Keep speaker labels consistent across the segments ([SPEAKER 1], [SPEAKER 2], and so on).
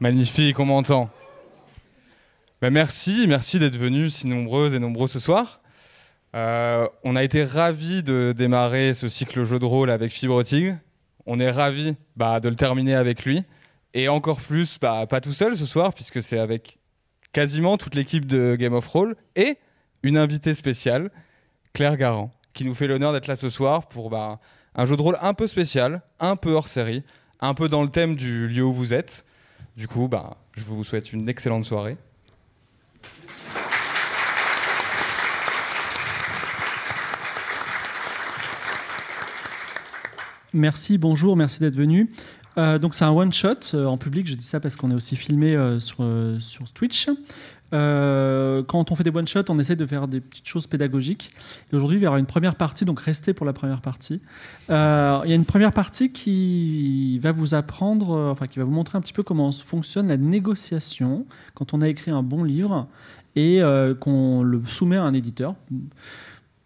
[SPEAKER 1] magnifique, on m'entend. Bah, merci, merci d'être venus si nombreuses et nombreux ce soir. Euh, on a été ravis de démarrer ce cycle jeu de rôle avec Fibre Tigre. On est ravis bah, de le terminer avec lui. Et encore plus, bah, pas tout seul ce soir, puisque c'est avec quasiment toute l'équipe de Game of Roll et une invitée spéciale, Claire Garand, qui nous fait l'honneur d'être là ce soir pour bah, un jeu de rôle un peu spécial, un peu hors série, un peu dans le thème du lieu où vous êtes. Du coup, bah, je vous souhaite une excellente soirée.
[SPEAKER 2] Merci, bonjour, merci d'être venu. Euh, donc c'est un one shot euh, en public, je dis ça parce qu'on est aussi filmé euh, sur, euh, sur Twitch. Euh, quand on fait des one shots, on essaie de faire des petites choses pédagogiques. Et aujourd'hui, il y aura une première partie, donc restez pour la première partie. Euh, il y a une première partie qui va vous apprendre, euh, enfin qui va vous montrer un petit peu comment fonctionne la négociation quand on a écrit un bon livre et euh, qu'on le soumet à un éditeur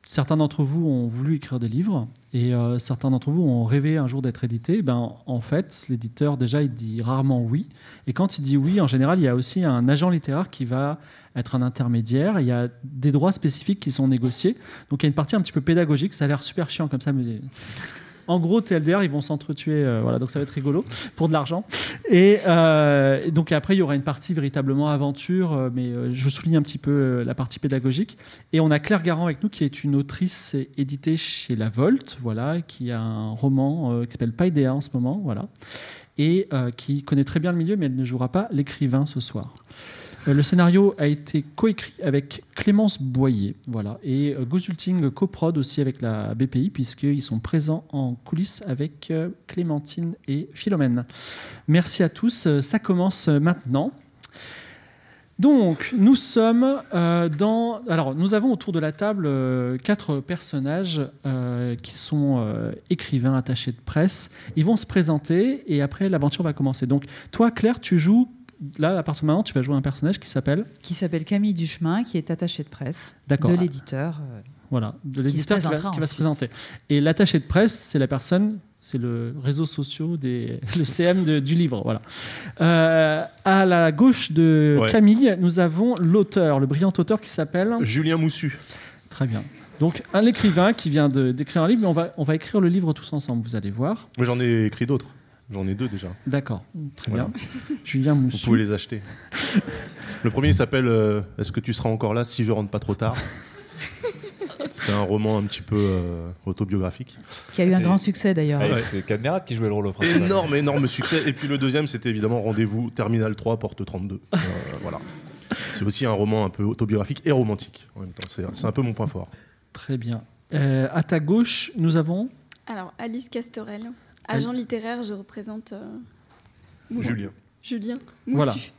[SPEAKER 2] certains d'entre vous ont voulu écrire des livres et euh, certains d'entre vous ont rêvé un jour d'être édité, ben, en fait, l'éditeur, déjà, il dit rarement oui. Et quand il dit oui, en général, il y a aussi un agent littéraire qui va être un intermédiaire. Il y a des droits spécifiques qui sont négociés. Donc, il y a une partie un petit peu pédagogique. Ça a l'air super chiant comme ça, mais. En gros, TLDR, ils vont s'entretuer, euh, voilà, donc ça va être rigolo pour de l'argent. Et euh, et donc après, il y aura une partie véritablement aventure, euh, mais euh, je souligne un petit peu euh, la partie pédagogique. Et on a Claire Garand avec nous, qui est une autrice et éditée chez La Volte, voilà, qui a un roman euh, qui s'appelle Paideia en ce moment, voilà, et euh, qui connaît très bien le milieu, mais elle ne jouera pas l'écrivain ce soir. Euh, Le scénario a été coécrit avec Clémence Boyer, voilà, et euh, Gozulting coprod aussi avec la BPI, puisqu'ils sont présents en coulisses avec euh, Clémentine et Philomène. Merci à tous, euh, ça commence euh, maintenant. Donc, nous sommes euh, dans. Alors, nous avons autour de la table euh, quatre personnages euh, qui sont euh, écrivains, attachés de presse. Ils vont se présenter et après, l'aventure va commencer. Donc, toi, Claire, tu joues. Là, à partir de maintenant, tu vas jouer un personnage qui s'appelle.
[SPEAKER 3] qui s'appelle Camille Duchemin, qui est attachée de presse
[SPEAKER 2] D'accord.
[SPEAKER 3] de l'éditeur. euh,
[SPEAKER 2] Voilà, de l'éditeur qui, va-
[SPEAKER 3] présentera
[SPEAKER 2] qui va se
[SPEAKER 3] ensuite.
[SPEAKER 2] présenter. Et l'attaché de presse, c'est la personne, c'est le réseau social, des, le CM de- du livre. Voilà. Euh, à la gauche de
[SPEAKER 4] Ouais.
[SPEAKER 2] Camille, nous avons l'auteur, le brillant auteur qui s'appelle.
[SPEAKER 4] Julien Moussu.
[SPEAKER 2] Très bien. Donc, un écrivain qui vient de- d'écrire un livre, mais on va, on va écrire le livre tous ensemble, vous allez voir.
[SPEAKER 4] Mais j'en ai écrit d'autres. J'en ai deux déjà.
[SPEAKER 2] D'accord. Très
[SPEAKER 4] Voilà.
[SPEAKER 2] bien. Julien
[SPEAKER 4] Vous
[SPEAKER 2] Moussu.
[SPEAKER 4] pouvez les acheter. Le premier s'appelle euh, Est-ce que tu seras encore là si je rentre pas trop tard C'est un roman un petit peu euh, autobiographique.
[SPEAKER 3] qui a eu un
[SPEAKER 5] C'est-
[SPEAKER 3] grand succès d'ailleurs.
[SPEAKER 5] Avec
[SPEAKER 4] Ouais.
[SPEAKER 5] C'est Cadmerat qui jouait le rôle au principal.
[SPEAKER 4] Énorme, énorme succès. Et puis le deuxième, c'était évidemment Rendez-vous Terminal 3, porte 32. Euh, voilà. C'est aussi un roman un peu autobiographique et romantique en même temps. C'est c'est un peu mon point fort.
[SPEAKER 2] Très bien. Euh, à ta gauche, nous avons.
[SPEAKER 6] Alors, Alice Castorel, agent littéraire, je représente euh, Moulin.
[SPEAKER 4] Julien.
[SPEAKER 6] Julien
[SPEAKER 2] Voilà.
[SPEAKER 6] Moussu.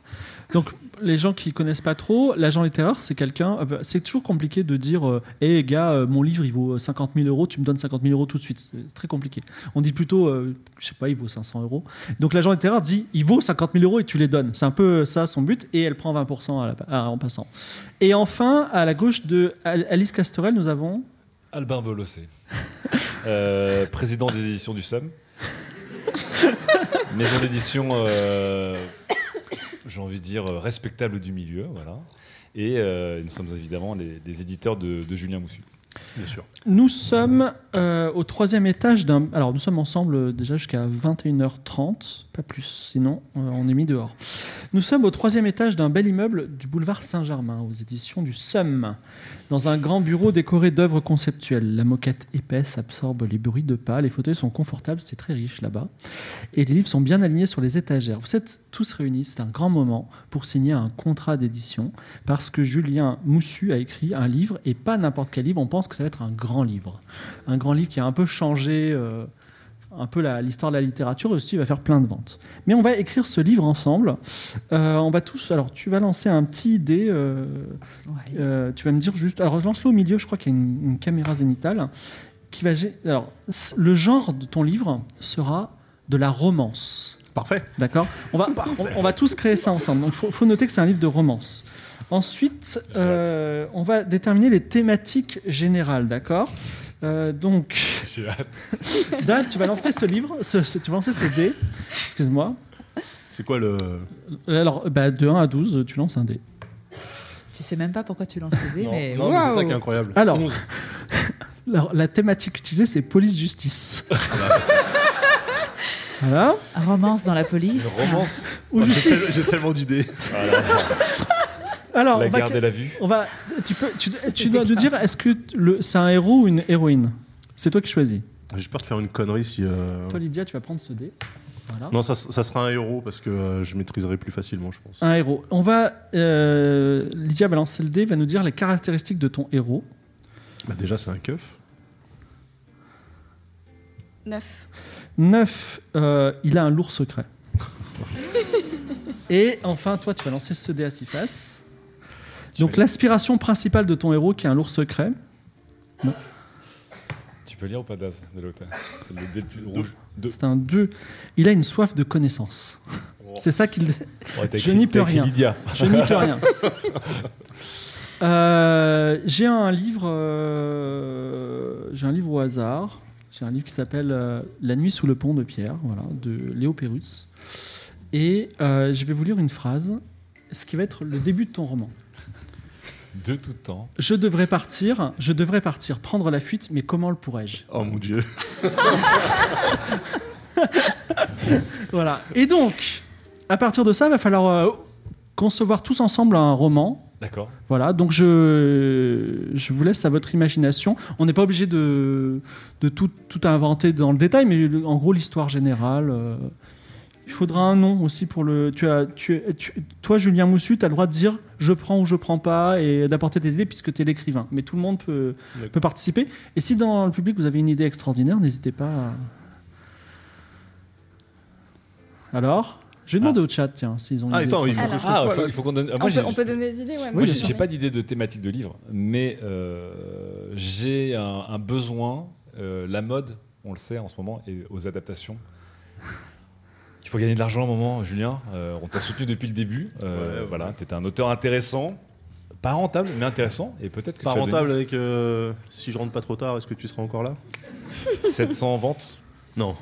[SPEAKER 2] Donc, les gens qui connaissent pas trop, l'agent littéraire, c'est quelqu'un. euh, bah, C'est toujours compliqué de dire euh, Hé, gars, euh, mon livre, il vaut 50 000 euros, tu me donnes 50 000 euros tout de suite. C'est très compliqué. On dit plutôt euh, Je sais pas, il vaut 500 euros. Donc, l'agent littéraire dit Il vaut 50 000 euros et tu les donnes. C'est un peu euh, ça son but, et elle prend 20% à la- à- en passant. Et enfin, à la gauche de Al- Alice Castorel, nous avons.
[SPEAKER 5] Albin Bolossé, Euh, président des éditions du Somme. Maison d'édition, euh, j'ai envie de dire, euh, respectable du milieu. voilà. Et euh, nous sommes évidemment les, les éditeurs de, de Julien Moussu.
[SPEAKER 4] Bien sûr.
[SPEAKER 2] Nous sommes euh, au troisième étage d'un. Alors, nous sommes ensemble euh, déjà jusqu'à 21h30, pas plus, sinon euh, on est mis dehors. Nous sommes au troisième étage d'un bel immeuble du boulevard Saint-Germain, aux éditions du SEUM, dans un grand bureau décoré d'œuvres conceptuelles. La moquette épaisse absorbe les bruits de pas, les fauteuils sont confortables, c'est très riche là-bas, et les livres sont bien alignés sur les étagères. Vous êtes tous réunis, c'est un grand moment pour signer un contrat d'édition, parce que Julien Moussu a écrit un livre, et pas n'importe quel livre, on pense que ça va être un grand livre. Un grand livre qui a un peu changé... euh, un peu la- l'histoire de la littérature et aussi il va faire plein de ventes. Mais on va écrire ce livre ensemble. Euh, on va tous. Alors, tu vas lancer un petit dé. euh,
[SPEAKER 3] Ouais.
[SPEAKER 2] euh, tu vas me dire juste. Alors, lance-le au milieu. Je crois qu'il y a une, une caméra zénitale qui va. gé- Alors, c- le genre de ton livre sera de la romance.
[SPEAKER 4] Parfait.
[SPEAKER 2] D'accord on va, on, on va tous créer ça ensemble. Donc, il faut, faut noter que c'est un livre de romance. Ensuite,
[SPEAKER 5] J'ai hâte.
[SPEAKER 2] euh, on va déterminer les thématiques générales, d'accord Euh, Donc,
[SPEAKER 5] J'ai hâte.
[SPEAKER 2] Daz, tu vas lancer ce livre, ce- ce- tu vas lancer ce dé. Excuse-moi.
[SPEAKER 4] C'est quoi le.
[SPEAKER 2] Alors, bah, de 1 à 12, tu lances un dé.
[SPEAKER 3] Tu sais même pas pourquoi tu lances le dé,
[SPEAKER 4] Non,
[SPEAKER 3] mais.
[SPEAKER 4] non, mais c'est ça
[SPEAKER 3] Waouh
[SPEAKER 4] qui est incroyable.
[SPEAKER 2] Alors.
[SPEAKER 4] 11.
[SPEAKER 2] Alors, la thématique utilisée, c'est police-justice.
[SPEAKER 5] Ah bah,
[SPEAKER 2] voilà.
[SPEAKER 3] Romance dans la
[SPEAKER 5] Une
[SPEAKER 3] police.
[SPEAKER 5] romance.
[SPEAKER 2] Ou
[SPEAKER 4] J'ai tel-
[SPEAKER 2] justice.
[SPEAKER 4] J'ai tellement d'idées.
[SPEAKER 2] Alors,
[SPEAKER 5] la
[SPEAKER 2] on va,
[SPEAKER 5] garde et la vue.
[SPEAKER 2] on va- tu, peux, tu, tu dois nous dire, est-ce que le- c'est un héros ou une héroïne C'est toi qui choisis.
[SPEAKER 4] J'ai peur de faire une connerie si. euh,
[SPEAKER 2] Toi, Lydia, tu vas prendre ce dé. Voilà.
[SPEAKER 4] Non, ça, ça sera un héros parce que euh, je maîtriserai plus facilement, je pense.
[SPEAKER 2] Un héros. On va. euh, Lydia va lancer le dé, va nous dire les caractéristiques de ton héros.
[SPEAKER 4] Bah, déjà, c'est un keuf.
[SPEAKER 6] 9.
[SPEAKER 2] 9, euh, il a un lourd secret. Et enfin, toi, tu vas lancer ce dé à six faces. Donc,
[SPEAKER 5] Tu peux lire-
[SPEAKER 2] l'aspiration principale de ton héros, qui est un lourd secret.
[SPEAKER 5] Tu peux lire ou pas Daz de l'autre C'est le dé le plus rouge. Deux.
[SPEAKER 2] C'est un 2. Il a une soif de connaissance. C'est ça qu'il.
[SPEAKER 5] Oh,
[SPEAKER 2] Je
[SPEAKER 5] t'as écrit-
[SPEAKER 2] n'y peux
[SPEAKER 5] t'as écrit
[SPEAKER 2] rien.
[SPEAKER 5] Lydia.
[SPEAKER 2] Je n'y peux rien. Euh, j'ai un livre. euh, j'ai un livre au hasard. J'ai un livre qui s'appelle euh, La nuit sous le pont de Pierre, voilà, de Léo Pérus. Et euh, je vais vous lire une phrase, ce qui va être le début de ton roman.
[SPEAKER 5] De tout temps.
[SPEAKER 2] Je devrais partir, je devrais partir, prendre la fuite, mais comment le pourrais-je
[SPEAKER 4] Oh mon dieu.
[SPEAKER 2] Voilà. Et donc, à partir de ça, va falloir euh, concevoir tous ensemble un roman.
[SPEAKER 5] D'accord.
[SPEAKER 2] Voilà, donc je, je vous laisse à votre imagination. On n'est pas obligé de, de tout, tout inventer dans le détail, mais le- en gros, l'histoire générale. euh, il faudra un nom aussi pour le. Tu as, tu, tu- toi, Julien Moussu, tu as le droit de dire je prends ou je prends pas et d'apporter des idées puisque tu es l'écrivain. Mais tout le monde peut,
[SPEAKER 4] D'accord.
[SPEAKER 2] peut participer. Et si dans le public vous avez une idée extraordinaire, n'hésitez pas à- Alors Je vais demander au chat, tiens, s'ils ont une
[SPEAKER 4] Ah,
[SPEAKER 2] idée
[SPEAKER 4] attends, il faut
[SPEAKER 2] extraordinaire.
[SPEAKER 4] que je
[SPEAKER 6] Alors.
[SPEAKER 4] trouve
[SPEAKER 5] Ah, il faut,
[SPEAKER 4] quoi,
[SPEAKER 5] il faut qu'on donne. ah,
[SPEAKER 6] on,
[SPEAKER 5] j'ai-
[SPEAKER 6] peut, on peut donner des idées, ouais.
[SPEAKER 5] Moi,
[SPEAKER 6] mais
[SPEAKER 5] j'ai
[SPEAKER 6] j'en
[SPEAKER 5] j'ai
[SPEAKER 6] ai.
[SPEAKER 5] pas d'idée de thématique de livre, mais euh, j'ai un, un besoin. euh, la mode, on le sait en ce moment, et aux adaptations. Il faut gagner de l'argent à un moment, Julien. Euh, on t'a soutenu depuis le début. Euh,
[SPEAKER 4] Ouais, ouais.
[SPEAKER 5] Voilà, t'es un auteur intéressant. Pas rentable, mais intéressant. Et peut-être que
[SPEAKER 4] Pas
[SPEAKER 5] tu vas donner
[SPEAKER 4] rentable avec. euh, si je rentre pas trop tard, est-ce que tu seras encore là Euh,
[SPEAKER 5] 700 ventes.
[SPEAKER 4] Non.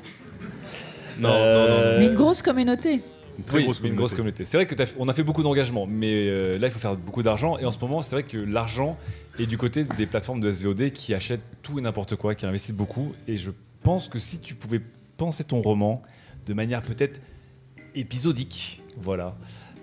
[SPEAKER 4] Non, non,
[SPEAKER 5] Euh,
[SPEAKER 3] Mais une grosse communauté.
[SPEAKER 4] non. Une très
[SPEAKER 5] Oui,
[SPEAKER 4] grosse
[SPEAKER 5] mais une grosse communauté. C'est vrai que t'as fait- on a fait beaucoup d'engagement, mais euh, là il faut faire beaucoup d'argent. Et en ce moment, c'est vrai que l'argent est du côté des plateformes de SVOD qui achètent tout et n'importe quoi, qui investissent beaucoup. Et je pense que si tu pouvais penser ton roman de manière peut-être épisodique, voilà,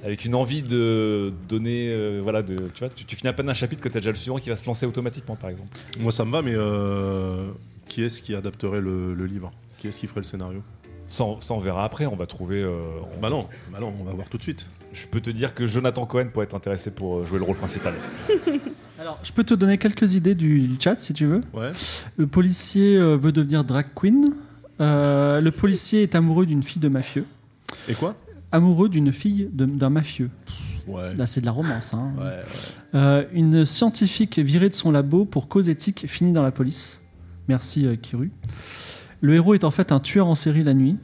[SPEAKER 5] avec une envie de donner, euh, voilà, de, tu vois, tu, tu finis à peine un chapitre que t'as déjà le suivant qui va se lancer automatiquement, par exemple.
[SPEAKER 4] Moi, ça me va, mais euh, qui est-ce qui adapterait le, le livre Qui est-ce qui ferait le scénario
[SPEAKER 5] Ça, on- ça, on verra après. On va trouver. euh, on-
[SPEAKER 4] Bah non, bah non, on va voir tout de suite.
[SPEAKER 5] Je peux te dire que Jonathan Cohen pourrait être intéressé pour euh, jouer le rôle principal.
[SPEAKER 2] Alors, je peux te donner quelques idées du du chat si tu veux.
[SPEAKER 4] Ouais.
[SPEAKER 2] Le policier euh, veut devenir drag queen. Euh, le policier est amoureux d'une fille de mafieux.
[SPEAKER 4] Et quoi
[SPEAKER 2] Amoureux d'une fille de- d'un mafieux.
[SPEAKER 4] Ouais.
[SPEAKER 2] Là, c'est de la romance. hein.
[SPEAKER 4] Ouais, ouais.
[SPEAKER 2] Euh, une scientifique virée de son labo pour cause éthique finit dans la police. Merci, euh, Kiru. Le héros est en fait un tueur en série la nuit.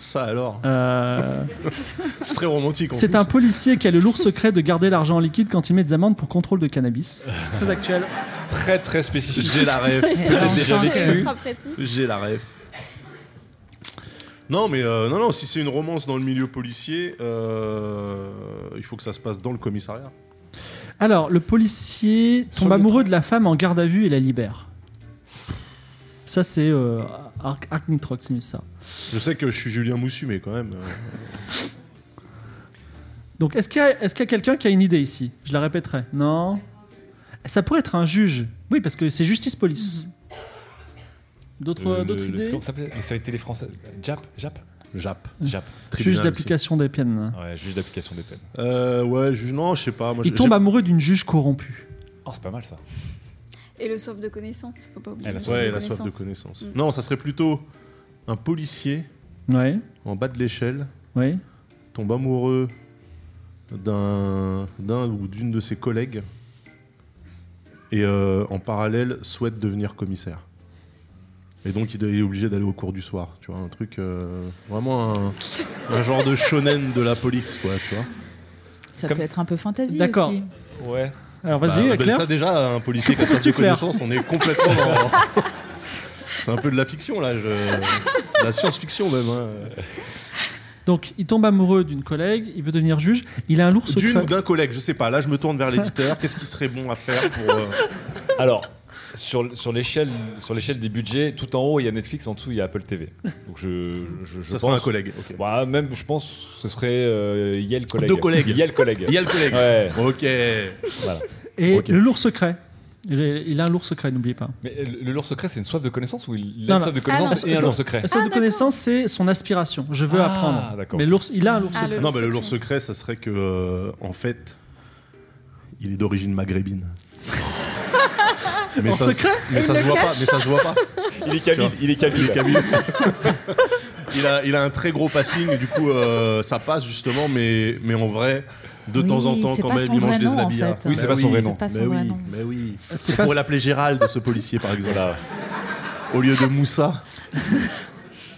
[SPEAKER 4] Ça alors,
[SPEAKER 2] Euh,
[SPEAKER 4] c'est très romantique. en
[SPEAKER 2] c'est
[SPEAKER 4] plus.
[SPEAKER 2] un policier qui a le lourd secret de garder l'argent en liquide quand il met des amendes pour contrôle de cannabis. Très actuel.
[SPEAKER 5] Très très spécifique.
[SPEAKER 4] J'ai la rêve.
[SPEAKER 3] Et alors, on
[SPEAKER 4] déjà
[SPEAKER 3] sent que-
[SPEAKER 4] vécu.
[SPEAKER 6] Ultra précis.
[SPEAKER 4] J'ai la ref. Non, mais euh, non, non, si c'est une romance dans le milieu policier, euh, il faut que ça se passe dans le commissariat.
[SPEAKER 2] Alors, le policier
[SPEAKER 4] Sur
[SPEAKER 2] tombe
[SPEAKER 4] le
[SPEAKER 2] amoureux de la femme en garde à vue et la libère. Ça, c'est euh, Arc Arc Nitrox, ça.
[SPEAKER 4] Je sais que je suis Julien Moussu, mais quand même. euh,
[SPEAKER 2] Donc, est-ce qu'il y a, est-ce qu'il y a quelqu'un qui a une idée ici Je la répéterai. Non Ça pourrait être un juge. Oui, parce que c'est justice-police. D'autres,
[SPEAKER 4] Euh,
[SPEAKER 5] Le-
[SPEAKER 2] d'autres
[SPEAKER 5] le- le-
[SPEAKER 2] idées
[SPEAKER 5] Comment ça s'appelait La série télé française Jap Jap
[SPEAKER 4] Jap.
[SPEAKER 5] Jap.
[SPEAKER 2] Juge
[SPEAKER 4] Tribunal
[SPEAKER 2] d'application des peines.
[SPEAKER 5] Ouais, juge d'application des peines.
[SPEAKER 4] aussi. Euh, ouais, juge, non, je sais pas. Moi,
[SPEAKER 2] Il
[SPEAKER 4] j'ai-
[SPEAKER 2] tombe
[SPEAKER 4] j'ai-
[SPEAKER 2] amoureux d'une juge corrompue.
[SPEAKER 5] Oh, c'est pas mal ça.
[SPEAKER 6] Et le soif de connaissance, faut pas oublier.
[SPEAKER 5] Ah, la
[SPEAKER 6] le
[SPEAKER 5] soif
[SPEAKER 4] Ouais, la soif de connaissance.
[SPEAKER 6] Mm.
[SPEAKER 4] Non, ça serait plutôt un policier
[SPEAKER 2] Ouais,
[SPEAKER 4] en bas de l'échelle
[SPEAKER 2] ouais.
[SPEAKER 4] tombe amoureux d'un d'un ou d'une de ses collègues et euh, en parallèle souhaite devenir commissaire. Et donc il est obligé d'aller au cours du soir, tu vois, un truc euh, vraiment un, un genre de shonen de la police, quoi, tu vois.
[SPEAKER 3] Ça
[SPEAKER 5] Comme-
[SPEAKER 3] peut être un peu fantasy
[SPEAKER 2] D'accord.
[SPEAKER 3] aussi.
[SPEAKER 5] Ouais.
[SPEAKER 2] Alors vas-y,
[SPEAKER 4] Bah, ben,
[SPEAKER 2] Claire.
[SPEAKER 4] Ça déjà, un policier qui a soif de
[SPEAKER 2] Proposes-tu, Claire
[SPEAKER 4] connaissance, on est complètement. dans- C'est un peu de la fiction là, je- de la science-fiction même. hein.
[SPEAKER 2] Donc, il tombe amoureux d'une collègue, il veut devenir juge, il a un lourd
[SPEAKER 4] D'une
[SPEAKER 2] secret.
[SPEAKER 4] ou d'un collègue, je sais pas. Là, je me tourne vers l'éditeur. Qu'est-ce qui serait bon à faire pour euh,
[SPEAKER 5] Alors, sur, sur l'échelle sur l'échelle des budgets, tout en haut, il y a Netflix, en dessous, il y a Apple TV. Donc, je, je, je
[SPEAKER 4] ça
[SPEAKER 5] pense.
[SPEAKER 4] sera un collègue. ok.
[SPEAKER 5] Bah, même, je pense, ce serait euh, Yel collègue.
[SPEAKER 4] Deux collègues.
[SPEAKER 5] Yel collègue.
[SPEAKER 4] Il y a le collègue.
[SPEAKER 5] Ouais.
[SPEAKER 4] Ok.
[SPEAKER 5] Voilà.
[SPEAKER 2] Et
[SPEAKER 4] Ok.
[SPEAKER 2] le lourd secret. Il est- il a un lourd secret, n'oubliez pas.
[SPEAKER 5] Mais euh, le lourd secret, c'est une soif de connaissance ou il il
[SPEAKER 2] Non,
[SPEAKER 5] a une
[SPEAKER 2] non.
[SPEAKER 5] soif de
[SPEAKER 6] Ah,
[SPEAKER 5] connaissance
[SPEAKER 6] non.
[SPEAKER 5] et un lourd secret
[SPEAKER 2] La soif de connaissance, c'est son aspiration. Je veux
[SPEAKER 5] Ah,
[SPEAKER 2] apprendre.
[SPEAKER 5] d'accord.
[SPEAKER 2] Mais l'ours, il a un lourd
[SPEAKER 6] Ah,
[SPEAKER 2] secret.
[SPEAKER 6] le-
[SPEAKER 4] Non, mais le lourd secret, ça serait que, euh, en fait, il est d'origine maghrébine. mais
[SPEAKER 2] En
[SPEAKER 4] ça,
[SPEAKER 2] secret
[SPEAKER 4] mais
[SPEAKER 6] Il
[SPEAKER 4] ça
[SPEAKER 6] le
[SPEAKER 4] se voit pas. Mais
[SPEAKER 6] cache
[SPEAKER 4] ça se voit pas.
[SPEAKER 5] Il est
[SPEAKER 4] Tu vois, Il est kabyle. Il a, il a un très gros passing, et du coup, euh, ça passe justement, mais, mais en vrai, de
[SPEAKER 3] Oui,
[SPEAKER 4] temps en temps,
[SPEAKER 3] c'est
[SPEAKER 4] quand
[SPEAKER 3] pas
[SPEAKER 4] même,
[SPEAKER 3] son
[SPEAKER 4] il mange
[SPEAKER 3] vrai
[SPEAKER 4] des hein.
[SPEAKER 3] nom, en
[SPEAKER 4] habillats.
[SPEAKER 3] fait. Oui,
[SPEAKER 5] c'est
[SPEAKER 4] Mais
[SPEAKER 5] pas son vrai nom.
[SPEAKER 3] C'est pas son
[SPEAKER 4] Mais
[SPEAKER 3] vrai
[SPEAKER 4] oui,
[SPEAKER 3] nom.
[SPEAKER 4] mais oui.
[SPEAKER 2] C'est
[SPEAKER 4] On
[SPEAKER 2] pas-
[SPEAKER 4] pourrait l'appeler Gérald, ce policier, par exemple,
[SPEAKER 5] Voilà.
[SPEAKER 4] au lieu de Moussa.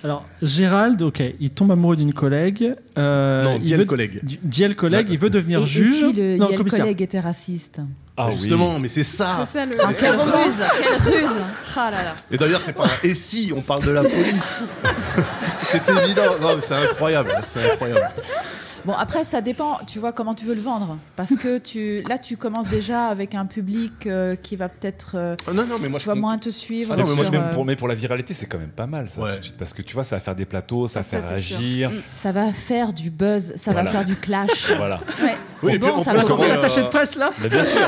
[SPEAKER 2] Alors, Gérald, ok, il tombe amoureux d'une collègue. euh,
[SPEAKER 4] non,
[SPEAKER 2] il
[SPEAKER 4] Diel
[SPEAKER 2] veut-
[SPEAKER 4] collègue.
[SPEAKER 2] du- Diel collègue, il veut devenir
[SPEAKER 3] Et, et
[SPEAKER 2] juge.
[SPEAKER 3] si le,
[SPEAKER 2] non,
[SPEAKER 3] il y a le
[SPEAKER 2] commissaire.
[SPEAKER 3] collègue était raciste
[SPEAKER 5] Ah,
[SPEAKER 4] Justement,
[SPEAKER 5] oui.
[SPEAKER 4] mais c'est ça.
[SPEAKER 6] C'est ça le.
[SPEAKER 3] Ah, Quelle ruse Quelle ruse
[SPEAKER 6] Ah là là.
[SPEAKER 4] Et d'ailleurs, c'est pas un et si on parle de la police C'est évident. Non, mais c'est incroyable. C'est incroyable.
[SPEAKER 3] Bon, après, ça dépend, tu vois, comment tu veux le vendre. Parce que tu, là, tu commences déjà avec un public euh, qui va peut-être, euh,
[SPEAKER 4] Ah, non, non, mais moi,
[SPEAKER 3] tu
[SPEAKER 4] je
[SPEAKER 3] vois, moins te suivre.
[SPEAKER 4] Ah non,
[SPEAKER 5] mais moi, je
[SPEAKER 3] sur,
[SPEAKER 5] m'aime
[SPEAKER 3] euh,
[SPEAKER 5] pour, mais pour la viralité, c'est quand même pas mal ça
[SPEAKER 4] Ouais.
[SPEAKER 5] tout de suite parce que tu vois, ça va faire des plateaux, ça va
[SPEAKER 6] Ça,
[SPEAKER 5] faire
[SPEAKER 6] c'est sûr.
[SPEAKER 5] agir.
[SPEAKER 3] Ça va faire du buzz, ça
[SPEAKER 5] Voilà.
[SPEAKER 3] va faire du clash.
[SPEAKER 5] Voilà.
[SPEAKER 6] Ouais.
[SPEAKER 4] Oui,
[SPEAKER 3] C'est
[SPEAKER 4] et puis,
[SPEAKER 3] bon,
[SPEAKER 4] on
[SPEAKER 3] ça
[SPEAKER 4] peut
[SPEAKER 3] va
[SPEAKER 4] se
[SPEAKER 3] vendre.
[SPEAKER 4] retrouver, euh,
[SPEAKER 2] L'attaché de presse, là
[SPEAKER 5] Mais bien sûr.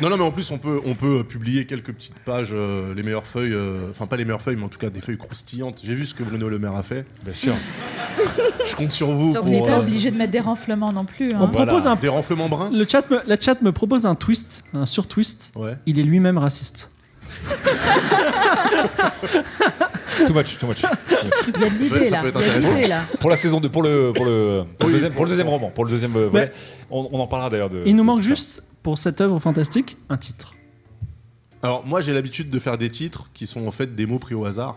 [SPEAKER 4] Non, non, mais en plus, on peut, on peut euh, publier quelques petites pages, euh, les meilleures feuilles, euh, enfin, pas les meilleures feuilles, mais en tout cas des feuilles croustillantes. J'ai vu ce que Bruno Le Maire a fait.
[SPEAKER 5] Bien sûr.
[SPEAKER 4] Je compte sur vous
[SPEAKER 3] Donc, on n'est
[SPEAKER 4] pour
[SPEAKER 3] pas
[SPEAKER 4] euh,
[SPEAKER 3] obligé de mettre des renflements non plus. hein.
[SPEAKER 2] On propose un.
[SPEAKER 4] des renflements bruns.
[SPEAKER 2] Le chat me, la chat me propose un twist, un sur-twist.
[SPEAKER 4] Ouais.
[SPEAKER 2] Il est lui-même raciste.
[SPEAKER 5] Too much, too much.
[SPEAKER 3] Il y a de
[SPEAKER 4] Ouais,
[SPEAKER 3] l'idée,
[SPEAKER 4] ça
[SPEAKER 3] là.
[SPEAKER 4] peut être
[SPEAKER 3] Il y a de
[SPEAKER 4] intéressant.
[SPEAKER 3] l'idée, là.
[SPEAKER 5] Pour la saison 2, pour le, pour le, pour le
[SPEAKER 4] Oui,
[SPEAKER 5] deuxième,
[SPEAKER 4] pour-
[SPEAKER 5] pour le deuxième roman, pour le deuxième euh, volet. On, on en parlera d'ailleurs de.
[SPEAKER 2] Il nous
[SPEAKER 5] de
[SPEAKER 2] manque
[SPEAKER 5] tout ça.
[SPEAKER 2] juste, pour cette œuvre fantastique, un titre.
[SPEAKER 4] Alors, moi, j'ai l'habitude de faire des titres qui sont en fait des mots pris au hasard.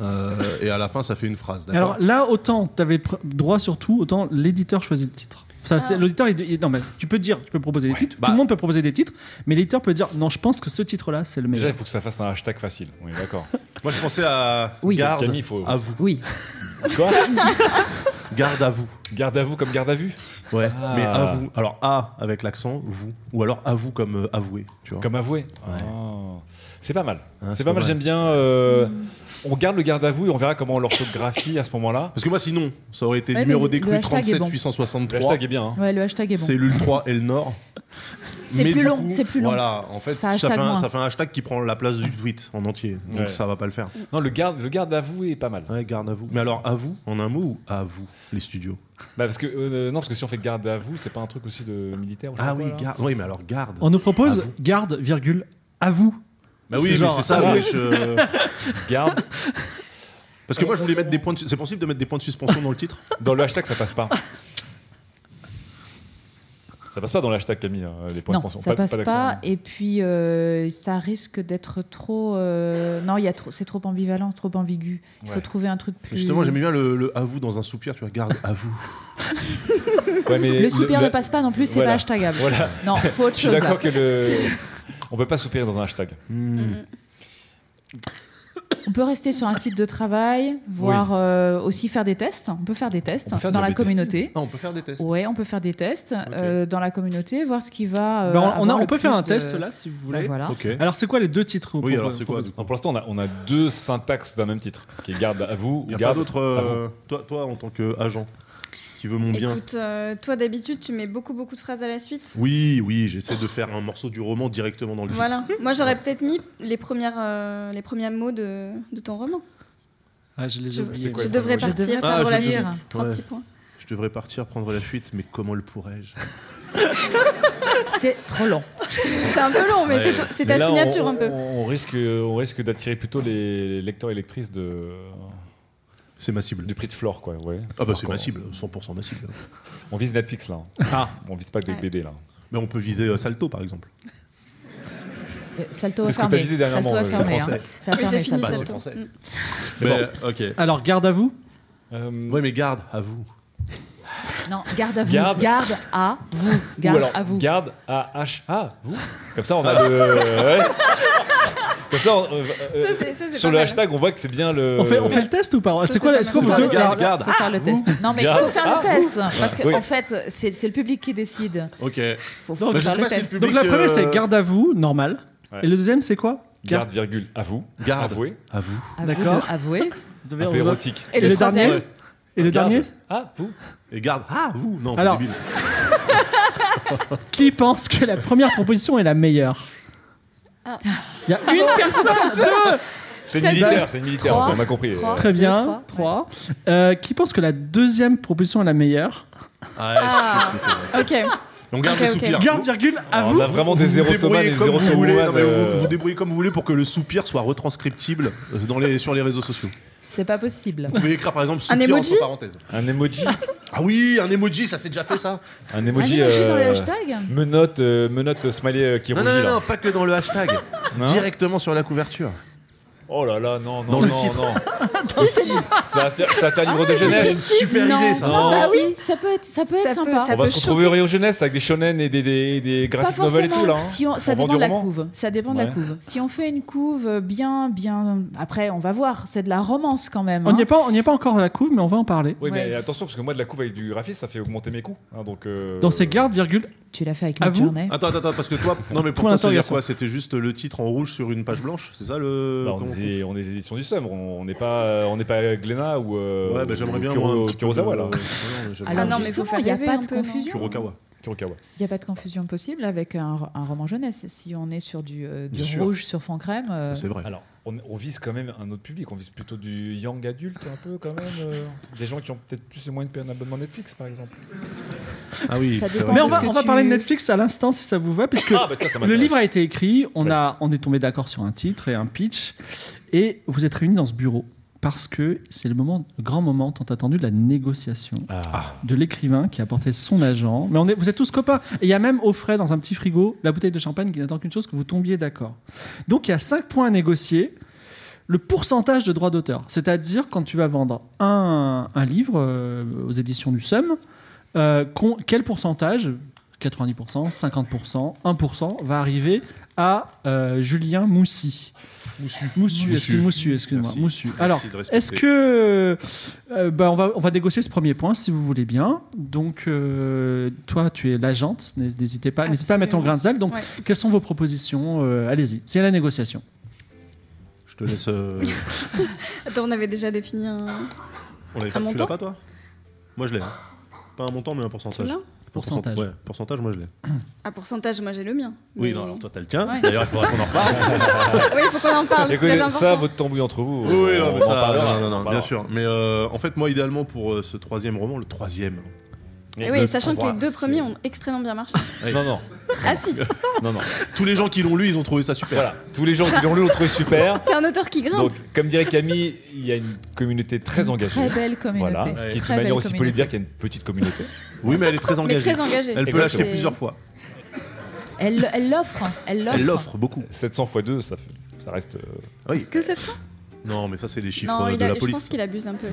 [SPEAKER 4] Euh, et à la fin, ça fait une phrase. d'accord
[SPEAKER 2] Alors là, autant tu avais droit sur tout, autant l'éditeur choisit le titre. Ça,
[SPEAKER 6] Ah.
[SPEAKER 2] c'est- L'auditeur, il, il- non, mais tu peux dire, tu peux proposer des titres,
[SPEAKER 4] bah-
[SPEAKER 2] tout le monde peut proposer des titres, mais l'éditeur peut dire, non, je pense que ce titre-là, c'est le
[SPEAKER 5] Déjà,
[SPEAKER 2] meilleur.
[SPEAKER 5] il faut que ça fasse un hashtag facile. On est d'accord.
[SPEAKER 4] Moi, je pensais à
[SPEAKER 3] Oui.
[SPEAKER 4] garde
[SPEAKER 5] Camille, faut-
[SPEAKER 4] à vous.
[SPEAKER 3] Oui.
[SPEAKER 5] Quoi
[SPEAKER 4] Garde à vous.
[SPEAKER 5] Garde à vous comme garde à vue
[SPEAKER 4] Ouais,
[SPEAKER 5] Ah.
[SPEAKER 4] mais à vous. Alors à avec l'accent, vous. Ou alors à vous comme euh, avoué, tu vois.
[SPEAKER 5] Comme avoué. Ah. C'est pas mal. c'est pas mal,
[SPEAKER 4] mal.
[SPEAKER 5] j'aime bien. euh,
[SPEAKER 2] Mm.
[SPEAKER 5] On garde le garde à vous et on verra comment on l'orthographie à ce moment-là.
[SPEAKER 4] Parce que moi sinon, ça aurait été
[SPEAKER 3] Ouais,
[SPEAKER 4] numéro
[SPEAKER 3] mais le- le
[SPEAKER 4] décru
[SPEAKER 3] hashtag est
[SPEAKER 4] 37
[SPEAKER 3] bon.
[SPEAKER 5] Le
[SPEAKER 4] 863.
[SPEAKER 5] hashtag est bien. hein.
[SPEAKER 3] Ouais, le hashtag est bon.
[SPEAKER 4] Cellule 3 et le Nord.
[SPEAKER 3] C'est
[SPEAKER 4] Mais
[SPEAKER 3] plus
[SPEAKER 4] du
[SPEAKER 3] long,
[SPEAKER 4] coup,
[SPEAKER 3] c'est plus long.
[SPEAKER 4] Voilà, en fait,
[SPEAKER 3] Ça
[SPEAKER 4] ça,
[SPEAKER 3] hashtag
[SPEAKER 4] fait un,
[SPEAKER 3] moins.
[SPEAKER 4] ça fait un hashtag qui prend la place du tweet en entier. Donc
[SPEAKER 5] Ouais.
[SPEAKER 4] ça va pas le faire.
[SPEAKER 5] Non, le garde, le garde à vous est pas mal.
[SPEAKER 4] Ouais, garde à vous. Mais alors à vous, en un mot ou à vous, les studios
[SPEAKER 5] Bah, parce que, euh, non, parce que si on fait garde à vous, c'est pas un truc aussi de militaire ou je sais
[SPEAKER 4] Ah
[SPEAKER 5] pas
[SPEAKER 4] oui,
[SPEAKER 5] quoi, là
[SPEAKER 4] garde. Oui, mais alors garde.
[SPEAKER 2] On nous propose
[SPEAKER 4] À Ah, vous.
[SPEAKER 2] garde, virgule, à vous.
[SPEAKER 4] Bah oui,
[SPEAKER 2] C'est
[SPEAKER 4] mais
[SPEAKER 2] genre,
[SPEAKER 4] c'est ça.
[SPEAKER 5] ah
[SPEAKER 4] oui,
[SPEAKER 5] oui.
[SPEAKER 4] je-
[SPEAKER 5] Garde.
[SPEAKER 4] Parce que moi, je voulais mettre des points. de su- C'est possible de mettre des points de suspension dans le titre
[SPEAKER 5] Dans le hashtag, ça passe pas. Ça passe pas dans le hashtag, Camille, hein, les points
[SPEAKER 3] non,
[SPEAKER 5] de pension.
[SPEAKER 3] ça passe
[SPEAKER 5] d'accent.
[SPEAKER 3] pas. Et puis, euh, ça risque d'être trop. euh, Non, il y a trop. C'est trop ambivalent, trop ambigu. Il faut
[SPEAKER 5] Ouais.
[SPEAKER 3] trouver un truc plus.
[SPEAKER 4] Justement, j'aimais bien le, le à vous dans un soupir. Tu vois, garde à vous.
[SPEAKER 5] Ouais, mais
[SPEAKER 3] Le soupir
[SPEAKER 5] le-
[SPEAKER 3] ne passe pas non plus, c'est
[SPEAKER 5] Voilà.
[SPEAKER 3] pas hashtagable.
[SPEAKER 5] Voilà.
[SPEAKER 3] Non, faut autre
[SPEAKER 5] Je suis
[SPEAKER 3] chose. là.
[SPEAKER 5] d'accord que le. On peut pas soupirer dans un hashtag.
[SPEAKER 3] On peut rester sur un titre de travail, voire euh, aussi faire des tests. On peut faire des tests
[SPEAKER 5] On peut faire
[SPEAKER 3] dans
[SPEAKER 5] des
[SPEAKER 3] la
[SPEAKER 5] tests.
[SPEAKER 3] communauté.
[SPEAKER 4] Ah, on peut faire des tests.
[SPEAKER 3] Ouais, on peut faire des tests euh, dans la communauté, voir ce qui va. euh,
[SPEAKER 2] Ben, on- on, a-
[SPEAKER 3] avoir
[SPEAKER 2] on
[SPEAKER 3] le
[SPEAKER 2] peut faire
[SPEAKER 3] plus
[SPEAKER 2] un
[SPEAKER 3] de-
[SPEAKER 2] test là, si vous
[SPEAKER 3] Bah,
[SPEAKER 2] voulez.
[SPEAKER 3] voilà.
[SPEAKER 4] Ok.
[SPEAKER 2] Alors, c'est quoi les deux titres
[SPEAKER 4] Oui,
[SPEAKER 2] propos-
[SPEAKER 4] alors c'est quoi
[SPEAKER 2] proposés
[SPEAKER 5] Non, pour l'instant, on a, on a deux syntaxes d'un même titre, qui est garde à vous
[SPEAKER 4] Il n'y
[SPEAKER 5] ou
[SPEAKER 4] a pas
[SPEAKER 5] garde.
[SPEAKER 4] d'autres. euh, toi, toi, en tant qu'agent, qui veut mon bien.
[SPEAKER 6] Écoute, euh, toi d'habitude, tu mets beaucoup, beaucoup de phrases à la suite.
[SPEAKER 4] Oui, oui, j'essaie de faire un morceau du roman directement dans le livre.
[SPEAKER 6] Voilà. Moi, j'aurais peut-être mis les, premières, euh, les premiers mots de, de ton roman.
[SPEAKER 2] Ah, je les
[SPEAKER 6] Je,
[SPEAKER 2] ai oubliés.
[SPEAKER 6] je devrais
[SPEAKER 3] Je
[SPEAKER 6] partir,
[SPEAKER 3] devrais
[SPEAKER 6] prendre la
[SPEAKER 3] partir.
[SPEAKER 6] fuite. Trois
[SPEAKER 4] Ouais.
[SPEAKER 6] petits points.
[SPEAKER 4] Je devrais partir prendre la fuite, mais comment le pourrais-je
[SPEAKER 3] C'est trop long.
[SPEAKER 6] C'est un peu long, mais
[SPEAKER 5] Ouais.
[SPEAKER 6] c'est- c'est ta
[SPEAKER 5] Là, on-
[SPEAKER 6] signature
[SPEAKER 5] on,
[SPEAKER 6] un peu.
[SPEAKER 5] On risque, on risque d'attirer plutôt les lecteurs et lectrices de,
[SPEAKER 4] C'est ma cible.
[SPEAKER 5] du prix de Flore, quoi. Ouais.
[SPEAKER 4] Ah bah c'est ma
[SPEAKER 5] Encore.
[SPEAKER 4] cible, 100% ma cible. hein.
[SPEAKER 5] On vise Netflix, là.
[SPEAKER 4] Ah.
[SPEAKER 5] On vise pas que des
[SPEAKER 6] Ouais.
[SPEAKER 5] BD, là.
[SPEAKER 4] Mais on peut viser euh, Salto par exemple.
[SPEAKER 3] Euh, Salto
[SPEAKER 5] C'est
[SPEAKER 3] a
[SPEAKER 5] ce que t'as
[SPEAKER 3] fermé.
[SPEAKER 5] dit dernièrement,
[SPEAKER 3] Salto a
[SPEAKER 5] euh, c'est
[SPEAKER 3] fermé. hein.
[SPEAKER 4] français.
[SPEAKER 3] Ça a
[SPEAKER 6] Oui, c'est
[SPEAKER 3] fermé, Salto.
[SPEAKER 6] fini,
[SPEAKER 4] passe,
[SPEAKER 6] ça
[SPEAKER 4] c'est
[SPEAKER 6] tourne.
[SPEAKER 4] français.
[SPEAKER 6] Mm.
[SPEAKER 4] C'est ok.
[SPEAKER 2] Alors, garde à vous.
[SPEAKER 5] Euh,
[SPEAKER 4] Ouais, mais garde, à vous.
[SPEAKER 3] Non, garde à vous.
[SPEAKER 5] Garde.
[SPEAKER 3] Garde, à vous.
[SPEAKER 5] ou
[SPEAKER 3] Garde
[SPEAKER 5] alors,
[SPEAKER 3] à vous.
[SPEAKER 5] Garde à H. Ah, vous Comme ça, on a le. ouais. Comme ça, on- euh, euh,
[SPEAKER 6] Ça, c'est- ça, c'est
[SPEAKER 5] sur
[SPEAKER 6] pas
[SPEAKER 5] le
[SPEAKER 6] mal.
[SPEAKER 5] hashtag, on voit que c'est bien le.
[SPEAKER 2] On fait,
[SPEAKER 4] Euh,
[SPEAKER 2] on fait le test ou pas C'est
[SPEAKER 6] c'est
[SPEAKER 2] quoi
[SPEAKER 6] pas
[SPEAKER 2] Est-ce qu'on
[SPEAKER 6] mal.
[SPEAKER 2] veut
[SPEAKER 3] Faut
[SPEAKER 4] Garde,
[SPEAKER 3] faire
[SPEAKER 2] deux
[SPEAKER 3] le test.
[SPEAKER 4] garde, garde.
[SPEAKER 3] Faut faire le test. Non, mais il
[SPEAKER 5] Garde
[SPEAKER 3] faut faire le
[SPEAKER 5] à
[SPEAKER 3] test. Parce que,
[SPEAKER 5] Oui.
[SPEAKER 3] en fait, c'est c'est le public qui décide.
[SPEAKER 4] Ok.
[SPEAKER 3] Faut faut
[SPEAKER 4] Bah, je
[SPEAKER 3] faire
[SPEAKER 4] sais
[SPEAKER 3] le
[SPEAKER 4] pas si
[SPEAKER 3] test.
[SPEAKER 4] le public,
[SPEAKER 2] Donc, la première,
[SPEAKER 4] euh,
[SPEAKER 2] c'est garde à vous, normal.
[SPEAKER 5] Ouais.
[SPEAKER 2] Et le deuxième, c'est quoi
[SPEAKER 5] Garde, virgule, à vous.
[SPEAKER 4] Garde.
[SPEAKER 5] Avoué.
[SPEAKER 4] À vous.
[SPEAKER 3] À vous
[SPEAKER 2] D'accord.
[SPEAKER 3] de Avouer.
[SPEAKER 2] Vous avez-
[SPEAKER 5] Un peu érotique.
[SPEAKER 6] Et
[SPEAKER 2] Et
[SPEAKER 6] le
[SPEAKER 2] le dernier
[SPEAKER 6] troisième,
[SPEAKER 2] Et le
[SPEAKER 5] Garde
[SPEAKER 2] dernier
[SPEAKER 5] À vous.
[SPEAKER 4] Et garde, à vous. Non,
[SPEAKER 2] Alors.
[SPEAKER 4] c'est débile.
[SPEAKER 2] Qui pense que la première proposition est la meilleure
[SPEAKER 6] Ah.
[SPEAKER 2] Il y a une personne, deux
[SPEAKER 5] C'est
[SPEAKER 6] Sept,
[SPEAKER 5] militaire, c'est militaire,
[SPEAKER 3] trois,
[SPEAKER 5] on m'a compris.
[SPEAKER 3] trois.
[SPEAKER 2] Très bien,
[SPEAKER 3] Deux,
[SPEAKER 2] trois.
[SPEAKER 3] trois,
[SPEAKER 2] Euh, qui pense que la deuxième proposition est la meilleure
[SPEAKER 4] Ah, je suis
[SPEAKER 6] Ah.
[SPEAKER 4] putain.
[SPEAKER 6] ok.
[SPEAKER 4] On garde
[SPEAKER 6] Ok,
[SPEAKER 4] le
[SPEAKER 6] ok.
[SPEAKER 4] soupir.
[SPEAKER 2] Garde, virgule, à
[SPEAKER 5] Alors,
[SPEAKER 2] vous
[SPEAKER 5] Oh, Ah, on a vraiment des
[SPEAKER 4] Vous vous
[SPEAKER 5] zéro Thomas,
[SPEAKER 4] débrouillez
[SPEAKER 5] des
[SPEAKER 4] comme
[SPEAKER 5] zéro
[SPEAKER 4] vous voulez, non,
[SPEAKER 5] Thomas. euh,
[SPEAKER 4] mais vous, vous débrouillez comme vous voulez pour que le soupir soit retranscriptible euh, dans les, sur les réseaux sociaux.
[SPEAKER 3] C'est pas possible.
[SPEAKER 4] Vous pouvez écrire par exemple soupir
[SPEAKER 6] emoji
[SPEAKER 4] entre parenthèses.
[SPEAKER 5] Un emoji
[SPEAKER 4] Ah oui, un emoji, ça s'est déjà fait ça
[SPEAKER 5] Un
[SPEAKER 3] Un
[SPEAKER 5] emoji.
[SPEAKER 3] emoji dans les
[SPEAKER 5] euh,
[SPEAKER 3] hashtags
[SPEAKER 5] Menotte, euh, menotte smiley euh, qui
[SPEAKER 4] Non,
[SPEAKER 5] rougit
[SPEAKER 4] non, non,
[SPEAKER 5] là.
[SPEAKER 4] non, pas que dans le hashtag.
[SPEAKER 5] Non
[SPEAKER 4] Directement sur la couverture.
[SPEAKER 5] Oh là là, non, non,
[SPEAKER 4] Dans le
[SPEAKER 5] non,
[SPEAKER 4] titre.
[SPEAKER 5] non. Ça va faire- ça va faire livre de
[SPEAKER 4] C'est
[SPEAKER 5] jeunesse.
[SPEAKER 4] une super
[SPEAKER 6] Non.
[SPEAKER 4] idée ça.
[SPEAKER 5] Non.
[SPEAKER 3] Bah
[SPEAKER 6] Ah
[SPEAKER 3] oui, ça peut être, ça peut
[SPEAKER 6] Ça
[SPEAKER 3] être
[SPEAKER 6] peut-
[SPEAKER 3] sympa.
[SPEAKER 6] ça
[SPEAKER 5] On va
[SPEAKER 6] peut
[SPEAKER 5] se retrouver au rayon jeunesse avec des shonen et des, des, des
[SPEAKER 3] Pas
[SPEAKER 5] graphic novels et
[SPEAKER 3] forcément.
[SPEAKER 5] tout là. hein.
[SPEAKER 3] Si on- ça
[SPEAKER 5] On vend
[SPEAKER 3] dépend
[SPEAKER 5] du
[SPEAKER 3] de la
[SPEAKER 5] roman.
[SPEAKER 3] couve. Ça dépend de la
[SPEAKER 5] Ouais.
[SPEAKER 3] couve. Si on fait une couve euh, bien, bien. Après, on va voir. C'est de la romance quand même.
[SPEAKER 2] On n'y
[SPEAKER 3] hein.
[SPEAKER 2] est, pas- on n'y est pas encore à la couve, mais on va en parler.
[SPEAKER 5] Oui, mais
[SPEAKER 3] Ouais.
[SPEAKER 5] attention, parce que moi, de la couve avec du graphisme, ça fait augmenter mes coûts. hein, donc, euh,
[SPEAKER 2] Dans ces gardes, virgule,
[SPEAKER 3] Tu l'as fait avec
[SPEAKER 2] À vous
[SPEAKER 3] Midjourney.
[SPEAKER 4] Attends, attends, attends, parce que toi, non
[SPEAKER 2] Point
[SPEAKER 4] mais pourquoi c'est
[SPEAKER 2] d'interrogation.
[SPEAKER 4] quoi C'était juste le titre en rouge sur une page blanche, c'est ça le
[SPEAKER 5] alors, bah, on,
[SPEAKER 4] comment-
[SPEAKER 5] est, on est des éditions du Summer, on on n'est pas, euh, on n'est pas Glénat ou. euh,
[SPEAKER 4] Ouais, bah j'aimerais
[SPEAKER 5] ou
[SPEAKER 4] bien
[SPEAKER 5] Kuro-
[SPEAKER 4] moi un petit peu
[SPEAKER 5] Kurosawa
[SPEAKER 4] de-
[SPEAKER 5] là.
[SPEAKER 4] Ouais, ouais, j'aimerais
[SPEAKER 3] Alors
[SPEAKER 4] bien.
[SPEAKER 6] Ah non, mais faut
[SPEAKER 3] justement,
[SPEAKER 6] faire
[SPEAKER 3] il n'y a
[SPEAKER 6] rêver
[SPEAKER 3] pas
[SPEAKER 6] un
[SPEAKER 3] de
[SPEAKER 6] peu, non
[SPEAKER 3] confusion.
[SPEAKER 4] Kurokawa.
[SPEAKER 5] Kurokawa.
[SPEAKER 3] Il n'y a pas de confusion possible avec un, ro- un roman jeunesse. Si on est sur du, euh, du
[SPEAKER 4] Bien sûr.
[SPEAKER 3] rouge sur fond crème, euh,
[SPEAKER 4] C'est vrai.
[SPEAKER 5] Alors, on, on vise quand même un autre public, on vise plutôt du young adulte un peu quand même. euh, des gens qui ont peut-être plus ou moins de payer un abonnement Netflix par exemple.
[SPEAKER 4] Ah oui,
[SPEAKER 3] ça
[SPEAKER 4] c'est
[SPEAKER 3] dépend.
[SPEAKER 4] vrai.
[SPEAKER 2] Mais on va,
[SPEAKER 3] Parce que
[SPEAKER 2] on va
[SPEAKER 3] tu-
[SPEAKER 2] parler de Netflix à l'instant si ça vous va, puisque
[SPEAKER 5] Ah, bah, tiens, ça
[SPEAKER 2] le
[SPEAKER 5] m'intéresse.
[SPEAKER 2] livre a été écrit, on,
[SPEAKER 5] Ouais.
[SPEAKER 2] a, on est tombé d'accord sur un titre et un pitch, et vous êtes réunis dans ce bureau parce que c'est le moment, le grand moment tant attendu de la négociation
[SPEAKER 5] Ah.
[SPEAKER 2] de l'écrivain qui a porté son agent. Mais on est, vous êtes tous copains. Et il y a même au frais dans un petit frigo la bouteille de champagne qui n'attend qu'une chose que vous tombiez d'accord. Donc il y a 5 points à négocier. Le pourcentage de droits d'auteur, c'est-à-dire quand tu vas vendre un, un livre euh, aux éditions du SEM, euh, con- quel pourcentage 90%, 50%, 1% va arriver à euh, Julien Moussi. Moussu. Moussu, excuse- Moussu, excuse-moi.
[SPEAKER 4] Merci.
[SPEAKER 2] Moussu.
[SPEAKER 4] Merci
[SPEAKER 2] Alors,
[SPEAKER 4] de respecter.
[SPEAKER 2] est-ce que. euh, bah, on, va, on va négocier ce premier point si vous voulez bien. Donc, euh, toi, tu es l'agente, n'hé- n'hésitez pas, n'hésite pas à mettre ton
[SPEAKER 6] Absolument.
[SPEAKER 2] grain de sel. Donc,
[SPEAKER 6] Ouais.
[SPEAKER 2] quelles sont vos propositions Euh, Allez-y, c'est la négociation.
[SPEAKER 4] Je te laisse. euh,
[SPEAKER 6] Attends, on avait déjà défini un.
[SPEAKER 4] On l'avait pas- Tu l'as
[SPEAKER 6] montant
[SPEAKER 4] pas toi Moi je l'ai. hein. Pas un montant, mais un
[SPEAKER 6] Tu
[SPEAKER 4] pourcentage.
[SPEAKER 6] l'as
[SPEAKER 2] Pourcentage.
[SPEAKER 4] Ouais, pourcentage, moi je l'ai.
[SPEAKER 6] À pourcentage, moi j'ai le mien.
[SPEAKER 4] Oui,
[SPEAKER 6] Mais-
[SPEAKER 4] non, alors toi t'as le tien.
[SPEAKER 6] Ouais.
[SPEAKER 4] D'ailleurs, il faudra qu'on en reparle.
[SPEAKER 6] Oui, faut qu'on en parle, c'est
[SPEAKER 5] Bah, Écoutez,
[SPEAKER 6] très important.
[SPEAKER 5] ça, votre tambouille entre vous. euh,
[SPEAKER 4] Oui, oui, non,
[SPEAKER 5] on
[SPEAKER 4] mais
[SPEAKER 5] en
[SPEAKER 4] ça,
[SPEAKER 5] parlera.
[SPEAKER 4] non, non, non,
[SPEAKER 5] On
[SPEAKER 4] bien
[SPEAKER 5] parlera.
[SPEAKER 4] sûr. Mais euh, en fait, moi, idéalement, pour euh, ce troisième roman, le troisième.
[SPEAKER 6] Eh oui,
[SPEAKER 5] Le-
[SPEAKER 6] sachant que
[SPEAKER 5] voilà,
[SPEAKER 6] les deux
[SPEAKER 5] c'est-
[SPEAKER 6] premiers ont extrêmement bien marché.
[SPEAKER 5] Non, non,
[SPEAKER 6] ah si,
[SPEAKER 5] non, non.
[SPEAKER 4] Tous les gens qui l'ont lu, ils ont trouvé ça super.
[SPEAKER 5] Voilà, tous les gens qui l'ont lu l'ont trouvé super.
[SPEAKER 6] c'est un auteur qui grimpe.
[SPEAKER 5] Donc, comme dirait Camille, il y a une communauté très
[SPEAKER 3] une
[SPEAKER 5] engagée.
[SPEAKER 3] très belle communauté.
[SPEAKER 5] Voilà, ce qui est une
[SPEAKER 3] Très belle
[SPEAKER 5] manière aussi polie de
[SPEAKER 3] communauté.
[SPEAKER 5] dire qu'il y a une petite communauté.
[SPEAKER 4] Oui, mais elle est très
[SPEAKER 6] mais
[SPEAKER 4] engagée.
[SPEAKER 6] très engagé.
[SPEAKER 4] Elle peut
[SPEAKER 5] Exactement.
[SPEAKER 4] l'acheter plusieurs fois.
[SPEAKER 3] Elle elle l'offre. Elle l'offre.
[SPEAKER 4] Elle l'offre beaucoup.
[SPEAKER 5] 700 fois 2, ça, fait- ça reste. euh,
[SPEAKER 4] Oui.
[SPEAKER 6] Que 700
[SPEAKER 4] Non, mais ça, c'est les chiffres
[SPEAKER 6] Non,
[SPEAKER 4] euh,
[SPEAKER 6] il
[SPEAKER 4] de
[SPEAKER 6] a-
[SPEAKER 4] la
[SPEAKER 6] je pense
[SPEAKER 4] police.
[SPEAKER 6] qu'il abuse un peu.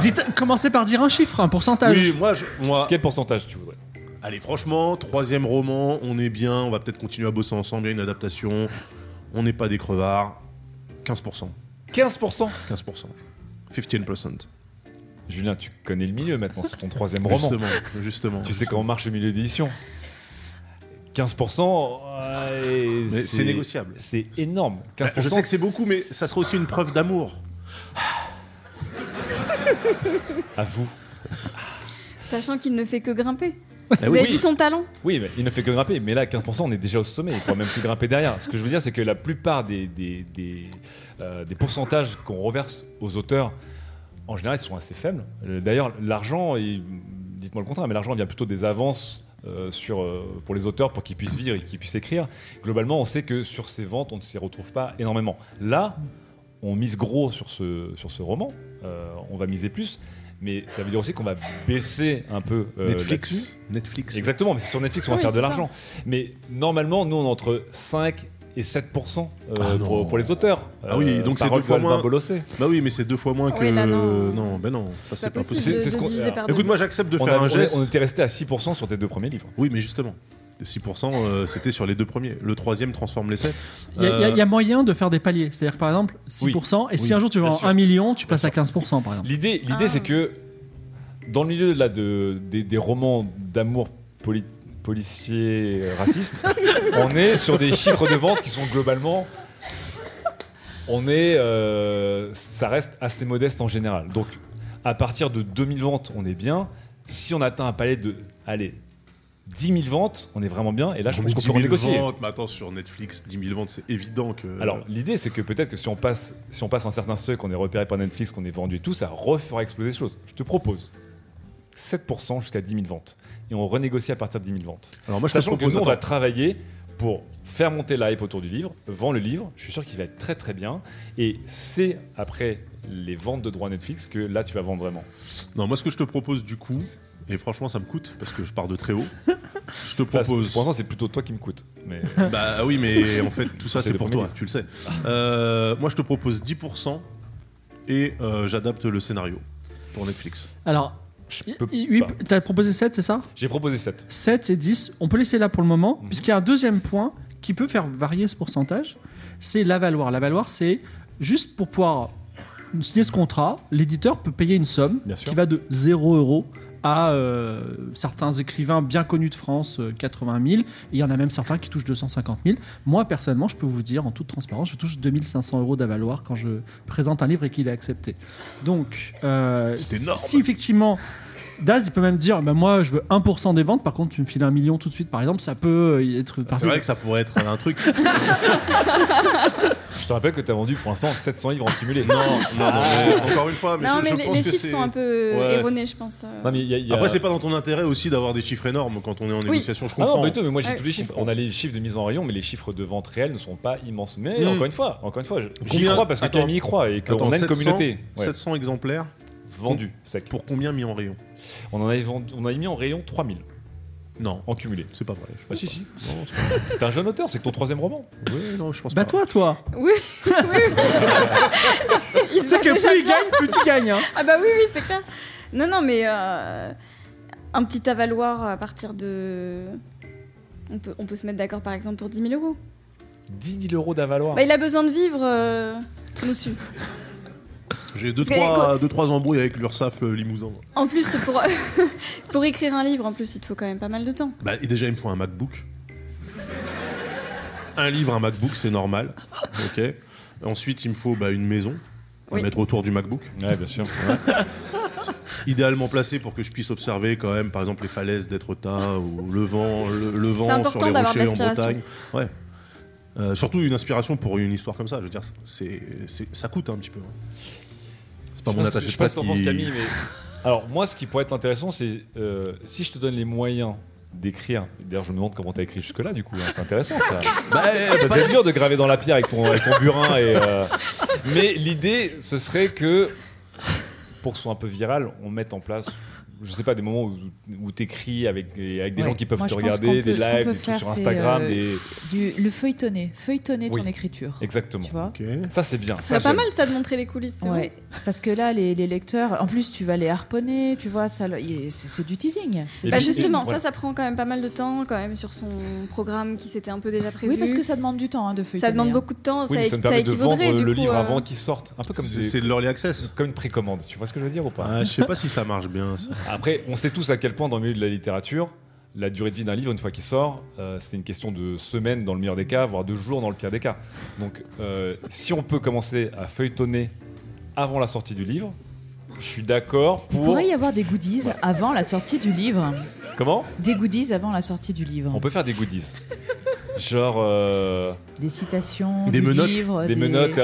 [SPEAKER 2] Dites, commencez par dire un chiffre, un pourcentage.
[SPEAKER 4] Oui, moi, je- moi.
[SPEAKER 5] Quel pourcentage tu voudrais
[SPEAKER 4] Allez, franchement, troisième roman, on est bien. On va peut-être continuer à bosser ensemble. Il y a une adaptation. On n'est pas des crevards. 15%.
[SPEAKER 5] 15%
[SPEAKER 4] 15%. 15%.
[SPEAKER 5] Julien, tu connais le milieu maintenant, c'est ton troisième roman.
[SPEAKER 4] Justement, justement.
[SPEAKER 5] Tu sais comment marche le milieu d'édition 15%, ouais,
[SPEAKER 4] Mais c'est négociable.
[SPEAKER 5] euh, C'est énorme. 15%,
[SPEAKER 4] Bah, Je sais que c'est beaucoup, mais ça sera aussi une preuve d'amour.
[SPEAKER 5] à vous.
[SPEAKER 6] sachant qu'il ne fait que grimper.
[SPEAKER 4] Ah
[SPEAKER 5] Eh
[SPEAKER 6] Vous avez
[SPEAKER 5] oui.
[SPEAKER 6] vu son talent
[SPEAKER 5] Oui, mais il ne fait que grimper. Mais là, 15%, on est déjà au sommet. Il ne pourra même plus grimper derrière. Ce que je veux dire, c'est que la plupart des, des, des, euh, des pourcentages qu'on reverse aux auteurs, en général, ils sont assez faibles. Euh, D'ailleurs, l'argent, il- dites-moi le contraire, mais l'argent vient plutôt des avances. euh, sur, euh, pour les auteurs, pour qu'ils puissent vivre et qu'ils puissent écrire. Globalement, on sait que sur ces ventes, on ne s'y retrouve pas énormément. Là, on mise gros sur ce, sur ce roman, euh, on va miser plus, mais ça veut dire aussi qu'on va baisser un peu euh, là-dessus.
[SPEAKER 4] Netflix. Netflix.
[SPEAKER 5] Exactement, mais c'est sur Netflix qu'on va
[SPEAKER 6] Oui,
[SPEAKER 5] faire de
[SPEAKER 6] c'est ça.
[SPEAKER 5] l'argent. Mais normalement, nous, on est entre 5 et 7% euh,
[SPEAKER 4] Ah non.
[SPEAKER 5] pour, pour les auteurs. Euh,
[SPEAKER 4] Ah oui, donc c'est
[SPEAKER 5] parole
[SPEAKER 4] deux fois
[SPEAKER 5] d'Albin
[SPEAKER 4] moins.
[SPEAKER 5] Bolossé.
[SPEAKER 4] Bah oui, mais c'est deux fois moins que.
[SPEAKER 6] Oui, là, non.
[SPEAKER 4] non, ben non, ça
[SPEAKER 6] C'est pas possible,
[SPEAKER 5] possible.
[SPEAKER 6] de,
[SPEAKER 5] C'est- c'est ce
[SPEAKER 6] de
[SPEAKER 5] qu'on-
[SPEAKER 6] diviser
[SPEAKER 5] alors,
[SPEAKER 6] par deux.
[SPEAKER 4] Écoute, moi j'accepte de
[SPEAKER 5] On,
[SPEAKER 4] faire
[SPEAKER 5] a-
[SPEAKER 4] un
[SPEAKER 5] on est-
[SPEAKER 4] geste.
[SPEAKER 5] on était resté à 6% sur tes deux premiers livres.
[SPEAKER 4] Oui, mais justement, 6% euh, c'était sur les deux premiers. Le troisième transforme l'essai.
[SPEAKER 2] Il y, a- il y a- il y
[SPEAKER 4] Euh,
[SPEAKER 2] a moyen de faire des paliers. C'est-à-dire, que, par exemple, 6%, et si
[SPEAKER 5] oui,
[SPEAKER 2] un jour tu
[SPEAKER 5] bien
[SPEAKER 2] vends
[SPEAKER 5] sûr.
[SPEAKER 2] 1 million, tu passes à 15%, par exemple.
[SPEAKER 5] L'idée, l'idée
[SPEAKER 6] Ah.
[SPEAKER 5] c'est que dans le milieu là, de, des, des romans d'amour poli- policier euh, raciste, on est sur des chiffres de vente qui sont globalement. On est. euh, ça reste assez modeste en général. Donc, à partir de 2000 ventes, on est bien. Si on atteint un palais de. Allez. 10 000 ventes, on est vraiment bien, et là je
[SPEAKER 4] on dit
[SPEAKER 5] pense qu'on
[SPEAKER 4] 10
[SPEAKER 5] peut
[SPEAKER 4] 000
[SPEAKER 5] renégocier.
[SPEAKER 4] Euh, ventes, mais attends, sur Netflix, 10 000 ventes, c'est évident que.
[SPEAKER 5] Euh, Alors l'idée c'est que peut-être que si on passe, si on passe un certain seuil, qu'on est repéré par Netflix, qu'on est vendu et tout, ça refera exploser les choses. Je te propose 7% jusqu'à 10 000 ventes. Et on renégocie à partir de 10 000 ventes.
[SPEAKER 4] Alors, moi je te
[SPEAKER 5] Sachant que
[SPEAKER 4] propose.
[SPEAKER 5] nous on va
[SPEAKER 4] attends,
[SPEAKER 5] travailler pour faire monter la hype autour du livre, vendre le livre, je suis sûr qu'il va être très très bien. Et c'est après les ventes de droits Netflix que là tu vas vendre vraiment.
[SPEAKER 4] Non, moi ce que je te propose du coup, et franchement ça me coûte parce que je pars de très haut, je te
[SPEAKER 5] Enfin, c'est-
[SPEAKER 4] propose.
[SPEAKER 5] pour l'instant c'est plutôt toi qui me coûte. Mais
[SPEAKER 4] Bah oui, mais en fait, tout ça,
[SPEAKER 5] C'est
[SPEAKER 4] c'est
[SPEAKER 5] le
[SPEAKER 4] pour
[SPEAKER 5] premier
[SPEAKER 4] toi, tu le sais. Euh, moi, je te propose 10% et euh, j'adapte le scénario pour Netflix.
[SPEAKER 2] Alors,
[SPEAKER 5] je peux
[SPEAKER 2] i- huit-
[SPEAKER 5] pas.
[SPEAKER 2] t'as proposé 7, c'est ça
[SPEAKER 5] J'ai proposé 7.
[SPEAKER 2] 7 et 10, on peut laisser là pour le moment,
[SPEAKER 5] Mhm.
[SPEAKER 2] puisqu'il y a un deuxième point qui peut faire varier ce pourcentage, c'est l'avaloir. L'avaloir, c'est juste pour pouvoir signer ce contrat, l'éditeur peut payer une somme
[SPEAKER 5] Bien sûr.
[SPEAKER 2] qui va de 0 euros à euh, certains écrivains bien connus de France, euh, 80 000, et il y en a même certains qui touchent 250 000. Moi, personnellement, je peux vous dire, en toute transparence, je touche 2500 euros d'avaloir quand je présente un livre et qu'il est accepté. Donc, euh,
[SPEAKER 4] C'est
[SPEAKER 2] si-
[SPEAKER 4] énorme.
[SPEAKER 2] si effectivement... Daz, il peut même dire, bah, moi, je veux 1% des ventes. Par contre, tu me files un million tout de suite, par exemple, ça peut euh, être.
[SPEAKER 4] C'est vrai que ça pourrait être un truc.
[SPEAKER 5] Je te rappelle que tu as vendu pour l'instant 700 livres en cumulé.
[SPEAKER 4] non, non, non, mais encore une fois, mais
[SPEAKER 6] non,
[SPEAKER 4] je,
[SPEAKER 6] mais
[SPEAKER 4] je
[SPEAKER 6] les,
[SPEAKER 4] pense
[SPEAKER 6] les
[SPEAKER 4] que
[SPEAKER 6] chiffres
[SPEAKER 4] c'est-
[SPEAKER 6] sont un peu
[SPEAKER 4] Ouais,
[SPEAKER 6] erronés, je pense. euh.
[SPEAKER 5] Non, mais il y a- il y a-
[SPEAKER 4] Après, c'est pas dans ton intérêt aussi d'avoir des chiffres énormes quand on est en négociation, je
[SPEAKER 5] Ah non,
[SPEAKER 4] comprends.
[SPEAKER 5] mais, toi, mais moi j'ai
[SPEAKER 6] Ouais,
[SPEAKER 5] tous les
[SPEAKER 6] je
[SPEAKER 5] chiffres. On a les chiffres de mise en rayon, mais les chiffres de vente réelles ne sont pas immenses. Mais
[SPEAKER 4] Mm.
[SPEAKER 5] encore une fois, encore une fois, je- j'y
[SPEAKER 4] Combien-
[SPEAKER 5] crois parce que
[SPEAKER 4] Attends.
[SPEAKER 5] Camille y croit et
[SPEAKER 4] Attends,
[SPEAKER 5] qu'on a une
[SPEAKER 4] 700,
[SPEAKER 5] communauté. Ouais.
[SPEAKER 4] 700 exemplaires,
[SPEAKER 5] Vendus, sec.
[SPEAKER 4] pour combien mis en rayon
[SPEAKER 5] On en avait vendu, on a mis en rayon 3000
[SPEAKER 4] Non,
[SPEAKER 5] en cumulé.
[SPEAKER 4] c'est pas vrai. je
[SPEAKER 5] Ah
[SPEAKER 4] pense
[SPEAKER 5] si si.
[SPEAKER 4] pas. Non, c'est pas
[SPEAKER 5] T'es un jeune auteur, c'est que ton troisième roman.
[SPEAKER 4] vrai. Ouais, non, je pense
[SPEAKER 2] Bah,
[SPEAKER 4] pas.
[SPEAKER 2] toi, toi
[SPEAKER 6] Oui, oui.
[SPEAKER 2] Tu
[SPEAKER 6] Il se
[SPEAKER 2] sais
[SPEAKER 6] bat
[SPEAKER 2] que
[SPEAKER 6] déjà
[SPEAKER 2] plus il
[SPEAKER 6] bien.
[SPEAKER 2] gagne, plus tu gagnes. hein.
[SPEAKER 6] Ah bah oui, oui, c'est clair. Non, non, mais euh, un petit avaloir à partir de... On peut, on peut se mettre d'accord, par exemple, pour 10 000 euros.
[SPEAKER 5] 10 000 euros d'avaloir.
[SPEAKER 6] Bah, il a besoin de vivre, euh, monsieur.
[SPEAKER 4] J'ai deux
[SPEAKER 6] Parce que-
[SPEAKER 4] trois, deux, trois embrouilles avec l'URSAF euh, Limousin.
[SPEAKER 6] En plus, pour, pour écrire un livre, en plus, il te faut quand même pas mal de temps.
[SPEAKER 4] Bah, et déjà, il me faut un MacBook. Un livre, un MacBook, c'est normal. Ok. Ensuite, il me faut bah, une maison à
[SPEAKER 6] Oui.
[SPEAKER 4] mettre autour du MacBook,
[SPEAKER 5] Ouais, bien sûr.
[SPEAKER 4] idéalement placée pour que je puisse observer quand même, par exemple, les falaises d'Étretat ou le vent, le, le vent sur
[SPEAKER 6] important
[SPEAKER 4] les
[SPEAKER 6] d'avoir de
[SPEAKER 4] rochers en
[SPEAKER 6] l'inspiration.
[SPEAKER 4] Bretagne. Ouais. Euh, surtout une inspiration pour une histoire comme ça. Je veux dire, c'est, c'est- ça coûte un petit peu. hein. C'est pas
[SPEAKER 5] Je
[SPEAKER 4] mon
[SPEAKER 5] sais
[SPEAKER 4] attaché
[SPEAKER 5] je
[SPEAKER 4] de
[SPEAKER 5] sais pas ce
[SPEAKER 4] presse
[SPEAKER 5] qu'en pense
[SPEAKER 4] qui-
[SPEAKER 5] Camille, mais. Alors, moi, ce qui pourrait être intéressant, c'est euh, si je te donne les moyens d'écrire. D'ailleurs, je me demande comment t'as écrit jusque-là, du coup. hein, c'est intéressant, ça.
[SPEAKER 4] Bah, eh,
[SPEAKER 5] ça devient dur de graver dans la pierre avec ton, avec ton burin. Et, euh, Mais l'idée, ce serait que, pour que ce soit un peu viral, on mette en place. Je sais pas, des moments où, où t'écris avec, des- avec des
[SPEAKER 3] Ouais.
[SPEAKER 5] gens qui peuvent
[SPEAKER 3] Moi,
[SPEAKER 5] te
[SPEAKER 3] je pense
[SPEAKER 5] regarder,
[SPEAKER 3] qu'on
[SPEAKER 5] des
[SPEAKER 3] peut- ce qu'on
[SPEAKER 5] lives,
[SPEAKER 3] peut
[SPEAKER 5] des trucs
[SPEAKER 3] faire,
[SPEAKER 5] sur
[SPEAKER 3] c'est,
[SPEAKER 5] Instagram,
[SPEAKER 3] euh,
[SPEAKER 5] des.
[SPEAKER 3] Du- le feuilletonner, feuilletonner ton
[SPEAKER 5] Oui.
[SPEAKER 3] écriture.
[SPEAKER 5] Exactement.
[SPEAKER 3] Tu vois
[SPEAKER 4] Ok.
[SPEAKER 5] Ça, c'est bien.
[SPEAKER 6] C'est
[SPEAKER 5] Ça,
[SPEAKER 6] pas
[SPEAKER 5] j'aime.
[SPEAKER 6] mal, ça, de montrer les coulisses, c'est
[SPEAKER 3] Ouais,
[SPEAKER 6] vrai.
[SPEAKER 3] parce que là, les, les lecteurs, en plus, tu vas les harponner, tu vois, ça, le- il- c'est c'est du teasing. C'est
[SPEAKER 5] Et
[SPEAKER 6] Bah
[SPEAKER 3] du
[SPEAKER 5] puis-
[SPEAKER 3] teasing.
[SPEAKER 6] justement,
[SPEAKER 5] voilà.
[SPEAKER 6] ça, ça prend quand même pas mal de temps, quand même, sur son programme qui s'était un peu déjà prévu.
[SPEAKER 3] Oui, parce que ça demande du temps hein, de feuilletonner.
[SPEAKER 6] Ça demande
[SPEAKER 3] hein.
[SPEAKER 6] beaucoup de temps,
[SPEAKER 5] Oui, mais ça
[SPEAKER 6] ça,
[SPEAKER 5] me
[SPEAKER 6] ça
[SPEAKER 5] permet de
[SPEAKER 6] équivaudrait
[SPEAKER 5] vendre
[SPEAKER 6] du
[SPEAKER 5] le
[SPEAKER 6] coup,
[SPEAKER 5] livre
[SPEAKER 6] euh,
[SPEAKER 5] avant qu'il sorte. Un peu comme
[SPEAKER 4] C'est,
[SPEAKER 5] des-
[SPEAKER 4] c'est de l'early access.
[SPEAKER 5] comme une précommande. Tu vois ce que je veux dire ou pas
[SPEAKER 4] Ah, je sais pas si ça marche bien. ça.
[SPEAKER 5] Après, on sait tous à quel point dans le milieu de la littérature, la durée de vie d'un livre, une fois qu'il sort, euh, c'est une question de semaines dans le meilleur des cas, voire de jours dans le pire des cas. Donc, euh, si on peut commencer à feuilletonner avant la sortie du livre, Je suis d'accord
[SPEAKER 3] Il
[SPEAKER 5] pour.
[SPEAKER 3] pourrait y avoir des goodies avant la sortie du livre.
[SPEAKER 5] Comment
[SPEAKER 3] Des goodies avant la sortie du livre.
[SPEAKER 5] On peut faire des goodies. Genre euh,
[SPEAKER 3] Des citations,
[SPEAKER 4] Des
[SPEAKER 3] du
[SPEAKER 4] menottes.
[SPEAKER 3] livre,
[SPEAKER 5] des menottes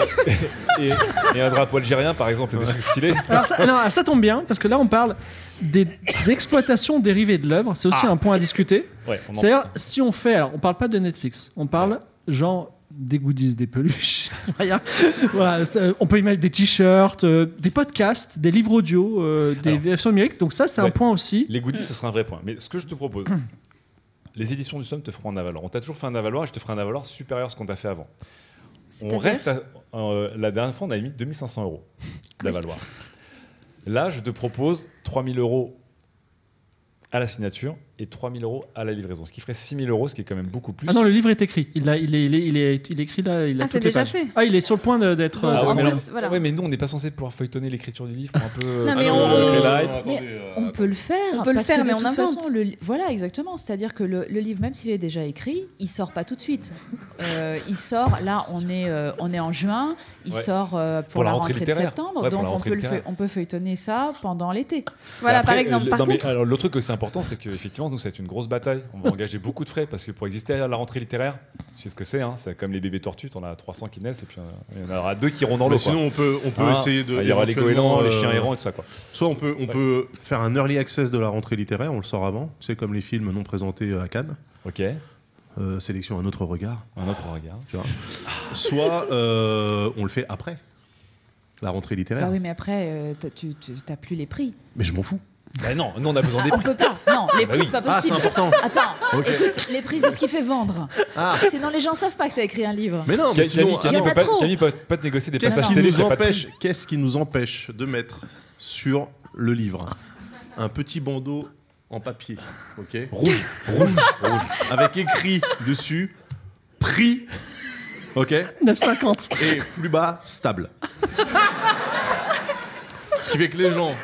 [SPEAKER 5] et, et un drapeau algérien par exemple, et des trucs stylés.
[SPEAKER 2] Alors ça, non, alors ça tombe bien, parce que là, on parle des- d'exploitation dérivée de l'œuvre. C'est aussi
[SPEAKER 5] Ah.
[SPEAKER 2] un point à discuter.
[SPEAKER 5] Ouais, on en-
[SPEAKER 2] C'est-à-dire, si on fait. Alors, on parle pas de Netflix, on parle genre des goodies, des peluches, j'en sais rien. Voilà, ça- on peut y mettre des t-shirts, euh, des podcasts, des livres audio, euh, des
[SPEAKER 5] Alors.
[SPEAKER 2] versions numériques. Donc, ça, c'est un
[SPEAKER 5] Ouais.
[SPEAKER 2] point aussi.
[SPEAKER 5] Les goodies, ce sera un vrai point. Mais ce que je te propose, les éditions du Somme te feront un avaloir. On t'a toujours fait un avaloir et je te ferai un avaloir supérieur à ce qu'on t'a fait avant. On
[SPEAKER 6] C'est-à-dire
[SPEAKER 5] reste à- euh, la dernière fois, on a mis 2500 euros d'avaloir. Là, je te propose 3000 euros à la signature et 3000 euros à la livraison. Ce qui ferait 6000 euros, ce qui est quand même beaucoup plus.
[SPEAKER 2] Ah non, le livre est écrit. Il, a, il, est, il, est, il, est, il est écrit là. Il a
[SPEAKER 6] Ah, c'est
[SPEAKER 2] toutes les
[SPEAKER 6] déjà
[SPEAKER 2] pages.
[SPEAKER 6] fait.
[SPEAKER 2] Ah, il est sur le point de- d'être.
[SPEAKER 6] Ah
[SPEAKER 2] euh,
[SPEAKER 5] ouais,
[SPEAKER 6] en
[SPEAKER 5] mais,
[SPEAKER 6] plus,
[SPEAKER 5] alors-
[SPEAKER 6] voilà.
[SPEAKER 5] ouais, mais nous, on n'est pas censé pouvoir feuilletonner l'écriture du livre pour un peu. euh,
[SPEAKER 6] Non,
[SPEAKER 4] Ah
[SPEAKER 6] mais
[SPEAKER 5] un
[SPEAKER 6] on-
[SPEAKER 5] peu
[SPEAKER 6] on-
[SPEAKER 5] le live.
[SPEAKER 4] euh,
[SPEAKER 3] On peut le faire.
[SPEAKER 6] On peut le
[SPEAKER 3] parce
[SPEAKER 6] faire,
[SPEAKER 3] que de
[SPEAKER 6] mais on
[SPEAKER 3] toute
[SPEAKER 6] invente.
[SPEAKER 3] façon, le, li- voilà, exactement. C'est-à-dire que le, le livre, même s'il est déjà écrit, il sort pas tout de suite. Euh, il sort. Là, on est, euh, on est en juin. Il
[SPEAKER 5] Ouais.
[SPEAKER 3] sort euh, pour,
[SPEAKER 5] Pour la
[SPEAKER 3] la
[SPEAKER 5] rentrée
[SPEAKER 3] rentrée, de
[SPEAKER 5] littéraire.
[SPEAKER 3] septembre.
[SPEAKER 5] Ouais, pour
[SPEAKER 3] donc,
[SPEAKER 5] la
[SPEAKER 3] on
[SPEAKER 5] rentrée
[SPEAKER 3] peut, le feu-
[SPEAKER 5] littéraire.
[SPEAKER 3] on peut feuilletonner ça pendant l'été.
[SPEAKER 6] Voilà,
[SPEAKER 5] Après,
[SPEAKER 6] par
[SPEAKER 5] euh,
[SPEAKER 6] exemple.
[SPEAKER 5] le-
[SPEAKER 6] Par
[SPEAKER 5] non, mais
[SPEAKER 6] contre,
[SPEAKER 5] alors, le truc que c'est important, c'est qu'effectivement, nous, ça va être une grosse bataille. On va engager beaucoup de frais parce que pour exister à la rentrée littéraire, tu sais ce que c'est, hein, c'est comme les bébés tortues, t'en as 300 qui naissent et puis euh, il y en aura deux qui iront dans l'eau.
[SPEAKER 4] Mais
[SPEAKER 5] quoi.
[SPEAKER 4] sinon, on peut, on peut
[SPEAKER 5] Hein,
[SPEAKER 4] essayer de.
[SPEAKER 5] Il y aura les
[SPEAKER 4] éventuellement,
[SPEAKER 5] goélands, les
[SPEAKER 4] euh,
[SPEAKER 5] chiens errants et tout ça. Quoi.
[SPEAKER 4] Soit on peut, on peut faire un early access de la rentrée littéraire, on le sort avant, tu sais, comme les films non présentés à Cannes,
[SPEAKER 5] Ok,
[SPEAKER 4] euh, sélection un autre regard,
[SPEAKER 5] un autre regard.
[SPEAKER 4] tu vois. Soit euh, on le fait après la rentrée littéraire.
[SPEAKER 3] Bah oui, mais après, euh, t'as- tu n'as plus les prix.
[SPEAKER 4] Mais je m'en fous.
[SPEAKER 5] Bah non, nous, on a besoin des Bah
[SPEAKER 3] On
[SPEAKER 5] prix.
[SPEAKER 3] peut pas. Non, les prix, c'est pas
[SPEAKER 4] Ah, c'est
[SPEAKER 3] possible.
[SPEAKER 4] important.
[SPEAKER 3] Attends,
[SPEAKER 4] Ok. Ah.
[SPEAKER 3] écoute, les prix, c'est ce qui fait vendre. Sinon, les gens savent pas que t'as écrit un livre.
[SPEAKER 4] Mais non, mais
[SPEAKER 5] Camille,
[SPEAKER 4] sinon,
[SPEAKER 5] Camille
[SPEAKER 3] y a
[SPEAKER 4] attends,
[SPEAKER 5] peut
[SPEAKER 3] pas
[SPEAKER 5] pas,
[SPEAKER 3] trop.
[SPEAKER 5] Camille peut pas te négocier des
[SPEAKER 4] qu'est-ce
[SPEAKER 5] passages
[SPEAKER 4] qui
[SPEAKER 5] télé,
[SPEAKER 4] nous
[SPEAKER 5] c'est pas de prix.
[SPEAKER 4] empêche Qu'est-ce qui nous empêche de mettre sur le livre un petit bandeau en papier, ok,
[SPEAKER 5] Rouge, rouge, rouge.
[SPEAKER 4] avec écrit dessus prix, ok,
[SPEAKER 2] 9,50.
[SPEAKER 4] et plus bas, stable. Ce qui fait que les gens,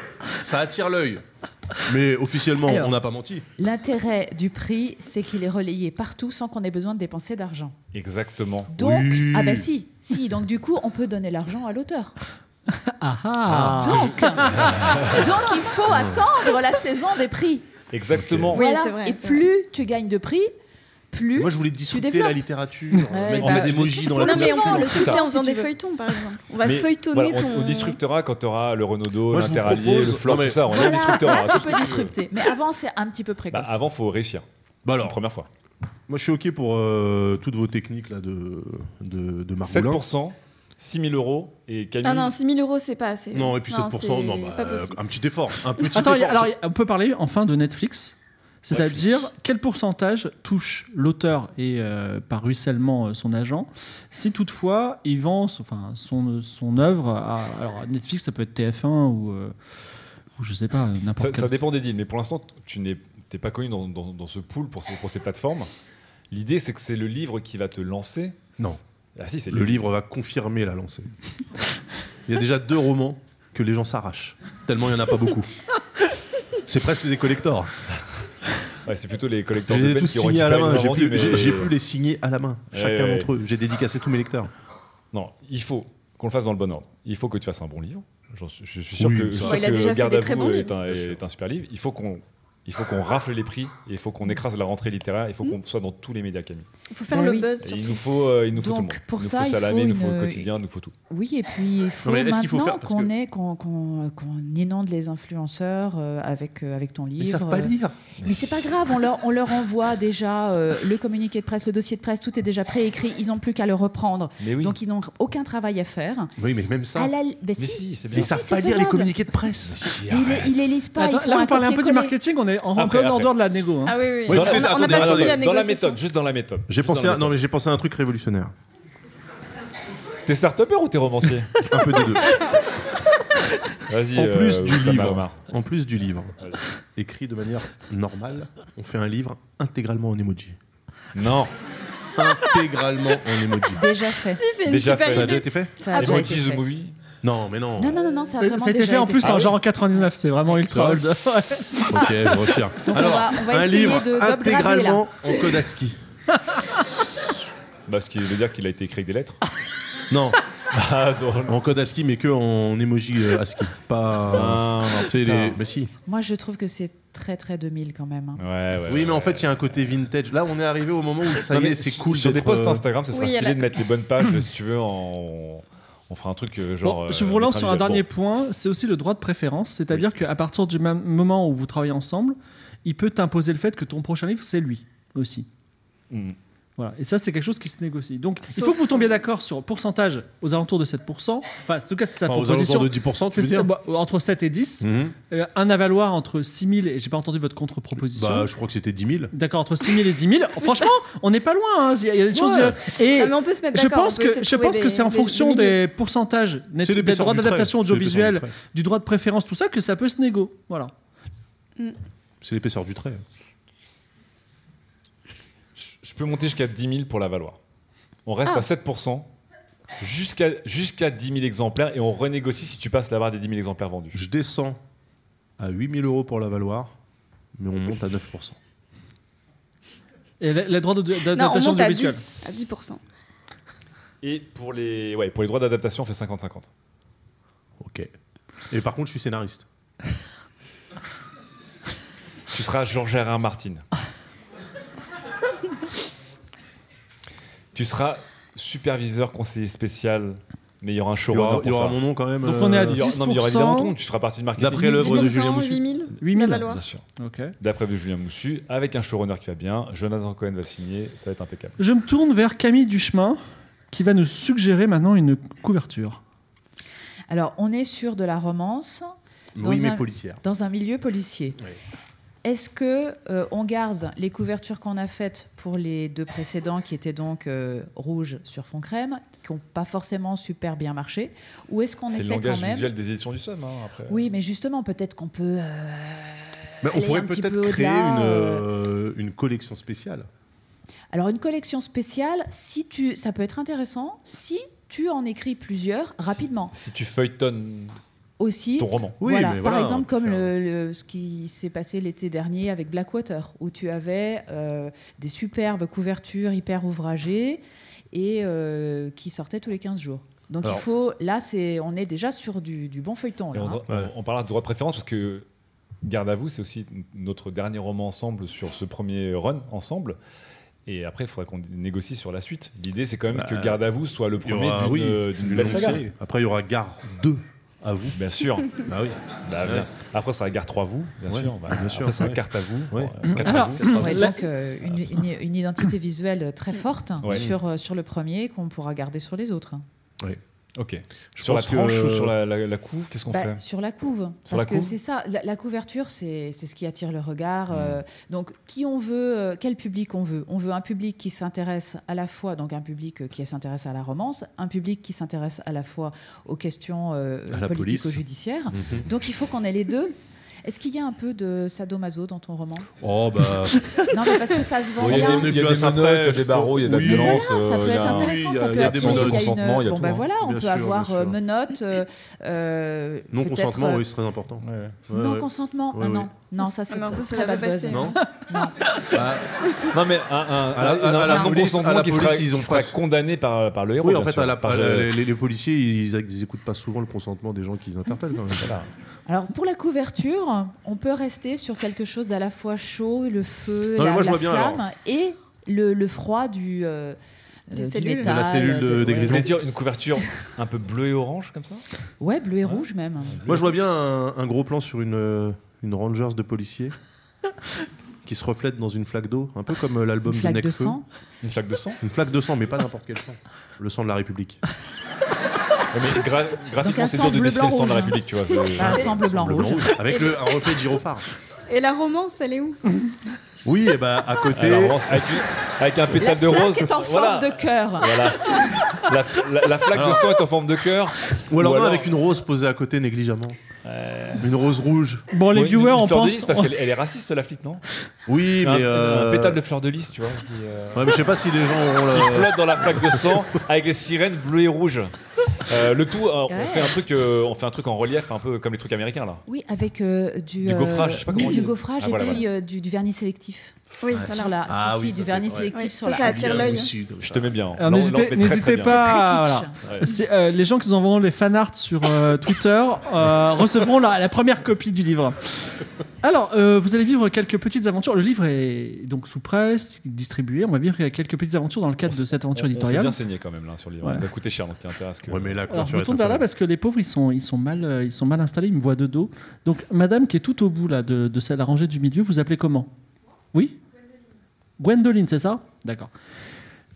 [SPEAKER 4] ça attire l'œil. Mais officiellement,
[SPEAKER 3] Alors.
[SPEAKER 4] on n'a pas menti.
[SPEAKER 3] L'intérêt du prix, c'est qu'il est relayé partout sans qu'on ait besoin de dépenser d'argent.
[SPEAKER 5] Exactement.
[SPEAKER 3] Donc, ah bah si, si, donc du coup, on peut donner l'argent à l'auteur.
[SPEAKER 2] Ah, ah.
[SPEAKER 3] Donc, donc, il faut attendre la saison des prix.
[SPEAKER 5] Exactement.
[SPEAKER 6] Oui,
[SPEAKER 3] Voilà.
[SPEAKER 6] c'est vrai,
[SPEAKER 3] Et
[SPEAKER 6] c'est
[SPEAKER 3] plus tu gagnes de prix, plus.
[SPEAKER 4] Moi, je voulais
[SPEAKER 3] Tu
[SPEAKER 4] discuter
[SPEAKER 3] développes.
[SPEAKER 4] la littérature,
[SPEAKER 3] Ouais,
[SPEAKER 4] mettre
[SPEAKER 3] bah,
[SPEAKER 4] des émojis dans
[SPEAKER 6] Non,
[SPEAKER 4] la
[SPEAKER 6] mais
[SPEAKER 4] couverture.
[SPEAKER 6] on peut
[SPEAKER 3] couverture.
[SPEAKER 6] discuter
[SPEAKER 3] Si
[SPEAKER 6] en faisant
[SPEAKER 3] tu
[SPEAKER 6] des
[SPEAKER 3] veux.
[SPEAKER 6] feuilletons, par exemple. On va
[SPEAKER 5] Mais
[SPEAKER 6] feuilletonner
[SPEAKER 5] voilà, on,
[SPEAKER 6] ton.
[SPEAKER 5] on disruptera quand t'auras le Renaudot,
[SPEAKER 4] Moi, je vous
[SPEAKER 5] l'Interallié, le
[SPEAKER 4] propose-
[SPEAKER 5] Flore,
[SPEAKER 4] non, mais-
[SPEAKER 5] tout ça. On
[SPEAKER 3] Voilà,
[SPEAKER 5] y disruptera.
[SPEAKER 4] hein,
[SPEAKER 3] là, tu
[SPEAKER 5] tout ce
[SPEAKER 3] peux
[SPEAKER 5] que tu veux.
[SPEAKER 3] disrupter. Mais avant, c'est un petit peu
[SPEAKER 5] Bah,
[SPEAKER 3] précoce.
[SPEAKER 5] avant, faut réussir.
[SPEAKER 4] Bah
[SPEAKER 5] La
[SPEAKER 4] alors,
[SPEAKER 5] première fois.
[SPEAKER 4] moi, je suis OK pour euh, toutes vos techniques là, de, de, de Margoulin.
[SPEAKER 5] 7%, 6000 euros et Camille.
[SPEAKER 6] Ah non, 6000 euros, c'est pas assez.
[SPEAKER 4] Non, et puis 7%,
[SPEAKER 6] c'est
[SPEAKER 4] non, bah,
[SPEAKER 6] pas possible.
[SPEAKER 4] un petit effort. Un petit
[SPEAKER 2] Attends, il y a-
[SPEAKER 4] effort.
[SPEAKER 2] alors il y a- on peut parler enfin de Netflix, c'est-à-dire
[SPEAKER 4] Netflix.
[SPEAKER 2] quel pourcentage touche l'auteur et euh, par ruissellement euh, son agent, si toutefois il vend son- enfin, son, son œuvre à alors, à Netflix, ça peut être TF1 ou, euh, ou je sais pas, n'importe
[SPEAKER 5] Ça,
[SPEAKER 2] quel.
[SPEAKER 5] ça dépend des deals, mais pour l'instant, tu n'es t'es pas connu dans, dans- dans ce pool pour ces, pour ces plateformes. L'idée, c'est que c'est le livre qui va te lancer.
[SPEAKER 4] Non.
[SPEAKER 5] Ah si, c'est
[SPEAKER 4] Le livre va confirmer la lancée. Il y a déjà deux romans que les gens s'arrachent, tellement il n'y en a pas beaucoup. C'est presque des collectors.
[SPEAKER 5] Ouais, c'est plutôt les collecteurs
[SPEAKER 4] Je
[SPEAKER 5] de
[SPEAKER 4] les ai
[SPEAKER 5] peine
[SPEAKER 4] tous
[SPEAKER 5] qui auront
[SPEAKER 4] signés à la main.
[SPEAKER 5] récupéré
[SPEAKER 4] J'ai plus,
[SPEAKER 5] les vendus,
[SPEAKER 4] j'ai-
[SPEAKER 5] mais- euh,
[SPEAKER 4] j'ai plus les signés à la main. Chacun
[SPEAKER 5] Ouais, ouais.
[SPEAKER 4] d'entre eux. J'ai dédicacé tous mes lecteurs.
[SPEAKER 5] Non, il faut qu'on le fasse dans le bon ordre. Il faut que tu fasses un bon livre. J'en suis- je suis sûr
[SPEAKER 4] Oui,
[SPEAKER 5] que,
[SPEAKER 4] ça.
[SPEAKER 5] je suis
[SPEAKER 4] Bon,
[SPEAKER 5] sûr
[SPEAKER 6] il a
[SPEAKER 5] que
[SPEAKER 6] déjà fait
[SPEAKER 5] Garde
[SPEAKER 6] des
[SPEAKER 5] à
[SPEAKER 6] très
[SPEAKER 5] vous
[SPEAKER 6] bons
[SPEAKER 5] est,
[SPEAKER 6] livres.
[SPEAKER 5] un, est un super livre. Il faut qu'on il faut qu'on rafle les prix et il faut qu'on écrase la rentrée littéraire. Il faut qu'on soit dans tous les médias, Camille.
[SPEAKER 6] Il faut faire
[SPEAKER 3] Bah
[SPEAKER 6] le
[SPEAKER 3] oui.
[SPEAKER 6] buzz
[SPEAKER 5] euh, Et il
[SPEAKER 6] Mm. surtout.
[SPEAKER 5] nous faut, euh, il nous faut
[SPEAKER 3] Donc,
[SPEAKER 5] tout le monde.
[SPEAKER 3] pour
[SPEAKER 5] il nous
[SPEAKER 3] ça,
[SPEAKER 5] faut
[SPEAKER 3] il
[SPEAKER 5] Salamé,
[SPEAKER 3] faut
[SPEAKER 5] il nous faut
[SPEAKER 3] une-
[SPEAKER 5] le quotidien, il nous faut tout.
[SPEAKER 3] Oui, et puis il faut
[SPEAKER 4] Non, mais est-ce
[SPEAKER 3] maintenant
[SPEAKER 4] qu'il faut faire- parce
[SPEAKER 3] qu'on
[SPEAKER 4] que-
[SPEAKER 3] ait- qu'on- qu'on- qu'on inonde les influenceurs euh, avec, euh, avec ton livre.
[SPEAKER 4] Ils savent pas
[SPEAKER 3] euh,
[SPEAKER 4] lire.
[SPEAKER 3] Mais c'est pas grave, on leur, on leur envoie déjà euh, le communiqué de presse, le dossier de presse, tout est déjà préécrit, ils n'ont plus qu'à le reprendre.
[SPEAKER 5] Mais oui.
[SPEAKER 3] Donc ils n'ont aucun travail à faire.
[SPEAKER 4] Oui, mais même ça.
[SPEAKER 3] À la- ben
[SPEAKER 5] Mais
[SPEAKER 3] si,
[SPEAKER 5] si, c'est
[SPEAKER 3] si,
[SPEAKER 5] bien.
[SPEAKER 4] Ils savent
[SPEAKER 3] c'est
[SPEAKER 4] pas lire les
[SPEAKER 3] faisable.
[SPEAKER 4] communiqués de presse.
[SPEAKER 3] Mais Ils, les- ils les lisent pas.
[SPEAKER 2] Attends,
[SPEAKER 3] ils font
[SPEAKER 2] là on parlait un peu
[SPEAKER 3] copier-coller.
[SPEAKER 2] du marketing, on est en- encore en
[SPEAKER 5] Après, après.
[SPEAKER 2] dehors de la négo. hein.
[SPEAKER 6] Ah oui, oui.
[SPEAKER 4] Oui,
[SPEAKER 6] on
[SPEAKER 4] attendez,
[SPEAKER 6] a- on n'a
[SPEAKER 4] attendez,
[SPEAKER 6] pas fini
[SPEAKER 4] attendez.
[SPEAKER 6] la
[SPEAKER 5] Ah, dans la
[SPEAKER 6] négociation.
[SPEAKER 5] méthode, juste dans la méthode.
[SPEAKER 4] J'ai
[SPEAKER 5] Juste dans
[SPEAKER 4] pensé,
[SPEAKER 5] la
[SPEAKER 4] à- non
[SPEAKER 5] méthode.
[SPEAKER 4] mais j'ai pensé à un truc révolutionnaire.
[SPEAKER 5] T'es start-upper ou t'es romancier
[SPEAKER 4] Un peu des deux.
[SPEAKER 5] Vas-y.
[SPEAKER 4] En plus
[SPEAKER 5] euh,
[SPEAKER 4] du
[SPEAKER 5] Oussama
[SPEAKER 4] livre.
[SPEAKER 5] Omar.
[SPEAKER 4] En plus du livre. Écrit de manière normale, on fait un livre intégralement en emoji.
[SPEAKER 5] Non.
[SPEAKER 4] Intégralement en emoji.
[SPEAKER 3] Déjà fait.
[SPEAKER 6] Si, c'est une
[SPEAKER 5] Déjà
[SPEAKER 6] super
[SPEAKER 5] fait.
[SPEAKER 4] Ça a
[SPEAKER 6] idée.
[SPEAKER 4] déjà été fait
[SPEAKER 6] Ah
[SPEAKER 5] Ah,
[SPEAKER 3] Ça a déjà été
[SPEAKER 5] Emojis the
[SPEAKER 3] fait.
[SPEAKER 5] movie.
[SPEAKER 4] Non, mais non.
[SPEAKER 3] Non, non, non, non, ça a
[SPEAKER 2] C'est-
[SPEAKER 3] vraiment
[SPEAKER 2] ça a été
[SPEAKER 3] déjà
[SPEAKER 2] fait en plus
[SPEAKER 3] fait.
[SPEAKER 2] en genre en 99, c'est vraiment ultra
[SPEAKER 5] Ah
[SPEAKER 2] old.
[SPEAKER 4] Ok, je retire.
[SPEAKER 3] Donc, on va- on va
[SPEAKER 4] un
[SPEAKER 3] essayer
[SPEAKER 4] livre
[SPEAKER 3] de d'upgrader,
[SPEAKER 4] intégralement en code ASCII.
[SPEAKER 5] Bah, ce qui veut dire qu'il a été écrit avec des lettres.
[SPEAKER 4] Non,
[SPEAKER 5] Ah, drôle.
[SPEAKER 4] En code ASCII, mais que en emoji euh, ASCII. Pas.
[SPEAKER 5] Ah,
[SPEAKER 4] tu sais, les.
[SPEAKER 5] putain.
[SPEAKER 4] Mais si.
[SPEAKER 3] Moi, je trouve que c'est très très 2000 quand même. hein.
[SPEAKER 5] Ouais, ouais.
[SPEAKER 4] Oui, mais en
[SPEAKER 5] ouais.
[SPEAKER 4] fait, il y a un côté vintage. Là, on est arrivé au moment où ça
[SPEAKER 5] Non,
[SPEAKER 4] y
[SPEAKER 5] mais
[SPEAKER 4] est, c'est
[SPEAKER 5] sur-
[SPEAKER 4] cool.
[SPEAKER 5] Sur des
[SPEAKER 4] d'être,
[SPEAKER 5] posts
[SPEAKER 4] euh,
[SPEAKER 5] Instagram, ce serait
[SPEAKER 6] Oui,
[SPEAKER 5] stylé
[SPEAKER 6] elle a-
[SPEAKER 5] de mettre les bonnes pages, si tu veux, en. On fera un truc euh, genre.
[SPEAKER 2] Bon, je
[SPEAKER 5] euh,
[SPEAKER 2] vous relance
[SPEAKER 5] mettre
[SPEAKER 2] sur un
[SPEAKER 5] visuel.
[SPEAKER 2] dernier
[SPEAKER 5] Bon.
[SPEAKER 2] point, c'est aussi le droit de préférence, c'est-à-dire qu'à partir du même moment où vous travaillez ensemble, il peut t'imposer le fait que ton prochain livre, c'est lui aussi.
[SPEAKER 4] Hmm.
[SPEAKER 5] Mm.
[SPEAKER 2] Voilà. Et ça, c'est quelque chose qui se négocie. Donc, il
[SPEAKER 3] Sauf
[SPEAKER 2] faut que vous tombiez d'accord sur pourcentage aux alentours de 7%, enfin, en tout cas, c'est sa
[SPEAKER 4] enfin, aux
[SPEAKER 2] proposition.
[SPEAKER 4] alentours de 10%, tu
[SPEAKER 2] C'est-
[SPEAKER 4] veux dire
[SPEAKER 2] bah, entre 7 et 10,
[SPEAKER 4] Mhm.
[SPEAKER 2] Euh, un avaloir entre 6000 et j'ai pas entendu votre contre-proposition.
[SPEAKER 4] Bah, je crois que c'était 10 000.
[SPEAKER 2] D'accord, entre 6000 et 10 000. Franchement, on n'est pas loin. hein. Il y a il y a des choses.
[SPEAKER 4] Ouais.
[SPEAKER 2] euh, Et
[SPEAKER 6] Ah, mais on peut se mettre
[SPEAKER 2] je
[SPEAKER 6] d'accord,
[SPEAKER 2] pense
[SPEAKER 6] on peut
[SPEAKER 2] que
[SPEAKER 6] essayer
[SPEAKER 2] je
[SPEAKER 6] de trouver
[SPEAKER 2] pense que
[SPEAKER 6] des-
[SPEAKER 2] c'est en
[SPEAKER 6] des-
[SPEAKER 2] fonction
[SPEAKER 6] milieux.
[SPEAKER 2] des pourcentages net-
[SPEAKER 4] C'est
[SPEAKER 2] des
[SPEAKER 4] l'épaisseur
[SPEAKER 2] droits
[SPEAKER 4] du
[SPEAKER 2] d'adaptation
[SPEAKER 4] trait. C'est
[SPEAKER 2] audiovisuelle,
[SPEAKER 4] l'épaisseur du trait.
[SPEAKER 2] du droit de préférence, tout ça, que ça peut se négo. Voilà.
[SPEAKER 4] C'est l'épaisseur du trait.
[SPEAKER 5] Je, je peux monter jusqu'à 10 000 pour la valoir. On reste
[SPEAKER 6] Ah.
[SPEAKER 5] à 7%. Jusqu'à jusqu'à 10 000 exemplaires et on renégocie si tu passes la barre des 10 000 exemplaires vendus.
[SPEAKER 4] Je descends à 8 000 euros pour la valoir, mais on monte à 9%.
[SPEAKER 2] Et les, les droits de- de-
[SPEAKER 6] Non, on
[SPEAKER 2] d'adaptation
[SPEAKER 6] monte à
[SPEAKER 2] audiovisuelle.
[SPEAKER 6] 10, à 10%.
[SPEAKER 5] Et pour les, ouais, pour les droits d'adaptation, on fait 50-50.
[SPEAKER 4] Ok. Et par contre, je suis scénariste.
[SPEAKER 5] Tu seras Georges R. R. Martin. tu seras superviseur, conseiller spécial, mais il y aura un
[SPEAKER 4] Il y aura,
[SPEAKER 5] showrunner
[SPEAKER 4] il y
[SPEAKER 5] pour
[SPEAKER 4] aura
[SPEAKER 5] ça.
[SPEAKER 4] mon nom quand même. euh,
[SPEAKER 2] Donc, on est à
[SPEAKER 5] Il y aura-
[SPEAKER 2] 10%.
[SPEAKER 5] non, mais il y aura évidemment ton nom, tu seras partie du marketing.
[SPEAKER 4] D'après l'œuvre de Julien
[SPEAKER 6] 10%,
[SPEAKER 4] Moussu.
[SPEAKER 6] 8000
[SPEAKER 2] 8 000.
[SPEAKER 6] la valoir.
[SPEAKER 5] Bien sûr.
[SPEAKER 2] Ok.
[SPEAKER 5] D'après de Julien Moussu, avec un showrunner qui va bien, Jonathan Cohen va signer, ça va être impeccable.
[SPEAKER 2] Je me tourne vers Camille Duchemin, qui va nous suggérer maintenant une couverture.
[SPEAKER 3] Alors, on est sur de la romance
[SPEAKER 4] Oui,
[SPEAKER 3] Dans
[SPEAKER 4] mais
[SPEAKER 3] un-
[SPEAKER 4] policière.
[SPEAKER 3] dans un milieu policier.
[SPEAKER 4] Oui.
[SPEAKER 3] Est-ce que euh, on garde les couvertures qu'on a faites pour les deux précédents, qui étaient donc euh, rouges sur fond crème, qui n'ont pas forcément super bien marché, ou est-ce qu'on
[SPEAKER 5] C'est le
[SPEAKER 3] essaie quand
[SPEAKER 5] langage
[SPEAKER 3] même
[SPEAKER 5] visuel des éditions du Somme. hein, après.
[SPEAKER 3] Oui, mais justement, peut-être qu'on peut. euh,
[SPEAKER 4] Mais on
[SPEAKER 3] aller
[SPEAKER 4] pourrait
[SPEAKER 3] un petit
[SPEAKER 4] peut-être
[SPEAKER 3] peu
[SPEAKER 4] créer
[SPEAKER 3] au-delà,
[SPEAKER 4] une,
[SPEAKER 3] euh.
[SPEAKER 4] euh, une collection spéciale.
[SPEAKER 3] Alors une collection spéciale, si tu, ça peut être intéressant si tu en écris plusieurs rapidement.
[SPEAKER 5] Si tu feuilletonnes
[SPEAKER 3] Aussi,
[SPEAKER 5] ton roman.
[SPEAKER 4] Oui,
[SPEAKER 3] voilà,
[SPEAKER 4] mais
[SPEAKER 3] par
[SPEAKER 4] voilà,
[SPEAKER 3] exemple
[SPEAKER 4] on peut
[SPEAKER 3] comme le- le- ce qui s'est passé l'été dernier avec Blackwater, où tu avais euh, des superbes couvertures hyper ouvragées et euh, qui sortaient tous les 15 jours. Donc
[SPEAKER 4] Alors-
[SPEAKER 3] il faut, là, c'est, on est déjà sur du, du bon feuilleton.
[SPEAKER 5] Et
[SPEAKER 3] Là,
[SPEAKER 5] on,
[SPEAKER 3] hein.
[SPEAKER 5] on-
[SPEAKER 4] Ouais.
[SPEAKER 5] on parlera de droit de préférence parce que Garde à vous, c'est aussi n- notre dernier roman ensemble sur ce premier run ensemble. Et après, il faudra qu'on négocie sur la suite. L'idée, c'est quand même que Garde à vous soit le
[SPEAKER 4] Bah, Il y
[SPEAKER 5] premier
[SPEAKER 4] aura,
[SPEAKER 5] d'une
[SPEAKER 4] oui,
[SPEAKER 5] euh, d'une
[SPEAKER 4] une
[SPEAKER 5] belle
[SPEAKER 4] longue
[SPEAKER 5] saga.
[SPEAKER 4] série. Après, il y aura Gare 2 à vous.
[SPEAKER 5] Bien sûr.
[SPEAKER 4] Bah oui.
[SPEAKER 5] Bah, bien. Après, ça sera Gare 3 vous, bien
[SPEAKER 4] Ouais,
[SPEAKER 5] sûr. Bah,
[SPEAKER 4] bien sûr,
[SPEAKER 5] Après, ça sera
[SPEAKER 4] ouais.
[SPEAKER 5] Carte à vous.
[SPEAKER 4] Ouais.
[SPEAKER 5] euh, Quatre à
[SPEAKER 2] Alors,
[SPEAKER 5] vous.
[SPEAKER 3] Ouais, donc euh, une, une- une identité visuelle très forte
[SPEAKER 5] Ouais.
[SPEAKER 3] sur, euh, sur le premier qu'on pourra garder sur les autres.
[SPEAKER 5] Ok.
[SPEAKER 4] Je
[SPEAKER 5] sur la
[SPEAKER 4] pense que-
[SPEAKER 5] tranche ou sur la, la, la couve, qu'est-ce qu'on
[SPEAKER 3] Bah,
[SPEAKER 5] fait
[SPEAKER 3] Sur la couve.
[SPEAKER 5] Sur la
[SPEAKER 3] parce que
[SPEAKER 5] couve.
[SPEAKER 3] c'est ça, la, la couverture, c'est c'est ce qui attire le regard. euh, donc, qui on veut, euh, quel public on veut On veut un public qui s'intéresse à la fois, donc un public euh, qui s'intéresse à la romance, un public qui s'intéresse à la fois aux questions euh,
[SPEAKER 4] À la police.
[SPEAKER 3] politico-judiciaires.
[SPEAKER 5] Mhm.
[SPEAKER 3] Donc, il faut qu'on ait les deux. Est-ce qu'il y a un peu de sadomaso dans ton roman
[SPEAKER 4] Oh bah.
[SPEAKER 3] Non, mais parce que ça se vend
[SPEAKER 5] Oui, il y a
[SPEAKER 3] bien.
[SPEAKER 5] des- il y a
[SPEAKER 4] Bien
[SPEAKER 5] des
[SPEAKER 4] sûr.
[SPEAKER 5] menottes, il y a des
[SPEAKER 4] Oui.
[SPEAKER 5] barreaux, il y a de la
[SPEAKER 4] Mais
[SPEAKER 5] violence.
[SPEAKER 3] Ah, ça
[SPEAKER 5] euh,
[SPEAKER 3] peut
[SPEAKER 5] il y
[SPEAKER 3] être
[SPEAKER 5] a un-
[SPEAKER 3] intéressant,
[SPEAKER 4] oui,
[SPEAKER 3] ça
[SPEAKER 4] il
[SPEAKER 3] peut
[SPEAKER 4] y a
[SPEAKER 3] être
[SPEAKER 4] des mesures de
[SPEAKER 5] consentement, il y a
[SPEAKER 3] bon
[SPEAKER 5] tout,
[SPEAKER 3] bah
[SPEAKER 5] hein.
[SPEAKER 3] voilà, on
[SPEAKER 4] Bien
[SPEAKER 3] peut
[SPEAKER 4] sûr,
[SPEAKER 3] avoir
[SPEAKER 4] bien
[SPEAKER 3] euh,
[SPEAKER 4] sûr.
[SPEAKER 3] menottes, euh, euh,
[SPEAKER 4] Non
[SPEAKER 3] peut-être,
[SPEAKER 4] consentement,
[SPEAKER 3] euh,
[SPEAKER 4] oui, c'est très important.
[SPEAKER 5] Ouais.
[SPEAKER 4] Ouais,
[SPEAKER 3] non
[SPEAKER 4] ouais.
[SPEAKER 3] consentement,
[SPEAKER 4] Ouais,
[SPEAKER 3] ah, non,
[SPEAKER 4] ouais.
[SPEAKER 3] non, ça c'est
[SPEAKER 6] Ah non, ça, ça
[SPEAKER 3] très
[SPEAKER 6] va
[SPEAKER 3] bad buzz.
[SPEAKER 6] passer.
[SPEAKER 4] Non
[SPEAKER 5] Ah. Non, mais un, un,
[SPEAKER 4] À la- à la-
[SPEAKER 5] un-
[SPEAKER 4] à la
[SPEAKER 5] un
[SPEAKER 4] police-
[SPEAKER 5] non-consentement
[SPEAKER 4] à la
[SPEAKER 5] qui sera,
[SPEAKER 4] police, ils ont
[SPEAKER 5] qui sera
[SPEAKER 4] pas-
[SPEAKER 5] condamné par, par le héros.
[SPEAKER 4] Oui, en
[SPEAKER 5] bien
[SPEAKER 4] fait,
[SPEAKER 5] sûr.
[SPEAKER 4] à la,
[SPEAKER 5] Par,
[SPEAKER 4] à
[SPEAKER 5] euh,
[SPEAKER 4] la- les, les policiers, ils, ils écoutent pas souvent le consentement des gens qu'ils interpellent quand même.
[SPEAKER 3] Alors pour la couverture, on peut rester sur quelque chose d'à la fois chaud, le feu,
[SPEAKER 4] Non, mais
[SPEAKER 3] la,
[SPEAKER 4] moi, je
[SPEAKER 3] la
[SPEAKER 4] vois bien,
[SPEAKER 3] flamme et le, le froid du, euh,
[SPEAKER 6] Des
[SPEAKER 3] euh, du
[SPEAKER 6] cellules.
[SPEAKER 3] métal,
[SPEAKER 4] De la cellule de- des
[SPEAKER 5] Vous
[SPEAKER 4] grisons.
[SPEAKER 5] voulez dire une couverture un peu bleue et orange comme ça
[SPEAKER 3] Ouais, bleu et rouge même.
[SPEAKER 4] Moi, je vois bien un, un gros plan sur une, euh, une Rangers de policiers qui se reflète dans une flaque d'eau, un peu comme euh, l'album
[SPEAKER 3] Une
[SPEAKER 4] de
[SPEAKER 3] flaque de
[SPEAKER 4] Necfeu.
[SPEAKER 3] sang.
[SPEAKER 5] Une flaque de sang
[SPEAKER 4] Une flaque de sang, mais pas n'importe quel sang. Le sang de la République.
[SPEAKER 5] Ouais, mais gra-
[SPEAKER 3] Donc un
[SPEAKER 5] graphiquement, c'est
[SPEAKER 3] sang
[SPEAKER 5] dur de
[SPEAKER 3] bleu
[SPEAKER 5] dessiner
[SPEAKER 3] blanc
[SPEAKER 5] le sang de la
[SPEAKER 3] rouge. Ah.
[SPEAKER 5] République, tu vois. c'est-
[SPEAKER 3] Un sang bleu blanc
[SPEAKER 4] Le blanc
[SPEAKER 3] rouge.
[SPEAKER 4] rouge, Avec le, un reflet de gyrophare.
[SPEAKER 6] Et la romance, elle est où
[SPEAKER 4] Oui, et bah à côté.
[SPEAKER 5] Alors, on- Ah, avec, avec un
[SPEAKER 3] La
[SPEAKER 5] pétale de
[SPEAKER 3] flaque
[SPEAKER 5] rose.
[SPEAKER 3] est en
[SPEAKER 5] voilà.
[SPEAKER 3] forme de cœur.
[SPEAKER 5] Voilà. La, la- la flaque de sang est en forme de cœur.
[SPEAKER 4] Ou alors, non, avec une rose posée à côté négligemment. Une rose rouge.
[SPEAKER 2] Bon, les
[SPEAKER 5] Ouais,
[SPEAKER 2] viewers,
[SPEAKER 5] une
[SPEAKER 2] on
[SPEAKER 5] fleur de
[SPEAKER 2] pense.
[SPEAKER 5] lys, parce qu'elle elle est raciste, la flic, non
[SPEAKER 4] Oui,
[SPEAKER 5] un,
[SPEAKER 4] mais. euh,
[SPEAKER 5] un pétale de fleur de lys, tu vois. Qui, euh,
[SPEAKER 4] Ouais, mais je sais pas si les gens auront
[SPEAKER 5] qui
[SPEAKER 4] la.
[SPEAKER 5] flotte dans la flaque de sang avec les sirènes bleues et rouges. Euh, le tout, euh, on,
[SPEAKER 3] Ouais.
[SPEAKER 5] fait un truc, euh, on fait un truc en relief, un peu comme les trucs américains là.
[SPEAKER 3] Oui, avec euh, du,
[SPEAKER 5] Du gaufrage, je sais pas
[SPEAKER 3] oui,
[SPEAKER 5] comment on
[SPEAKER 3] du
[SPEAKER 5] dit.
[SPEAKER 3] gaufrage
[SPEAKER 5] Ah,
[SPEAKER 3] et
[SPEAKER 5] voilà,
[SPEAKER 3] puis euh, du, du vernis sélectif.
[SPEAKER 6] Oui,
[SPEAKER 7] Ouais.
[SPEAKER 3] Sur la,
[SPEAKER 6] voilà.
[SPEAKER 7] Ah
[SPEAKER 3] si,
[SPEAKER 7] oui,
[SPEAKER 3] si,
[SPEAKER 7] ça
[SPEAKER 3] du
[SPEAKER 7] fait-
[SPEAKER 3] vernis
[SPEAKER 7] ouais.
[SPEAKER 3] sélectif
[SPEAKER 6] Ouais,
[SPEAKER 3] sur la.
[SPEAKER 6] c'est ça, attire l'œil.
[SPEAKER 5] Je t'aimais bien. hein.
[SPEAKER 2] Alors,
[SPEAKER 5] Là, on- là,
[SPEAKER 2] n'hésitez
[SPEAKER 5] on te met très,
[SPEAKER 2] n'hésitez
[SPEAKER 5] très bien.
[SPEAKER 3] C'est très
[SPEAKER 2] pas.
[SPEAKER 3] kitsch.
[SPEAKER 2] voilà. C'est, euh, les gens qui nous enverront les fanarts sur euh, Twitter euh, recevront la, la première copie du livre. Alors, euh, vous allez vivre quelques petites aventures. Le livre est donc sous presse, distribué. On va vivre quelques petites aventures dans le cadre
[SPEAKER 5] On
[SPEAKER 2] de cette
[SPEAKER 5] On,
[SPEAKER 2] aventure
[SPEAKER 5] on s'est
[SPEAKER 2] éditoriale.
[SPEAKER 5] bien saigné quand même là sur le livre.
[SPEAKER 2] Ouais.
[SPEAKER 5] Ça a coûté cher donc il y a intérêt à ce que.
[SPEAKER 4] Ouais, mais la
[SPEAKER 2] Alors, je
[SPEAKER 4] couverture
[SPEAKER 2] me
[SPEAKER 4] est
[SPEAKER 2] tourne vers là
[SPEAKER 4] incroyable.
[SPEAKER 2] parce que les pauvres, ils sont, ils sont, mal, euh, ils sont mal installés, ils me voient de dos. Donc, madame qui est tout au bout là, de, de celle, la rangée du milieu, vous appelez comment Oui Gwendoline, c'est ça D'accord.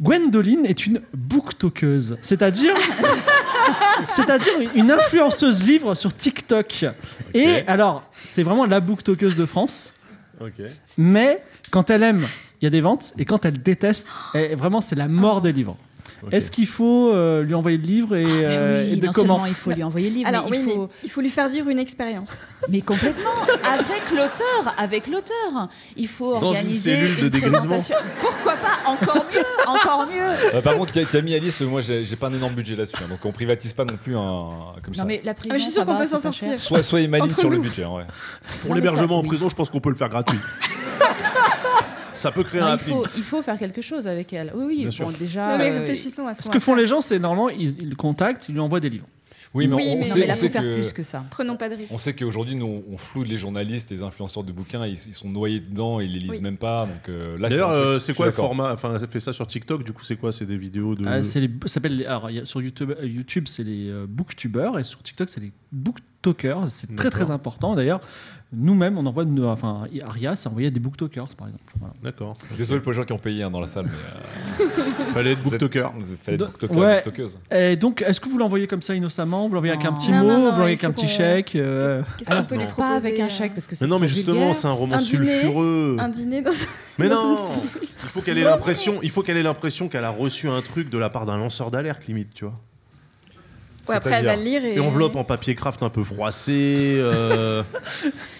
[SPEAKER 2] Gwendoline est une booktokeuse, c'est-à-dire. C'est-à-dire une influenceuse livre sur TikTok. Et alors, c'est vraiment la booktokeuse de France.
[SPEAKER 4] Ok.
[SPEAKER 2] Mais quand elle aime, il y a des ventes. Et quand elle déteste, elle- vraiment, c'est la mort des livres.
[SPEAKER 4] Ok.
[SPEAKER 2] Est-ce qu'il faut euh, lui envoyer le livre et,
[SPEAKER 3] Mais
[SPEAKER 2] euh,
[SPEAKER 3] oui,
[SPEAKER 2] et de
[SPEAKER 3] non
[SPEAKER 2] comment
[SPEAKER 3] seulement il faut lui envoyer le livre,
[SPEAKER 6] Alors
[SPEAKER 3] mais
[SPEAKER 6] oui,
[SPEAKER 3] il
[SPEAKER 6] mais
[SPEAKER 3] faut...
[SPEAKER 6] lui faire vivre une expérience.
[SPEAKER 3] Mais complètement, avec l'auteur, avec l'auteur. Il faut
[SPEAKER 4] Dans une
[SPEAKER 3] organiser
[SPEAKER 4] cellule de dégrisement.
[SPEAKER 3] présentation. Pourquoi pas Encore mieux, encore mieux.
[SPEAKER 5] Euh, par contre, Ca- Camille Alice, moi j'ai j'ai pas un énorme budget là-dessus, hein, donc on privatise pas non plus un comme ça.
[SPEAKER 3] Non mais la prison,
[SPEAKER 6] Ah, je suis
[SPEAKER 3] ça
[SPEAKER 6] sûre qu'on
[SPEAKER 3] va,
[SPEAKER 6] peut
[SPEAKER 3] c'est
[SPEAKER 6] s'en
[SPEAKER 3] pas cher.
[SPEAKER 6] sortir.
[SPEAKER 5] Soit soyez maligne
[SPEAKER 6] Entre
[SPEAKER 5] sur le
[SPEAKER 6] nous.
[SPEAKER 5] budget. hein, ouais.
[SPEAKER 3] Non,
[SPEAKER 4] Pour
[SPEAKER 3] mais
[SPEAKER 4] l'hébergement
[SPEAKER 3] ça,
[SPEAKER 4] en
[SPEAKER 3] oui.
[SPEAKER 4] prison, je pense qu'on peut le faire gratuit. ça peut créer
[SPEAKER 3] Non,
[SPEAKER 4] un
[SPEAKER 3] il,
[SPEAKER 4] appli.
[SPEAKER 3] faut, il faut faire quelque chose avec elle. Oui, oui,
[SPEAKER 4] Bien
[SPEAKER 3] bon,
[SPEAKER 4] sûr.
[SPEAKER 3] déjà.
[SPEAKER 6] non mais
[SPEAKER 3] euh,
[SPEAKER 6] réfléchissons à ce
[SPEAKER 2] Ce
[SPEAKER 6] qu'on
[SPEAKER 2] que
[SPEAKER 6] va
[SPEAKER 2] font
[SPEAKER 6] faire.
[SPEAKER 2] les gens, c'est normalement, ils, ils le contactent, ils lui envoient des livres.
[SPEAKER 5] Oui, mais
[SPEAKER 6] Oui,
[SPEAKER 5] on, on
[SPEAKER 6] mais-
[SPEAKER 3] non,
[SPEAKER 5] sait,
[SPEAKER 3] mais
[SPEAKER 5] on
[SPEAKER 3] là,
[SPEAKER 5] sait
[SPEAKER 3] faut faire
[SPEAKER 5] que-
[SPEAKER 3] plus que ça.
[SPEAKER 6] Prenons pas de risque.
[SPEAKER 5] On sait qu'aujourd'hui, nous, on- on floude les journalistes, les influenceurs de bouquins, ils, ils sont noyés dedans, ils les lisent
[SPEAKER 6] Oui.
[SPEAKER 5] même pas. Donc, euh, là,
[SPEAKER 4] D'ailleurs,
[SPEAKER 5] faut un truc,
[SPEAKER 4] euh,
[SPEAKER 5] je
[SPEAKER 4] c'est
[SPEAKER 5] suis
[SPEAKER 4] quoi le
[SPEAKER 5] d'accord.
[SPEAKER 4] format Enfin, elle fait ça sur TikTok, du coup, c'est quoi C'est des vidéos
[SPEAKER 5] Mhm.
[SPEAKER 4] de.
[SPEAKER 2] Euh, c'est les- ça s'appelle les- alors, il y a- sur YouTube, euh, YouTube, c'est les euh, booktubers et sur TikTok, c'est les booktokers. C'est très
[SPEAKER 4] D'accord.
[SPEAKER 2] très important. D'ailleurs, nous-mêmes, on envoie, de nos- enfin, Aria, c'est envoyé à des booktokers, par exemple. Voilà.
[SPEAKER 4] D'accord.
[SPEAKER 5] Désolé pour les gens qui ont payé hein, dans la salle, mais euh,
[SPEAKER 4] Fallait être
[SPEAKER 5] vous êtes-
[SPEAKER 4] booktoker.
[SPEAKER 5] vous êtes- fallait être
[SPEAKER 2] De-
[SPEAKER 5] booktoker,
[SPEAKER 2] ouais.
[SPEAKER 5] booktokeuse.
[SPEAKER 2] Et donc, est-ce que vous l'envoyez comme ça innocemment Vous l'envoyez avec un
[SPEAKER 3] Non.
[SPEAKER 2] petit
[SPEAKER 6] Non,
[SPEAKER 2] mot,
[SPEAKER 6] non, non,
[SPEAKER 2] vous l'envoyez avec
[SPEAKER 6] il
[SPEAKER 2] un
[SPEAKER 6] faut
[SPEAKER 2] petit
[SPEAKER 6] qu'on-
[SPEAKER 2] chèque euh,
[SPEAKER 6] Qu'est-ce qu'on peut lui proposer
[SPEAKER 3] Pas avec un
[SPEAKER 6] euh,
[SPEAKER 3] chèque parce que c'est
[SPEAKER 4] Mais non,
[SPEAKER 3] trop
[SPEAKER 4] mais justement,
[SPEAKER 3] vulgaire.
[SPEAKER 4] c'est un roman
[SPEAKER 6] Un dîner.
[SPEAKER 4] sulfureux.
[SPEAKER 6] Un dîner dans
[SPEAKER 4] Mais
[SPEAKER 6] dans
[SPEAKER 4] non Il faut qu'elle ait l'impression, il faut qu'elle ait l'impression qu'elle a reçu un truc de la part d'un lanceur d'alerte limite, tu vois.
[SPEAKER 6] Ouais, après, elle
[SPEAKER 4] C'est-à-dire
[SPEAKER 6] va le lire et.
[SPEAKER 4] enveloppe en papier craft un peu froissé, euh,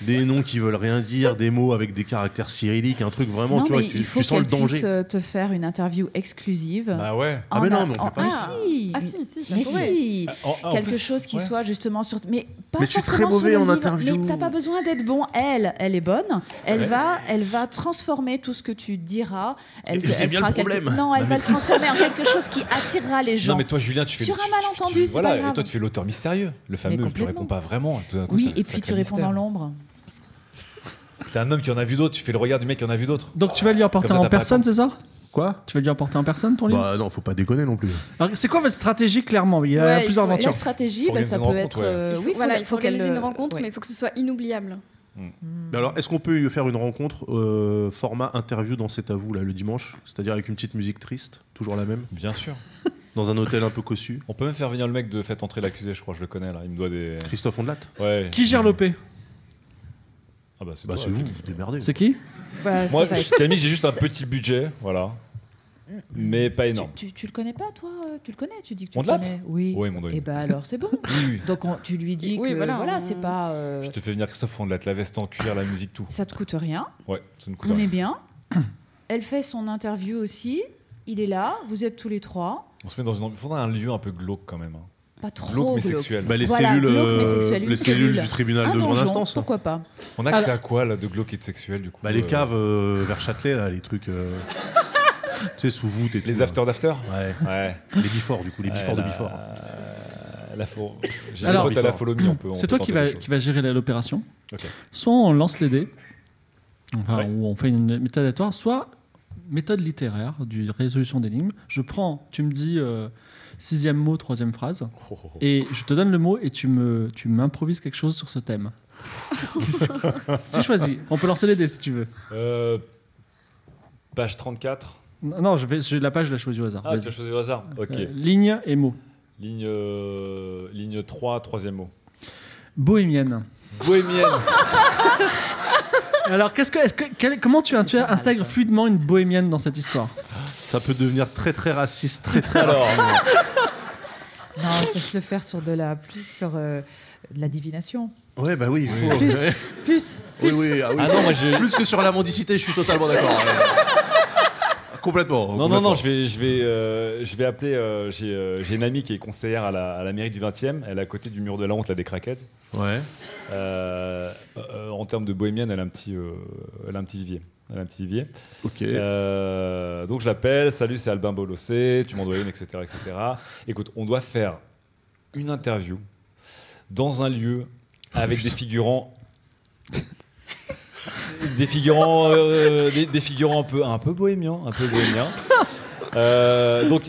[SPEAKER 4] des noms qui veulent rien dire, des mots avec des caractères cyrilliques, un truc vraiment,
[SPEAKER 3] Non,
[SPEAKER 4] tu vois,
[SPEAKER 3] mais
[SPEAKER 4] tu,
[SPEAKER 3] il faut
[SPEAKER 4] tu sens le
[SPEAKER 3] qu'elle puisse
[SPEAKER 4] danger.
[SPEAKER 3] euh, te faire une interview exclusive.
[SPEAKER 5] Ah ouais
[SPEAKER 4] Ah, mais
[SPEAKER 3] En
[SPEAKER 4] non,
[SPEAKER 3] a-
[SPEAKER 4] mais on
[SPEAKER 3] en-
[SPEAKER 4] fait pas
[SPEAKER 3] ah,
[SPEAKER 4] ça.
[SPEAKER 3] si.
[SPEAKER 6] Ah si, si, ça
[SPEAKER 3] Mais
[SPEAKER 6] pourrait.
[SPEAKER 3] si
[SPEAKER 5] Ah,
[SPEAKER 3] quelque chose qui soit justement sur mais pas
[SPEAKER 4] Mais tu es
[SPEAKER 3] forcément
[SPEAKER 4] très mauvais
[SPEAKER 3] sur le
[SPEAKER 4] en
[SPEAKER 3] livre,
[SPEAKER 4] interview.
[SPEAKER 3] mais t'as pas besoin d'être bon elle elle est bonne elle
[SPEAKER 5] Ouais.
[SPEAKER 3] va elle va transformer tout ce que tu diras elle,
[SPEAKER 4] Et c'est
[SPEAKER 3] elle
[SPEAKER 4] bien
[SPEAKER 3] fera
[SPEAKER 4] le problème.
[SPEAKER 3] quelque- non elle va le transformer en quelque chose qui attirera les gens
[SPEAKER 5] Non, mais toi, Julien, tu fais
[SPEAKER 3] Sur
[SPEAKER 5] le-
[SPEAKER 3] un
[SPEAKER 5] tu-
[SPEAKER 3] malentendu,
[SPEAKER 5] tu-
[SPEAKER 3] c'est
[SPEAKER 5] Voilà,
[SPEAKER 3] pas grave.
[SPEAKER 5] et toi, tu fais l'auteur mystérieux, le fameux, tu
[SPEAKER 3] complètement.
[SPEAKER 5] réponds pas vraiment. tout d'un coup,
[SPEAKER 3] oui
[SPEAKER 5] ça-
[SPEAKER 3] et
[SPEAKER 5] ça
[SPEAKER 3] puis
[SPEAKER 5] crée
[SPEAKER 3] tu
[SPEAKER 5] le
[SPEAKER 3] réponds
[SPEAKER 5] mystère.
[SPEAKER 3] dans l'ombre
[SPEAKER 5] T'es un homme qui en a vu d'autres, tu fais le regard du mec qui en a vu d'autres.
[SPEAKER 2] Donc, tu vas lui emporter
[SPEAKER 5] Comme ça,
[SPEAKER 2] en
[SPEAKER 5] t'as pas
[SPEAKER 2] personne,
[SPEAKER 5] à
[SPEAKER 2] c'est ça
[SPEAKER 4] Quoi
[SPEAKER 2] Tu vas lui emporter en personne ton livre
[SPEAKER 4] Bah non, faut pas déconner non plus.
[SPEAKER 2] Alors, C'est quoi votre stratégie, clairement Il y a
[SPEAKER 6] Ouais, il
[SPEAKER 2] plusieurs
[SPEAKER 6] faut-
[SPEAKER 2] aventures.
[SPEAKER 3] la stratégie
[SPEAKER 5] Faut
[SPEAKER 3] bah, ça peut
[SPEAKER 5] organiser une
[SPEAKER 3] être
[SPEAKER 5] rencontre,
[SPEAKER 3] euh,
[SPEAKER 6] Il faut,
[SPEAKER 3] oui
[SPEAKER 6] voilà, il faut organiser
[SPEAKER 3] qu'elle,
[SPEAKER 6] une
[SPEAKER 3] euh,
[SPEAKER 6] rencontre,
[SPEAKER 3] ouais.
[SPEAKER 6] mais il faut que ce soit inoubliable.
[SPEAKER 4] Alors, est-ce qu'on peut lui faire une rencontre euh, format interview dans cet avou là le dimanche, c'est-à-dire avec une petite musique triste, toujours la même,
[SPEAKER 5] Bien sûr.
[SPEAKER 4] dans un hôtel un peu cossu,
[SPEAKER 5] On peut même faire venir le mec de Faites entrer l'accusé, je crois, je le connais là. Il me doit des.
[SPEAKER 4] Christophe Ondelat
[SPEAKER 5] Ouais.
[SPEAKER 2] Qui gère l'OP
[SPEAKER 5] Ah bah, c'est
[SPEAKER 4] Bah
[SPEAKER 5] toi,
[SPEAKER 4] c'est vous,
[SPEAKER 5] tu-
[SPEAKER 4] vous démerdez.
[SPEAKER 2] C'est qui
[SPEAKER 3] Bah, ça
[SPEAKER 5] Moi,
[SPEAKER 3] va être-
[SPEAKER 5] Camille, j'ai juste un petit budget, voilà. Mais pas énorme.
[SPEAKER 3] tu, tu- tu le connais pas toi euh, tu le connais tu dis que tu
[SPEAKER 5] On
[SPEAKER 3] le
[SPEAKER 5] te l'a
[SPEAKER 3] connais oui
[SPEAKER 5] Ouais, mon doigt.
[SPEAKER 3] et bah alors c'est bon
[SPEAKER 5] Oui, oui.
[SPEAKER 3] donc on- tu lui dis
[SPEAKER 6] Oui,
[SPEAKER 3] que
[SPEAKER 6] voilà,
[SPEAKER 3] voilà
[SPEAKER 6] on-
[SPEAKER 3] c'est pas euh,
[SPEAKER 5] Je te fais venir Christophe Fondelette, la veste en cuir, la musique, tout.
[SPEAKER 3] ça te coûte rien
[SPEAKER 5] Ouais, ça ne coûte
[SPEAKER 3] On
[SPEAKER 5] rien.
[SPEAKER 3] est bien. Elle fait son interview aussi. Il est là. Vous êtes tous les trois.
[SPEAKER 5] On se met dans une. Il faudrait un lieu un peu glauque quand même. hein.
[SPEAKER 3] Pas trop
[SPEAKER 5] Glauque mais
[SPEAKER 3] glauque.
[SPEAKER 5] sexuel.
[SPEAKER 4] Bah, les
[SPEAKER 3] Voilà,
[SPEAKER 4] cellules,
[SPEAKER 3] glauque, mais
[SPEAKER 4] euh,
[SPEAKER 3] sexuel, une
[SPEAKER 4] les cellules
[SPEAKER 3] cellule.
[SPEAKER 4] du tribunal
[SPEAKER 3] Un
[SPEAKER 4] de grande
[SPEAKER 3] donjon,
[SPEAKER 4] instance.
[SPEAKER 3] pourquoi pas
[SPEAKER 5] On a accès à quoi là de glauque et de sexuel du coup
[SPEAKER 4] Bah les
[SPEAKER 5] euh,
[SPEAKER 4] caves euh, vers Châtelet là, les trucs, euh, tu sais sous voûte et tout.
[SPEAKER 5] Les
[SPEAKER 4] là.
[SPEAKER 5] after d'after
[SPEAKER 4] Ouais.
[SPEAKER 5] Ouais.
[SPEAKER 4] Les before du coup, les before
[SPEAKER 5] Ouais,
[SPEAKER 4] de
[SPEAKER 5] la-
[SPEAKER 4] before.
[SPEAKER 5] La fo- J'ai
[SPEAKER 2] Alors-
[SPEAKER 5] Alors, à la follow me, on peut. on
[SPEAKER 2] C'est
[SPEAKER 5] peut
[SPEAKER 2] toi
[SPEAKER 5] tenter
[SPEAKER 2] qui va,
[SPEAKER 5] des choses.
[SPEAKER 2] qui va gérer la- l'opération.
[SPEAKER 5] Ok.
[SPEAKER 2] Soit on lance les dés, enfin,
[SPEAKER 5] Ouais.
[SPEAKER 2] ou on fait une méthode aléatoire, soit méthode littéraire du résolution d'énigmes. Je prends, tu me dis euh, sixième mot, troisième phrase,
[SPEAKER 5] Oh, oh, oh.
[SPEAKER 2] et je te donne le mot et tu me tu m'improvises quelque chose sur ce thème. si choisis, on peut lancer les dés si tu veux.
[SPEAKER 5] Euh, Page 34.
[SPEAKER 2] Non, non, je vais, j'ai la page, je la choisis au hasard.
[SPEAKER 5] Ah,
[SPEAKER 2] Vas-y.
[SPEAKER 5] tu as choisi au hasard. Ok.
[SPEAKER 2] Euh, ligne et mot.
[SPEAKER 5] Ligne, euh, ligne 3, troisième mot.
[SPEAKER 2] Bohémienne.
[SPEAKER 5] Bohémienne.
[SPEAKER 2] Alors, qu'est-ce que, est-ce que quel- comment tu, tu
[SPEAKER 3] mal,
[SPEAKER 2] intègres
[SPEAKER 3] ça.
[SPEAKER 2] fluidement une bohémienne dans cette histoire
[SPEAKER 4] Ça peut devenir très très raciste, très très.
[SPEAKER 5] Alors,
[SPEAKER 3] Non, il faut se le faire sur de la plus sur euh, de la divination.
[SPEAKER 4] Ouais bah oui. il faut-
[SPEAKER 3] Plus,
[SPEAKER 4] Ouais.
[SPEAKER 3] plus,
[SPEAKER 4] Oui,
[SPEAKER 3] plus.
[SPEAKER 4] oui, ah oui.
[SPEAKER 5] Ah non, moi, j'ai-
[SPEAKER 4] Plus que sur la mendicité, je suis totalement d'accord. ouais. complètement.
[SPEAKER 5] Non, non, non, je vais, je vais, euh, je vais appeler. euh, j'ai, euh, j'ai une amie qui est conseillère à la, à la mairie du 20e. Elle est à côté du mur de la honte, là, des craquettes.
[SPEAKER 4] Ouais.
[SPEAKER 5] Euh, euh, en termes de bohémienne, elle a un petit, euh, elle a un petit vivier. Elle a un petit vivier.
[SPEAKER 4] Ok.
[SPEAKER 5] Euh, donc je l'appelle, salut, c'est Albin Bolossé, tu m'en dois une, etc., etc. Écoute, on doit faire une interview dans un lieu avec des figurants. des figurants euh, des, des figurants un peu un peu bohémiens un peu bohémiens Euh, donc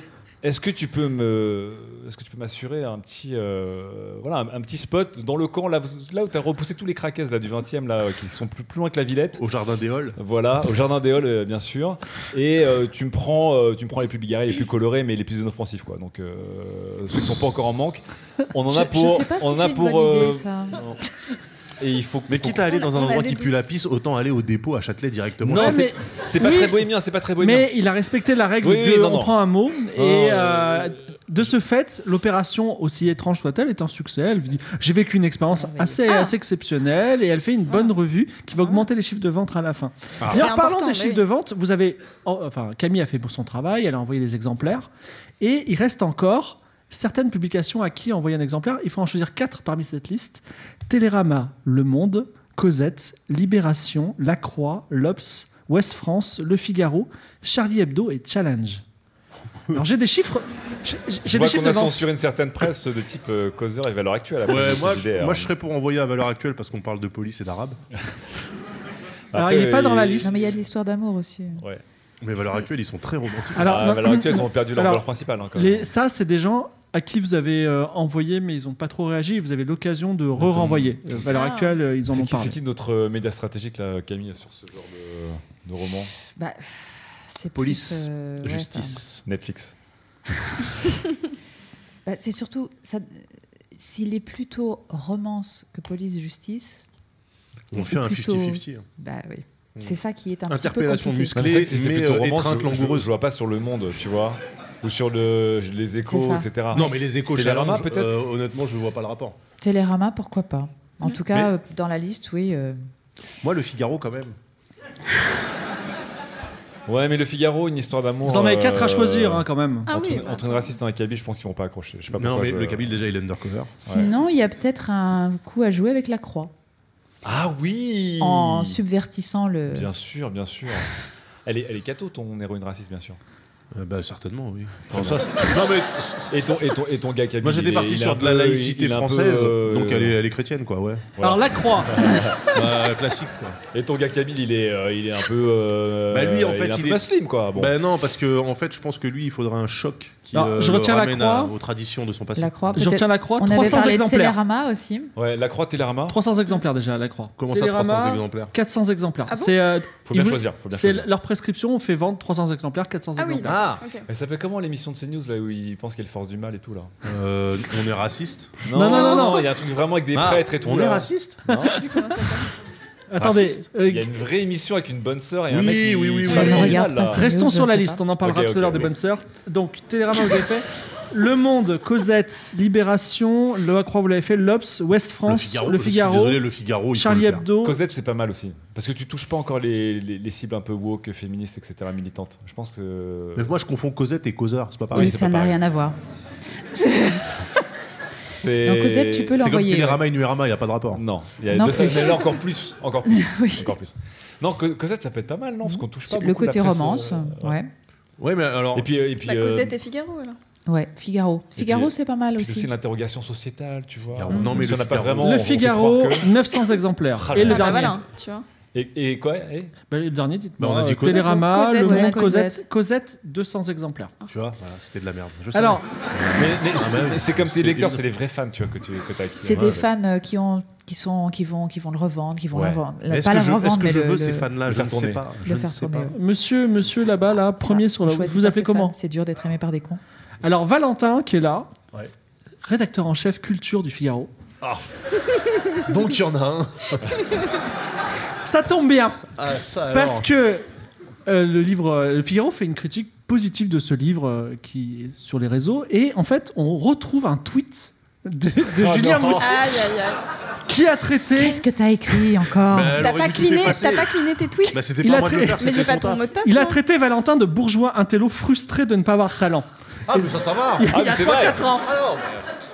[SPEAKER 5] est-ce que tu peux me est-ce que tu peux m'assurer un petit euh, voilà un, un petit spot dans le camp là, vous- là où tu as repoussé tous les craquettes là du 20e là euh, qui sont plus plus loin que la Villette
[SPEAKER 4] Au jardin des Halles.
[SPEAKER 5] voilà, au jardin des Halles, euh, bien sûr. Et euh, tu me prends, euh, tu me prends les plus bigarrés, les plus colorés, mais les plus inoffensifs, quoi. Donc euh, ceux qui sont pas encore en manque, on en a
[SPEAKER 3] je, je
[SPEAKER 5] pour,
[SPEAKER 3] sais pas
[SPEAKER 5] on
[SPEAKER 3] si
[SPEAKER 5] en a
[SPEAKER 3] c'est une
[SPEAKER 5] pour.
[SPEAKER 3] bonne idée,
[SPEAKER 5] euh,
[SPEAKER 3] ça.
[SPEAKER 5] et il faut.
[SPEAKER 4] Mais
[SPEAKER 5] faut-
[SPEAKER 4] quitte à aller dans un
[SPEAKER 6] On a
[SPEAKER 4] endroit
[SPEAKER 6] des
[SPEAKER 4] qui pue
[SPEAKER 6] doutes.
[SPEAKER 4] la pisse, autant aller au dépôt à Châtelet directement.
[SPEAKER 5] Non,
[SPEAKER 4] Je sais-
[SPEAKER 5] c'est c'est pas
[SPEAKER 2] Oui.
[SPEAKER 5] très bohémien, c'est pas très bohémien.
[SPEAKER 2] Mais il a respecté la règle
[SPEAKER 5] Oui,
[SPEAKER 2] de
[SPEAKER 5] oui, non,
[SPEAKER 2] on
[SPEAKER 5] non.
[SPEAKER 2] prend un mot.
[SPEAKER 5] Non,
[SPEAKER 2] et
[SPEAKER 5] euh,
[SPEAKER 2] euh, de ce fait, l'opération, aussi étrange soit-elle, est un succès. Elle dit, J'ai vécu une expérience
[SPEAKER 3] merveilleux.
[SPEAKER 2] assez,
[SPEAKER 6] Ah.
[SPEAKER 2] assez exceptionnelle et elle fait une bonne revue qui va augmenter les chiffres de vente à la fin. Et
[SPEAKER 6] C'est
[SPEAKER 2] en parlant
[SPEAKER 6] important,
[SPEAKER 2] des
[SPEAKER 6] mais
[SPEAKER 2] chiffres
[SPEAKER 6] oui.
[SPEAKER 2] de vente, vous avez. oh, Enfin, Camille a fait pour son travail, elle a envoyé des exemplaires. Et il reste encore certaines publications à qui envoyer un exemplaire. Il faut en choisir quatre parmi cette liste Télérama, Le Monde, Cosette, Libération, La Croix, L'Obs, Ouest France, Le Figaro, Charlie Hebdo et Challenge. Alors j'ai des chiffres. J'ai
[SPEAKER 5] je
[SPEAKER 2] j'ai des
[SPEAKER 5] vois
[SPEAKER 2] chiffres
[SPEAKER 5] qu'on
[SPEAKER 2] de
[SPEAKER 5] a
[SPEAKER 2] vente.
[SPEAKER 5] censuré une certaine presse de type euh, causeur et valeur actuelle. après,
[SPEAKER 4] Ouais,
[SPEAKER 5] c'est
[SPEAKER 4] moi,
[SPEAKER 5] cette
[SPEAKER 4] je,
[SPEAKER 5] idée,
[SPEAKER 4] moi,
[SPEAKER 5] hein.
[SPEAKER 4] je serais pour envoyer à valeur actuelle parce qu'on parle de police et d'arabe.
[SPEAKER 2] Alors
[SPEAKER 5] Après,
[SPEAKER 2] il n'est pas dans la
[SPEAKER 5] il-
[SPEAKER 2] liste.
[SPEAKER 3] Non, mais il y a de l'histoire d'amour aussi.
[SPEAKER 5] Ouais.
[SPEAKER 4] Mais valeur actuelle, ils sont très romantiques.
[SPEAKER 2] Alors,
[SPEAKER 5] Ah,
[SPEAKER 2] non,
[SPEAKER 5] valeur actuelle, ils ont perdu leur
[SPEAKER 2] Alors,
[SPEAKER 5] valeur principale. hein, quand même.
[SPEAKER 2] les- ça, c'est des gens à qui vous avez euh, envoyé, mais ils n'ont pas trop réagi. et Vous avez l'occasion de re-renvoyer. Euh, à l'heure
[SPEAKER 3] Ah.
[SPEAKER 2] actuelle, euh, ils en
[SPEAKER 5] C'est
[SPEAKER 2] ont
[SPEAKER 5] qui, c'est
[SPEAKER 2] parlé.
[SPEAKER 5] qui notre euh, média stratégique là, Camille, sur ce genre de, de roman
[SPEAKER 3] Bah, c'est plus,
[SPEAKER 4] Police,
[SPEAKER 3] euh, ouais, enfin,
[SPEAKER 4] Justice.
[SPEAKER 5] Netflix.
[SPEAKER 3] bah, c'est surtout ça. S'il est plutôt romance que police justice,
[SPEAKER 4] On fait un
[SPEAKER 3] plutôt-
[SPEAKER 4] 50-50. hein.
[SPEAKER 3] bah oui.
[SPEAKER 5] Hmm.
[SPEAKER 3] C'est ça qui est un petit peu
[SPEAKER 4] Interpellation
[SPEAKER 3] compliqué.
[SPEAKER 5] Non, mais c'est vrai que
[SPEAKER 4] musclée,
[SPEAKER 5] si c'est
[SPEAKER 4] mais
[SPEAKER 5] plutôt
[SPEAKER 4] euh,
[SPEAKER 5] romance,
[SPEAKER 4] étreinte
[SPEAKER 5] je- je, je
[SPEAKER 4] langoureuse.
[SPEAKER 5] vois pas sur le monde, tu vois, ou sur le, les échos,
[SPEAKER 3] C'est ça.
[SPEAKER 5] etc.
[SPEAKER 4] Non, mais les échos
[SPEAKER 5] Télérama,
[SPEAKER 4] challenge,
[SPEAKER 5] peut-être
[SPEAKER 4] euh, honnêtement, je vois pas le rapport.
[SPEAKER 3] Télérama, pourquoi pas
[SPEAKER 5] Hmm.
[SPEAKER 3] En tout cas, euh, dans la liste, oui. euh,
[SPEAKER 4] Moi, le Figaro, quand même.
[SPEAKER 5] Ouais, mais le Figaro, une histoire d'amour.
[SPEAKER 2] Vous en avez quatre à
[SPEAKER 5] euh,
[SPEAKER 2] choisir hein, quand même.
[SPEAKER 6] Ah
[SPEAKER 5] entre,
[SPEAKER 6] oui,
[SPEAKER 5] entre une raciste et un kabyle, je pense qu'ils vont pas accrocher. Je sais pas
[SPEAKER 4] non,
[SPEAKER 5] pourquoi
[SPEAKER 4] mais
[SPEAKER 5] je-
[SPEAKER 4] le Kabyle, déjà, il est undercover.
[SPEAKER 3] Sinon, il y a peut-être un coup à jouer avec la croix
[SPEAKER 5] Ah oui
[SPEAKER 3] en subvertissant le.
[SPEAKER 5] Bien sûr, bien sûr. Elle est, elle est catho, ton héroïne raciste, bien sûr.
[SPEAKER 4] Euh, bah, certainement, oui.
[SPEAKER 5] Très
[SPEAKER 4] Enfin, ça, c'est- non, mais
[SPEAKER 5] Et ton, et ton, et ton gars kabyle.
[SPEAKER 4] moi, j'étais
[SPEAKER 5] il est-
[SPEAKER 4] parti
[SPEAKER 5] il est
[SPEAKER 4] sur
[SPEAKER 5] un
[SPEAKER 4] de la
[SPEAKER 5] peu-
[SPEAKER 4] laïcité
[SPEAKER 5] il est un peu,
[SPEAKER 4] française,
[SPEAKER 5] euh,
[SPEAKER 4] donc elle est, elle est chrétienne, quoi, ouais.
[SPEAKER 5] voilà.
[SPEAKER 2] Alors la croix.
[SPEAKER 4] bah, classique, quoi.
[SPEAKER 5] Et ton gars kabyle, il est, euh, il est un peu. euh,
[SPEAKER 4] Bah, lui, en fait,
[SPEAKER 5] il est. Un
[SPEAKER 4] il
[SPEAKER 5] peu
[SPEAKER 4] est-
[SPEAKER 5] muslim, quoi. Bon.
[SPEAKER 4] Bah, non, parce que, en fait, je pense que lui, il faudra un choc qui
[SPEAKER 2] Alors,
[SPEAKER 4] euh,
[SPEAKER 2] je retiens
[SPEAKER 4] le
[SPEAKER 2] la
[SPEAKER 4] ramène
[SPEAKER 2] croix.
[SPEAKER 4] à- aux traditions de son passé.
[SPEAKER 3] La croix.
[SPEAKER 2] Je
[SPEAKER 3] peut-être-
[SPEAKER 2] retiens la croix.
[SPEAKER 3] On avait
[SPEAKER 2] 300
[SPEAKER 3] parlé de
[SPEAKER 2] exemplaires.
[SPEAKER 3] Télérama aussi.
[SPEAKER 5] Ouais, la croix, Télérama.
[SPEAKER 2] 300 exemplaires déjà à la croix.
[SPEAKER 4] Comment ça, 300
[SPEAKER 2] Télérama,
[SPEAKER 4] exemplaires
[SPEAKER 2] 400 exemplaires.
[SPEAKER 6] Ah bon
[SPEAKER 2] c'est euh,
[SPEAKER 5] Faut
[SPEAKER 2] ils
[SPEAKER 5] bien
[SPEAKER 2] vou-
[SPEAKER 5] choisir. Faut bien
[SPEAKER 2] C'est
[SPEAKER 5] choisir.
[SPEAKER 2] leur prescription, on fait vendre 300 exemplaires, 400
[SPEAKER 6] Ah oui,
[SPEAKER 2] exemplaires.
[SPEAKER 6] d'accord. Ok.
[SPEAKER 5] Elle s'appelle comment l'émission de CNews là où il pense qu'elle force du mal et tout là
[SPEAKER 4] Euh, on est raciste
[SPEAKER 2] Non, non, non, non.
[SPEAKER 5] Il y a un truc vraiment avec des
[SPEAKER 4] Ah,
[SPEAKER 5] prêtres et tout.
[SPEAKER 4] On
[SPEAKER 5] là.
[SPEAKER 4] est raciste
[SPEAKER 2] Attendez,
[SPEAKER 4] Raciste.
[SPEAKER 2] euh,
[SPEAKER 5] Il y a une vraie émission avec une bonne sœur et un
[SPEAKER 4] Oui,
[SPEAKER 5] mec qui
[SPEAKER 4] oui, oui,
[SPEAKER 5] qui
[SPEAKER 4] oui.
[SPEAKER 5] parle
[SPEAKER 3] Je
[SPEAKER 5] original,
[SPEAKER 3] regarde
[SPEAKER 5] là.
[SPEAKER 3] pas ça.
[SPEAKER 2] restons
[SPEAKER 3] Ah, Je
[SPEAKER 2] sur la
[SPEAKER 3] sais pas.
[SPEAKER 2] liste, on en parlera
[SPEAKER 5] Ok,
[SPEAKER 2] tout à l'heure
[SPEAKER 5] ok,
[SPEAKER 2] des
[SPEAKER 5] oui.
[SPEAKER 2] bonnes sœurs. Donc Télérama vous avez fait, Le Monde, Cosette, Libération, La Croix vous l'avez fait, L'Obs, Ouest France, Le Figaro,
[SPEAKER 4] je suis désolé, le Figaro, il faut
[SPEAKER 2] Charlie
[SPEAKER 4] le faire.
[SPEAKER 2] Hebdo.
[SPEAKER 5] Cosette, c'est pas mal aussi. Parce que tu touches pas encore les, les- les cibles un peu woke, féministes, etc., militantes. Je pense que.
[SPEAKER 4] Mais moi, je confonds Cosette et Causeur, c'est pas
[SPEAKER 3] mais
[SPEAKER 4] pareil.
[SPEAKER 5] c'est
[SPEAKER 3] ça
[SPEAKER 5] pas
[SPEAKER 3] n'a
[SPEAKER 5] pareil.
[SPEAKER 3] rien à voir.
[SPEAKER 5] C'est-
[SPEAKER 3] Donc Cosette, tu peux
[SPEAKER 4] C'est comme
[SPEAKER 3] l'envoyer.
[SPEAKER 4] Télérama et Numérama, il n'y a pas de rapport.
[SPEAKER 5] Non, il y a
[SPEAKER 3] Non
[SPEAKER 5] deux
[SPEAKER 3] plus.
[SPEAKER 5] sœurs, mais là encore plus. Encore plus.
[SPEAKER 3] Oui.
[SPEAKER 5] Encore plus. Non, Co- Cosette, ça peut être pas mal, non Parce qu'on touche pas.
[SPEAKER 3] Le
[SPEAKER 5] beaucoup
[SPEAKER 3] côté
[SPEAKER 5] la presse,
[SPEAKER 3] romance,
[SPEAKER 5] euh,
[SPEAKER 3] ouais.
[SPEAKER 4] Ouais, mais alors.
[SPEAKER 5] Et puis. euh, Et puis
[SPEAKER 6] Bah,
[SPEAKER 5] euh,
[SPEAKER 6] Cosette et Figaro alors.
[SPEAKER 3] Ouais, Figaro. Figaro,
[SPEAKER 5] puis-
[SPEAKER 3] c'est pas mal
[SPEAKER 5] puis aussi
[SPEAKER 3] aussi.
[SPEAKER 5] l'interrogation sociétale, tu vois.
[SPEAKER 4] Figaro. Non, mais
[SPEAKER 5] Ça
[SPEAKER 4] le
[SPEAKER 5] n'a pas
[SPEAKER 4] Figaro.
[SPEAKER 5] vraiment. on- on
[SPEAKER 2] le
[SPEAKER 5] fait
[SPEAKER 2] Figaro,
[SPEAKER 5] croire que-
[SPEAKER 2] 900 exemplaires.
[SPEAKER 5] Ah,
[SPEAKER 2] Et le
[SPEAKER 6] ah bah
[SPEAKER 2] dernier.
[SPEAKER 6] voilà, hein, tu vois.
[SPEAKER 5] Et, et quoi eh
[SPEAKER 2] Bah, le dernier, dites-moi.
[SPEAKER 4] Bah, on a dit
[SPEAKER 2] euh,
[SPEAKER 4] Cosette.
[SPEAKER 2] Télérama,
[SPEAKER 6] Cosette,
[SPEAKER 2] Le
[SPEAKER 6] ouais,
[SPEAKER 2] Monde, Cosette.
[SPEAKER 6] Cosette.
[SPEAKER 2] Cosette, 200 exemplaires.
[SPEAKER 4] Tu vois, voilà, c'était de la merde. Je savais.
[SPEAKER 2] Alors,
[SPEAKER 5] Mais, mais c'est-
[SPEAKER 4] bah oui.
[SPEAKER 5] mais c'est comme tes
[SPEAKER 4] C'est
[SPEAKER 5] lecteurs,
[SPEAKER 4] débile.
[SPEAKER 5] c'est des vrais fans, tu vois, que tu que t'as acquis.
[SPEAKER 3] C'est
[SPEAKER 5] Ouais,
[SPEAKER 3] des
[SPEAKER 5] ouais.
[SPEAKER 3] fans euh, qui ont, qui sont, qui vont, qui vont le revendre, qui vont
[SPEAKER 5] Ouais.
[SPEAKER 3] l'invendre.
[SPEAKER 4] Mais
[SPEAKER 3] La-
[SPEAKER 4] est-ce
[SPEAKER 3] Pas
[SPEAKER 4] que
[SPEAKER 3] la
[SPEAKER 4] je, est-ce
[SPEAKER 3] revendre,
[SPEAKER 4] que
[SPEAKER 3] mais
[SPEAKER 4] je
[SPEAKER 3] le,
[SPEAKER 4] veux
[SPEAKER 3] le-
[SPEAKER 4] ces fans-là
[SPEAKER 5] le
[SPEAKER 4] Je
[SPEAKER 5] faire
[SPEAKER 4] ne sais
[SPEAKER 5] tourner.
[SPEAKER 4] pas. Je
[SPEAKER 3] le
[SPEAKER 4] ne
[SPEAKER 3] faire
[SPEAKER 4] sais
[SPEAKER 3] tourner.
[SPEAKER 4] pas.
[SPEAKER 2] monsieur, monsieur là-bas, là, premier sur la.
[SPEAKER 3] On choisit
[SPEAKER 2] Vous
[SPEAKER 3] pas
[SPEAKER 2] appelez
[SPEAKER 3] ses
[SPEAKER 2] comment
[SPEAKER 3] fans. C'est dur d'être aimé par des cons.
[SPEAKER 2] Alors, Valentin, qui est là,
[SPEAKER 4] Ouais.
[SPEAKER 2] rédacteur en chef culture du Figaro.
[SPEAKER 4] Donc il y en a un.
[SPEAKER 2] Ça tombe bien,
[SPEAKER 4] Ah, ça,
[SPEAKER 2] parce que euh, le livre, euh, le Figaro fait une critique positive de ce livre euh, qui est sur les réseaux, et en fait, on retrouve un tweet de, de
[SPEAKER 5] Ah
[SPEAKER 2] Julien
[SPEAKER 5] non.
[SPEAKER 2] Moussi.
[SPEAKER 6] Aïe aïe aïe.
[SPEAKER 2] Qui a traité
[SPEAKER 3] Qu'est-ce que t'as écrit encore
[SPEAKER 4] Bah, elle
[SPEAKER 6] T'as
[SPEAKER 4] aurait
[SPEAKER 6] pas
[SPEAKER 4] dû tout
[SPEAKER 6] cliné,
[SPEAKER 4] effacer.
[SPEAKER 6] t'as pas cliné tes tweets
[SPEAKER 4] Bah, c'était
[SPEAKER 2] Il
[SPEAKER 4] pas
[SPEAKER 2] a
[SPEAKER 4] à moi de le
[SPEAKER 2] tra-
[SPEAKER 4] faire,
[SPEAKER 6] Mais j'ai
[SPEAKER 4] c'était
[SPEAKER 6] pas
[SPEAKER 4] son
[SPEAKER 6] ton
[SPEAKER 4] taf.
[SPEAKER 6] mot de passe.
[SPEAKER 2] Il a
[SPEAKER 6] non
[SPEAKER 2] traité Valentin de bourgeois intello frustré de ne pas avoir talent.
[SPEAKER 4] Ah, mais ça, ça va
[SPEAKER 2] Il y a-
[SPEAKER 5] Ah,
[SPEAKER 2] il y a
[SPEAKER 5] mais c'est
[SPEAKER 2] 3-4 ans.
[SPEAKER 4] Alors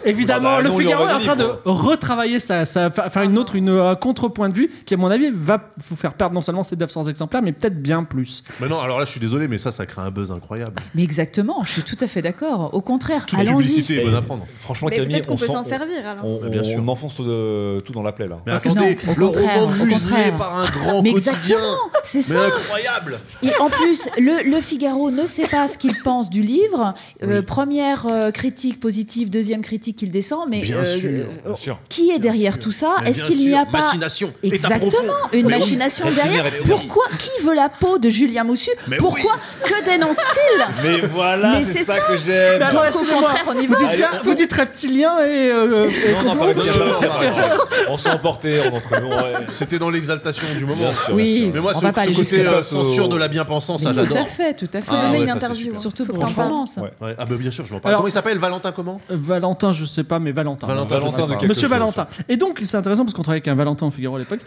[SPEAKER 2] Évidemment,
[SPEAKER 5] Ah bah,
[SPEAKER 2] le
[SPEAKER 5] non, il
[SPEAKER 2] Figaro est
[SPEAKER 5] aurait
[SPEAKER 2] en
[SPEAKER 5] dit,
[SPEAKER 2] train de
[SPEAKER 5] quoi.
[SPEAKER 2] retravailler sa, sa- fa- faire une autre, une, un contre-point de vue qui, à mon avis, va vous faire perdre non seulement ces 900 exemplaires, mais peut-être bien plus.
[SPEAKER 4] Mais non, alors là, je suis désolé, mais ça, ça crée un buzz incroyable.
[SPEAKER 3] Mais exactement, je suis tout à fait d'accord. Au contraire,
[SPEAKER 4] Toute
[SPEAKER 3] allons-y.
[SPEAKER 4] publicité est bonne à prendre.
[SPEAKER 5] Franchement,
[SPEAKER 6] Mais
[SPEAKER 5] Camille,
[SPEAKER 6] peut-être
[SPEAKER 5] on
[SPEAKER 6] qu'on peut s'en
[SPEAKER 5] sent-
[SPEAKER 6] servir hein. alors.
[SPEAKER 5] On,
[SPEAKER 4] Ah, bien
[SPEAKER 5] on
[SPEAKER 4] sûr.
[SPEAKER 5] enfonce euh, tout dans la plaie là.
[SPEAKER 4] Mais
[SPEAKER 3] non,
[SPEAKER 4] attendez,
[SPEAKER 3] au
[SPEAKER 4] le
[SPEAKER 3] contraire,
[SPEAKER 4] roman
[SPEAKER 3] au
[SPEAKER 4] muselé
[SPEAKER 3] contraire.
[SPEAKER 4] par un grand
[SPEAKER 3] Mais
[SPEAKER 4] quotidien
[SPEAKER 3] exactement, c'est
[SPEAKER 4] Mais
[SPEAKER 3] ça. Ah,
[SPEAKER 4] incroyable
[SPEAKER 3] Et en plus, le, le Figaro ne sait pas ce qu'il pense du livre. Euh, Première euh, critique positive, deuxième critique qu'il descend, mais euh,
[SPEAKER 4] Bien sûr, bien
[SPEAKER 5] sûr.
[SPEAKER 3] qui est derrière tout ça
[SPEAKER 4] Mais
[SPEAKER 3] Est-ce
[SPEAKER 4] bien
[SPEAKER 3] qu'il n'y a
[SPEAKER 4] sûr,
[SPEAKER 3] pas
[SPEAKER 4] machination, état profond.
[SPEAKER 3] exactement une
[SPEAKER 4] Mais oui.
[SPEAKER 3] machination
[SPEAKER 5] Rétinaire,
[SPEAKER 3] derrière
[SPEAKER 5] rétinaire.
[SPEAKER 3] Pourquoi Qui veut la peau de Julien Moussu
[SPEAKER 4] Mais Ah
[SPEAKER 3] Pourquoi Que dénonce-t-il
[SPEAKER 5] Mais voilà,
[SPEAKER 3] Mais
[SPEAKER 5] c'est
[SPEAKER 3] c'est
[SPEAKER 5] ça,
[SPEAKER 3] ça. Bah,
[SPEAKER 5] que j'aime.
[SPEAKER 3] attends, Donc, au
[SPEAKER 2] excusez-moi,
[SPEAKER 3] contraire, on y
[SPEAKER 2] vous
[SPEAKER 3] va.
[SPEAKER 2] dites,
[SPEAKER 5] Allez,
[SPEAKER 2] bien-
[SPEAKER 5] on-
[SPEAKER 2] vous dites reptilien et. euh, et-
[SPEAKER 5] Non, non, pas
[SPEAKER 2] et-
[SPEAKER 5] avec
[SPEAKER 4] parce que-
[SPEAKER 5] Pierre,
[SPEAKER 4] parce que-
[SPEAKER 5] Pierre, Pierre. On s'est emporté on entre nous. ouais.
[SPEAKER 4] C'était dans l'exaltation du moment.
[SPEAKER 5] Bien sûr, bien sûr.
[SPEAKER 3] Oui,
[SPEAKER 4] Mais moi,
[SPEAKER 3] on
[SPEAKER 4] ce,
[SPEAKER 3] va pas
[SPEAKER 4] ce
[SPEAKER 3] aller
[SPEAKER 4] côté
[SPEAKER 3] jusqu'à
[SPEAKER 4] euh,
[SPEAKER 5] ça.
[SPEAKER 4] censure de la bien-pensance, ça,
[SPEAKER 3] Mais Tout à
[SPEAKER 4] j'adore. Ah
[SPEAKER 3] fait, tout à fait.
[SPEAKER 6] Faut donner
[SPEAKER 5] ouais,
[SPEAKER 6] une
[SPEAKER 5] ça, c'est
[SPEAKER 6] interview.
[SPEAKER 5] super.
[SPEAKER 3] Surtout
[SPEAKER 6] Faut
[SPEAKER 3] pour
[SPEAKER 6] qu'on en parle.
[SPEAKER 3] Transparence.
[SPEAKER 5] Ouais.
[SPEAKER 4] Ouais. Ah, bah bien sûr, je m'en parle.
[SPEAKER 2] Alors,
[SPEAKER 4] Comment il s'appelle Valentin comment
[SPEAKER 2] Valentin, je sais pas, mais Valentin.
[SPEAKER 4] Valentin,
[SPEAKER 5] Valentin
[SPEAKER 4] je sais
[SPEAKER 5] de
[SPEAKER 4] pas.
[SPEAKER 5] quelque
[SPEAKER 2] Monsieur
[SPEAKER 5] chose.
[SPEAKER 2] Valentin. Et donc, c'est intéressant parce qu'on travaillait avec un Valentin au Figaro à l'époque.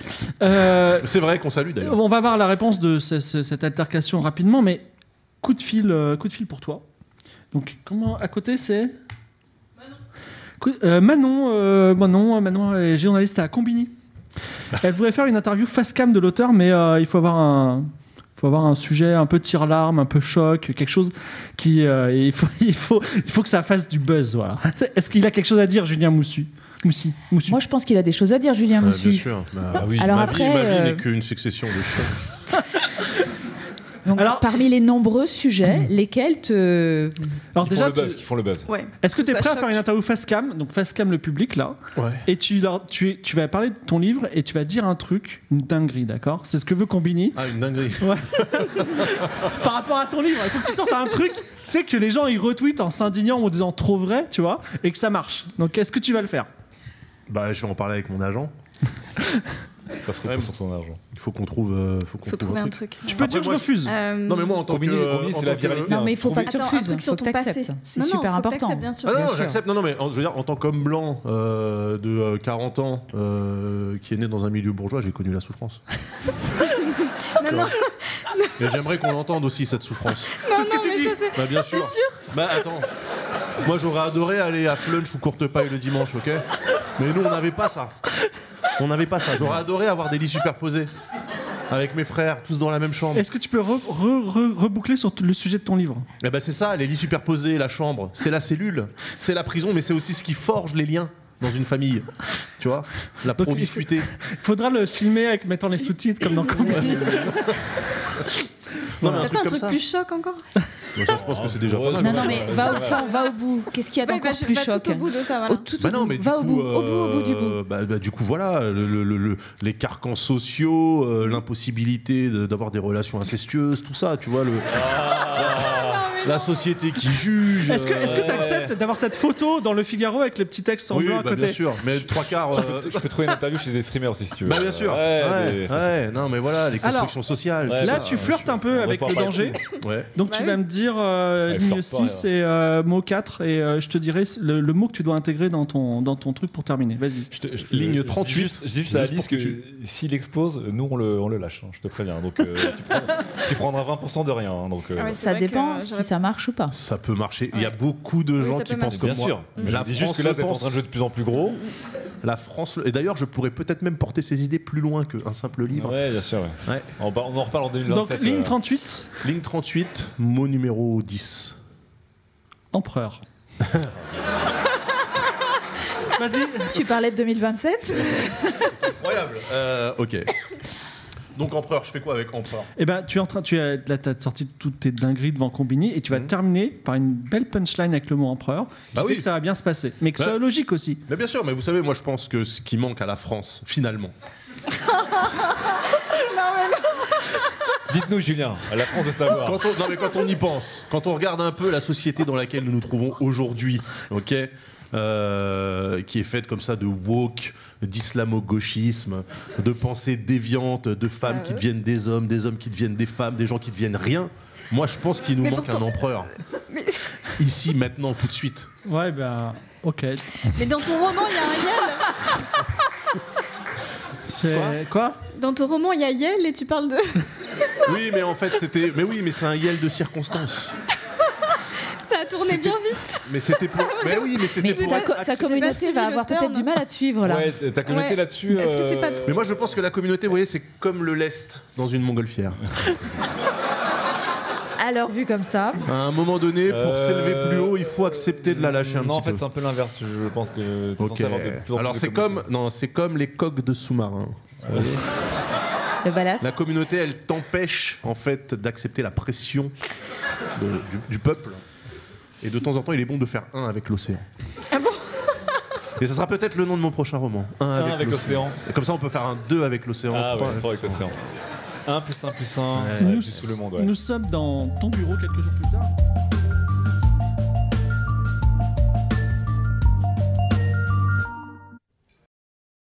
[SPEAKER 2] Euh,
[SPEAKER 4] C'est vrai qu'on salue d'ailleurs.
[SPEAKER 2] on va voir la réponse de ce- ce- cette altercation rapidement, mais coup de fil, euh, coup de fil pour toi. Donc, comment à côté c'est Coup- euh, Manon, euh, Manon, euh, Manon est journaliste à Combini. Elle voudrait faire une interview face cam de l'auteur, mais euh, il faut avoir un, faut avoir un sujet un peu tire larme, un peu choc, quelque chose qui, euh, il faut, il faut, il faut que ça fasse du buzz. Voilà. Est-ce qu'il a quelque chose à dire, Julien Moussu, Moussi, Moussu
[SPEAKER 3] Moi, je pense qu'il a des choses à dire, Julien
[SPEAKER 4] Ah,
[SPEAKER 3] Moussu.
[SPEAKER 4] bien sûr. Bah, oui.
[SPEAKER 3] Alors
[SPEAKER 4] ma vie,
[SPEAKER 3] après,
[SPEAKER 4] ma vie
[SPEAKER 3] euh,
[SPEAKER 4] n'est qu'une succession de choses.
[SPEAKER 3] Donc,
[SPEAKER 2] Alors-
[SPEAKER 3] parmi les nombreux
[SPEAKER 4] Mhm.
[SPEAKER 3] sujets, lesquels te.
[SPEAKER 2] Alors
[SPEAKER 5] Qui font
[SPEAKER 2] déjà,
[SPEAKER 5] le
[SPEAKER 2] tu-
[SPEAKER 5] buzz, qui font le buzz.
[SPEAKER 6] Ouais.
[SPEAKER 2] est-ce que tu es
[SPEAKER 6] Ça
[SPEAKER 2] prêt à
[SPEAKER 6] choque.
[SPEAKER 2] faire une interview face cam, donc face cam le public là,
[SPEAKER 4] Ouais.
[SPEAKER 2] et tu, leur- tu, tu vas parler de ton livre et tu vas dire un truc, une dinguerie, d'accord C'est ce que veut Combini
[SPEAKER 4] Ah, une dinguerie.
[SPEAKER 2] par rapport à ton livre. Il faut que tu sortes un truc, tu sais, que les gens ils retweetent en s'indignant ou en disant trop vrai, tu vois, et que ça marche. Donc est-ce que tu vas le faire
[SPEAKER 4] Bah, je vais en parler avec mon agent.
[SPEAKER 5] Ça se repose sur son argent.
[SPEAKER 4] Il faut qu'on trouve, euh, faut qu'on
[SPEAKER 6] Faut
[SPEAKER 4] trouve
[SPEAKER 6] trouver un truc.
[SPEAKER 2] Tu peux dire je
[SPEAKER 4] moi, je-
[SPEAKER 2] refuse.
[SPEAKER 6] Euh,
[SPEAKER 4] Non, mais moi, en tant
[SPEAKER 5] Combini-
[SPEAKER 4] que.
[SPEAKER 5] Combini,
[SPEAKER 4] en
[SPEAKER 5] c'est la
[SPEAKER 4] tant que-
[SPEAKER 5] viralité.
[SPEAKER 3] Non, mais il faut pas que tu
[SPEAKER 6] Attends, un
[SPEAKER 3] refuses.
[SPEAKER 6] truc sur
[SPEAKER 3] faut que
[SPEAKER 6] ton passé.
[SPEAKER 3] t'acceptes. C'est
[SPEAKER 6] Non, non,
[SPEAKER 3] super
[SPEAKER 6] faut que
[SPEAKER 3] important.
[SPEAKER 6] t'acceptes, bien sûr.
[SPEAKER 4] Ah non,
[SPEAKER 3] Bien
[SPEAKER 4] non,
[SPEAKER 3] sûr.
[SPEAKER 4] j'accepte. Non, non, mais en- je veux dire, en tant qu'homme blanc euh, de euh, 40 ans euh, qui est né dans un milieu bourgeois, j'ai connu la souffrance.
[SPEAKER 6] Non, non,
[SPEAKER 4] Et j'aimerais qu'on l'entende aussi, cette souffrance.
[SPEAKER 2] C'est ce que tu
[SPEAKER 6] mais
[SPEAKER 2] dis.
[SPEAKER 6] ça, c'est-
[SPEAKER 4] Bah, bien sûr.
[SPEAKER 6] C'est sûr
[SPEAKER 4] Bah, attends. Moi, j'aurais adoré aller à Flunch ou Courte Paille le dimanche, ok Mais nous, on n'avait pas ça. On n'avait pas ça. J'aurais adoré avoir des lits superposés. Avec mes frères, tous dans la même chambre.
[SPEAKER 2] Est-ce que tu peux re- re- re- reboucler sur t- le sujet de ton livre
[SPEAKER 4] Eh ben c'est ça, les lits superposés, la chambre, c'est la cellule, c'est la prison, mais c'est aussi ce qui forge les liens dans une famille. Tu vois La
[SPEAKER 2] Donc,
[SPEAKER 4] promiscuité.
[SPEAKER 2] Faudra le filmer avec mettant les sous-titres comme dans Combini.
[SPEAKER 4] Non, mais
[SPEAKER 6] T'as
[SPEAKER 4] un
[SPEAKER 6] pas
[SPEAKER 4] truc
[SPEAKER 6] un
[SPEAKER 4] comme
[SPEAKER 6] truc
[SPEAKER 4] ça.
[SPEAKER 6] plus choc encore
[SPEAKER 4] Bah, ça, je pense que c'est déjà pas mal.
[SPEAKER 3] Non, non, mais va au fond, va au bout. Qu'est-ce qu'il y a
[SPEAKER 6] Ouais, bah,
[SPEAKER 3] d'encore
[SPEAKER 6] je
[SPEAKER 3] plus
[SPEAKER 6] vais
[SPEAKER 3] choc
[SPEAKER 6] tout au bout de ça,
[SPEAKER 3] Au
[SPEAKER 6] voilà.
[SPEAKER 3] tout au
[SPEAKER 4] Bah non,
[SPEAKER 3] bout.
[SPEAKER 4] mais du
[SPEAKER 3] va au
[SPEAKER 4] coup,
[SPEAKER 3] bout, au bout,
[SPEAKER 4] euh,
[SPEAKER 3] au bout du bout.
[SPEAKER 4] Bah, bah, du coup, voilà, le- le- le- le- les carcans sociaux, euh, l'impossibilité de- d'avoir des relations incestueuses, tout ça, tu vois, le, la société qui juge.
[SPEAKER 2] Est-ce que
[SPEAKER 4] euh,
[SPEAKER 2] est-ce que t'acceptes d'avoir cette photo dans le Figaro avec le petit texte en
[SPEAKER 4] oui,
[SPEAKER 2] blanc
[SPEAKER 4] bah,
[SPEAKER 2] à
[SPEAKER 4] bien
[SPEAKER 2] côté
[SPEAKER 4] sûr, mais trois quarts. euh,
[SPEAKER 5] Je peux trouver une interview chez des streamers aussi si tu veux.
[SPEAKER 4] bah, bien sûr.
[SPEAKER 5] Ouais,
[SPEAKER 4] Ouais,
[SPEAKER 5] des- ça,
[SPEAKER 4] ouais, non, mais voilà, les
[SPEAKER 2] Alors,
[SPEAKER 4] constructions sociales.
[SPEAKER 5] Ouais,
[SPEAKER 4] tout
[SPEAKER 2] Là,
[SPEAKER 4] ça.
[SPEAKER 2] tu flirtes un peu
[SPEAKER 5] On
[SPEAKER 2] avec
[SPEAKER 5] va
[SPEAKER 2] le
[SPEAKER 5] pas
[SPEAKER 2] danger.
[SPEAKER 4] Ouais.
[SPEAKER 2] Donc,
[SPEAKER 6] Bah
[SPEAKER 2] tu
[SPEAKER 6] oui.
[SPEAKER 2] vas me dire euh,
[SPEAKER 5] Ouais,
[SPEAKER 2] ligne
[SPEAKER 5] flirte pas,
[SPEAKER 2] 6 et euh, mot 4, et euh, je te dirai le, le mot que tu dois intégrer dans ton, dans ton truc pour terminer. Vas-y.
[SPEAKER 5] Je te- je te-
[SPEAKER 4] Ligne
[SPEAKER 5] Euh, je dis
[SPEAKER 4] 38,
[SPEAKER 5] juste- Je dis juste
[SPEAKER 4] juste
[SPEAKER 5] à
[SPEAKER 4] pour
[SPEAKER 5] Alice
[SPEAKER 4] que
[SPEAKER 5] que
[SPEAKER 4] tu-
[SPEAKER 5] s'il explose, nous on le, on le lâche, hein, je te préviens. Donc euh, tu, prends- tu prendras 20% de rien. hein, donc, euh,
[SPEAKER 6] Ah ouais, c'est
[SPEAKER 3] Ça
[SPEAKER 6] vrai que,
[SPEAKER 3] dépend
[SPEAKER 6] euh,
[SPEAKER 3] si
[SPEAKER 6] j'aurais-
[SPEAKER 3] ça marche ou pas.
[SPEAKER 4] Ça peut marcher. Il y a
[SPEAKER 6] Ouais.
[SPEAKER 4] beaucoup de
[SPEAKER 6] Oui,
[SPEAKER 4] gens
[SPEAKER 6] ça
[SPEAKER 4] qui
[SPEAKER 6] peut
[SPEAKER 4] pensent comme
[SPEAKER 6] marcher.
[SPEAKER 5] bien
[SPEAKER 4] moi.
[SPEAKER 5] sûr. Mais
[SPEAKER 4] La
[SPEAKER 5] je dis juste
[SPEAKER 4] France
[SPEAKER 5] que là
[SPEAKER 4] le
[SPEAKER 5] vous êtes en
[SPEAKER 4] pense.
[SPEAKER 5] train de jouer de plus en plus gros.
[SPEAKER 4] La France. le- Et d'ailleurs, je pourrais peut-être même porter ces idées plus loin qu'un simple livre.
[SPEAKER 5] Ouais, bien sûr. ouais.
[SPEAKER 4] Ouais.
[SPEAKER 5] On, par- on en reparle en 2027.
[SPEAKER 2] Donc, ligne
[SPEAKER 5] euh,
[SPEAKER 2] 38,
[SPEAKER 4] Ligne 38, mot numéro 10.
[SPEAKER 2] empereur. Vas-y.
[SPEAKER 3] Tu parlais de 2027
[SPEAKER 4] Incroyable. Euh, ok. Donc empereur, je fais quoi avec empereur
[SPEAKER 2] Eh ben, tu es en train, tu as, là, t'as sorti toutes tes dingueries devant Combini et tu
[SPEAKER 5] Mhm.
[SPEAKER 2] vas terminer par une belle punchline avec le mot empereur. qui
[SPEAKER 4] Bah
[SPEAKER 2] fait
[SPEAKER 4] oui.
[SPEAKER 2] que ça va bien se passer, mais que ce
[SPEAKER 4] Bah-
[SPEAKER 2] soit logique aussi.
[SPEAKER 4] Mais bien sûr, mais vous savez, moi je pense que ce qui manque à la France, finalement,
[SPEAKER 5] Dites-nous, Julien, à la France de savoir.
[SPEAKER 4] Quand on, non, mais quand on y pense, quand on regarde un peu la société dans laquelle nous nous trouvons aujourd'hui, ok, euh, qui est faite comme ça de woke, d'islamo-gauchisme, de pensées déviantes, de
[SPEAKER 6] Bah
[SPEAKER 4] femmes qui deviennent des hommes, des hommes qui deviennent des femmes, des gens qui deviennent rien. Moi, je pense qu'il nous
[SPEAKER 6] Mais
[SPEAKER 4] manque
[SPEAKER 6] pourtant-
[SPEAKER 4] un empereur.
[SPEAKER 6] Mais-
[SPEAKER 4] Ici, maintenant, tout de suite.
[SPEAKER 2] Ouais, bah, ok.
[SPEAKER 6] Mais dans ton roman, il y a un
[SPEAKER 2] C'est quoi
[SPEAKER 6] Dans ton roman, il y a Yel et tu parles de.
[SPEAKER 4] Oui, mais en fait, c'était. Mais oui, mais c'est un Yel de circonstance.
[SPEAKER 6] Ça a tourné bien vite.
[SPEAKER 4] Mais c'était pour. Mais oui, mais c'était
[SPEAKER 3] Mais
[SPEAKER 4] pour.
[SPEAKER 3] ta,
[SPEAKER 4] être
[SPEAKER 3] co- ta
[SPEAKER 4] accessible.
[SPEAKER 6] J'ai pas
[SPEAKER 3] communauté
[SPEAKER 6] suivi
[SPEAKER 3] va
[SPEAKER 6] le
[SPEAKER 3] avoir
[SPEAKER 6] turn.
[SPEAKER 3] peut-être du mal à te suivre là.
[SPEAKER 5] Ouais, t'as communauté
[SPEAKER 6] Ouais.
[SPEAKER 5] là-dessus. euh,
[SPEAKER 6] Est-ce que c'est pas trop-
[SPEAKER 4] Mais moi, je pense que la communauté, vous voyez, c'est comme le lest dans une montgolfière.
[SPEAKER 3] Alors vu comme ça,
[SPEAKER 4] À un moment donné, pour
[SPEAKER 5] Euh,
[SPEAKER 4] s'élever plus haut, il faut accepter de la lâcher un
[SPEAKER 5] Non, en
[SPEAKER 4] petit
[SPEAKER 5] fait, c'est
[SPEAKER 4] peu.
[SPEAKER 5] un peu l'inverse. Je pense que t'es
[SPEAKER 4] Ok.
[SPEAKER 5] censé avoir de plus en plus
[SPEAKER 4] Alors
[SPEAKER 5] de
[SPEAKER 4] c'est
[SPEAKER 5] communauté.
[SPEAKER 4] comme non, c'est comme les coques de sous-marin.
[SPEAKER 3] le ballast.
[SPEAKER 4] La communauté, elle t'empêche en fait d'accepter la pression de- du, du peuple. Et de temps en temps, il est bon de faire un avec l'océan.
[SPEAKER 6] Ah bon
[SPEAKER 4] Et ça sera peut-être le nom de mon prochain roman. Un avec,
[SPEAKER 5] Un avec l'océan.
[SPEAKER 4] Et comme ça, on peut faire un deux avec l'océan.
[SPEAKER 5] Ah
[SPEAKER 4] trois
[SPEAKER 5] ouais,
[SPEAKER 4] avec-
[SPEAKER 5] trop avec l'océan. 1 plus 1 plus 1,
[SPEAKER 2] Nous,
[SPEAKER 5] plus tout le monde. ouais.
[SPEAKER 2] nous sommes dans ton bureau quelques jours plus tard.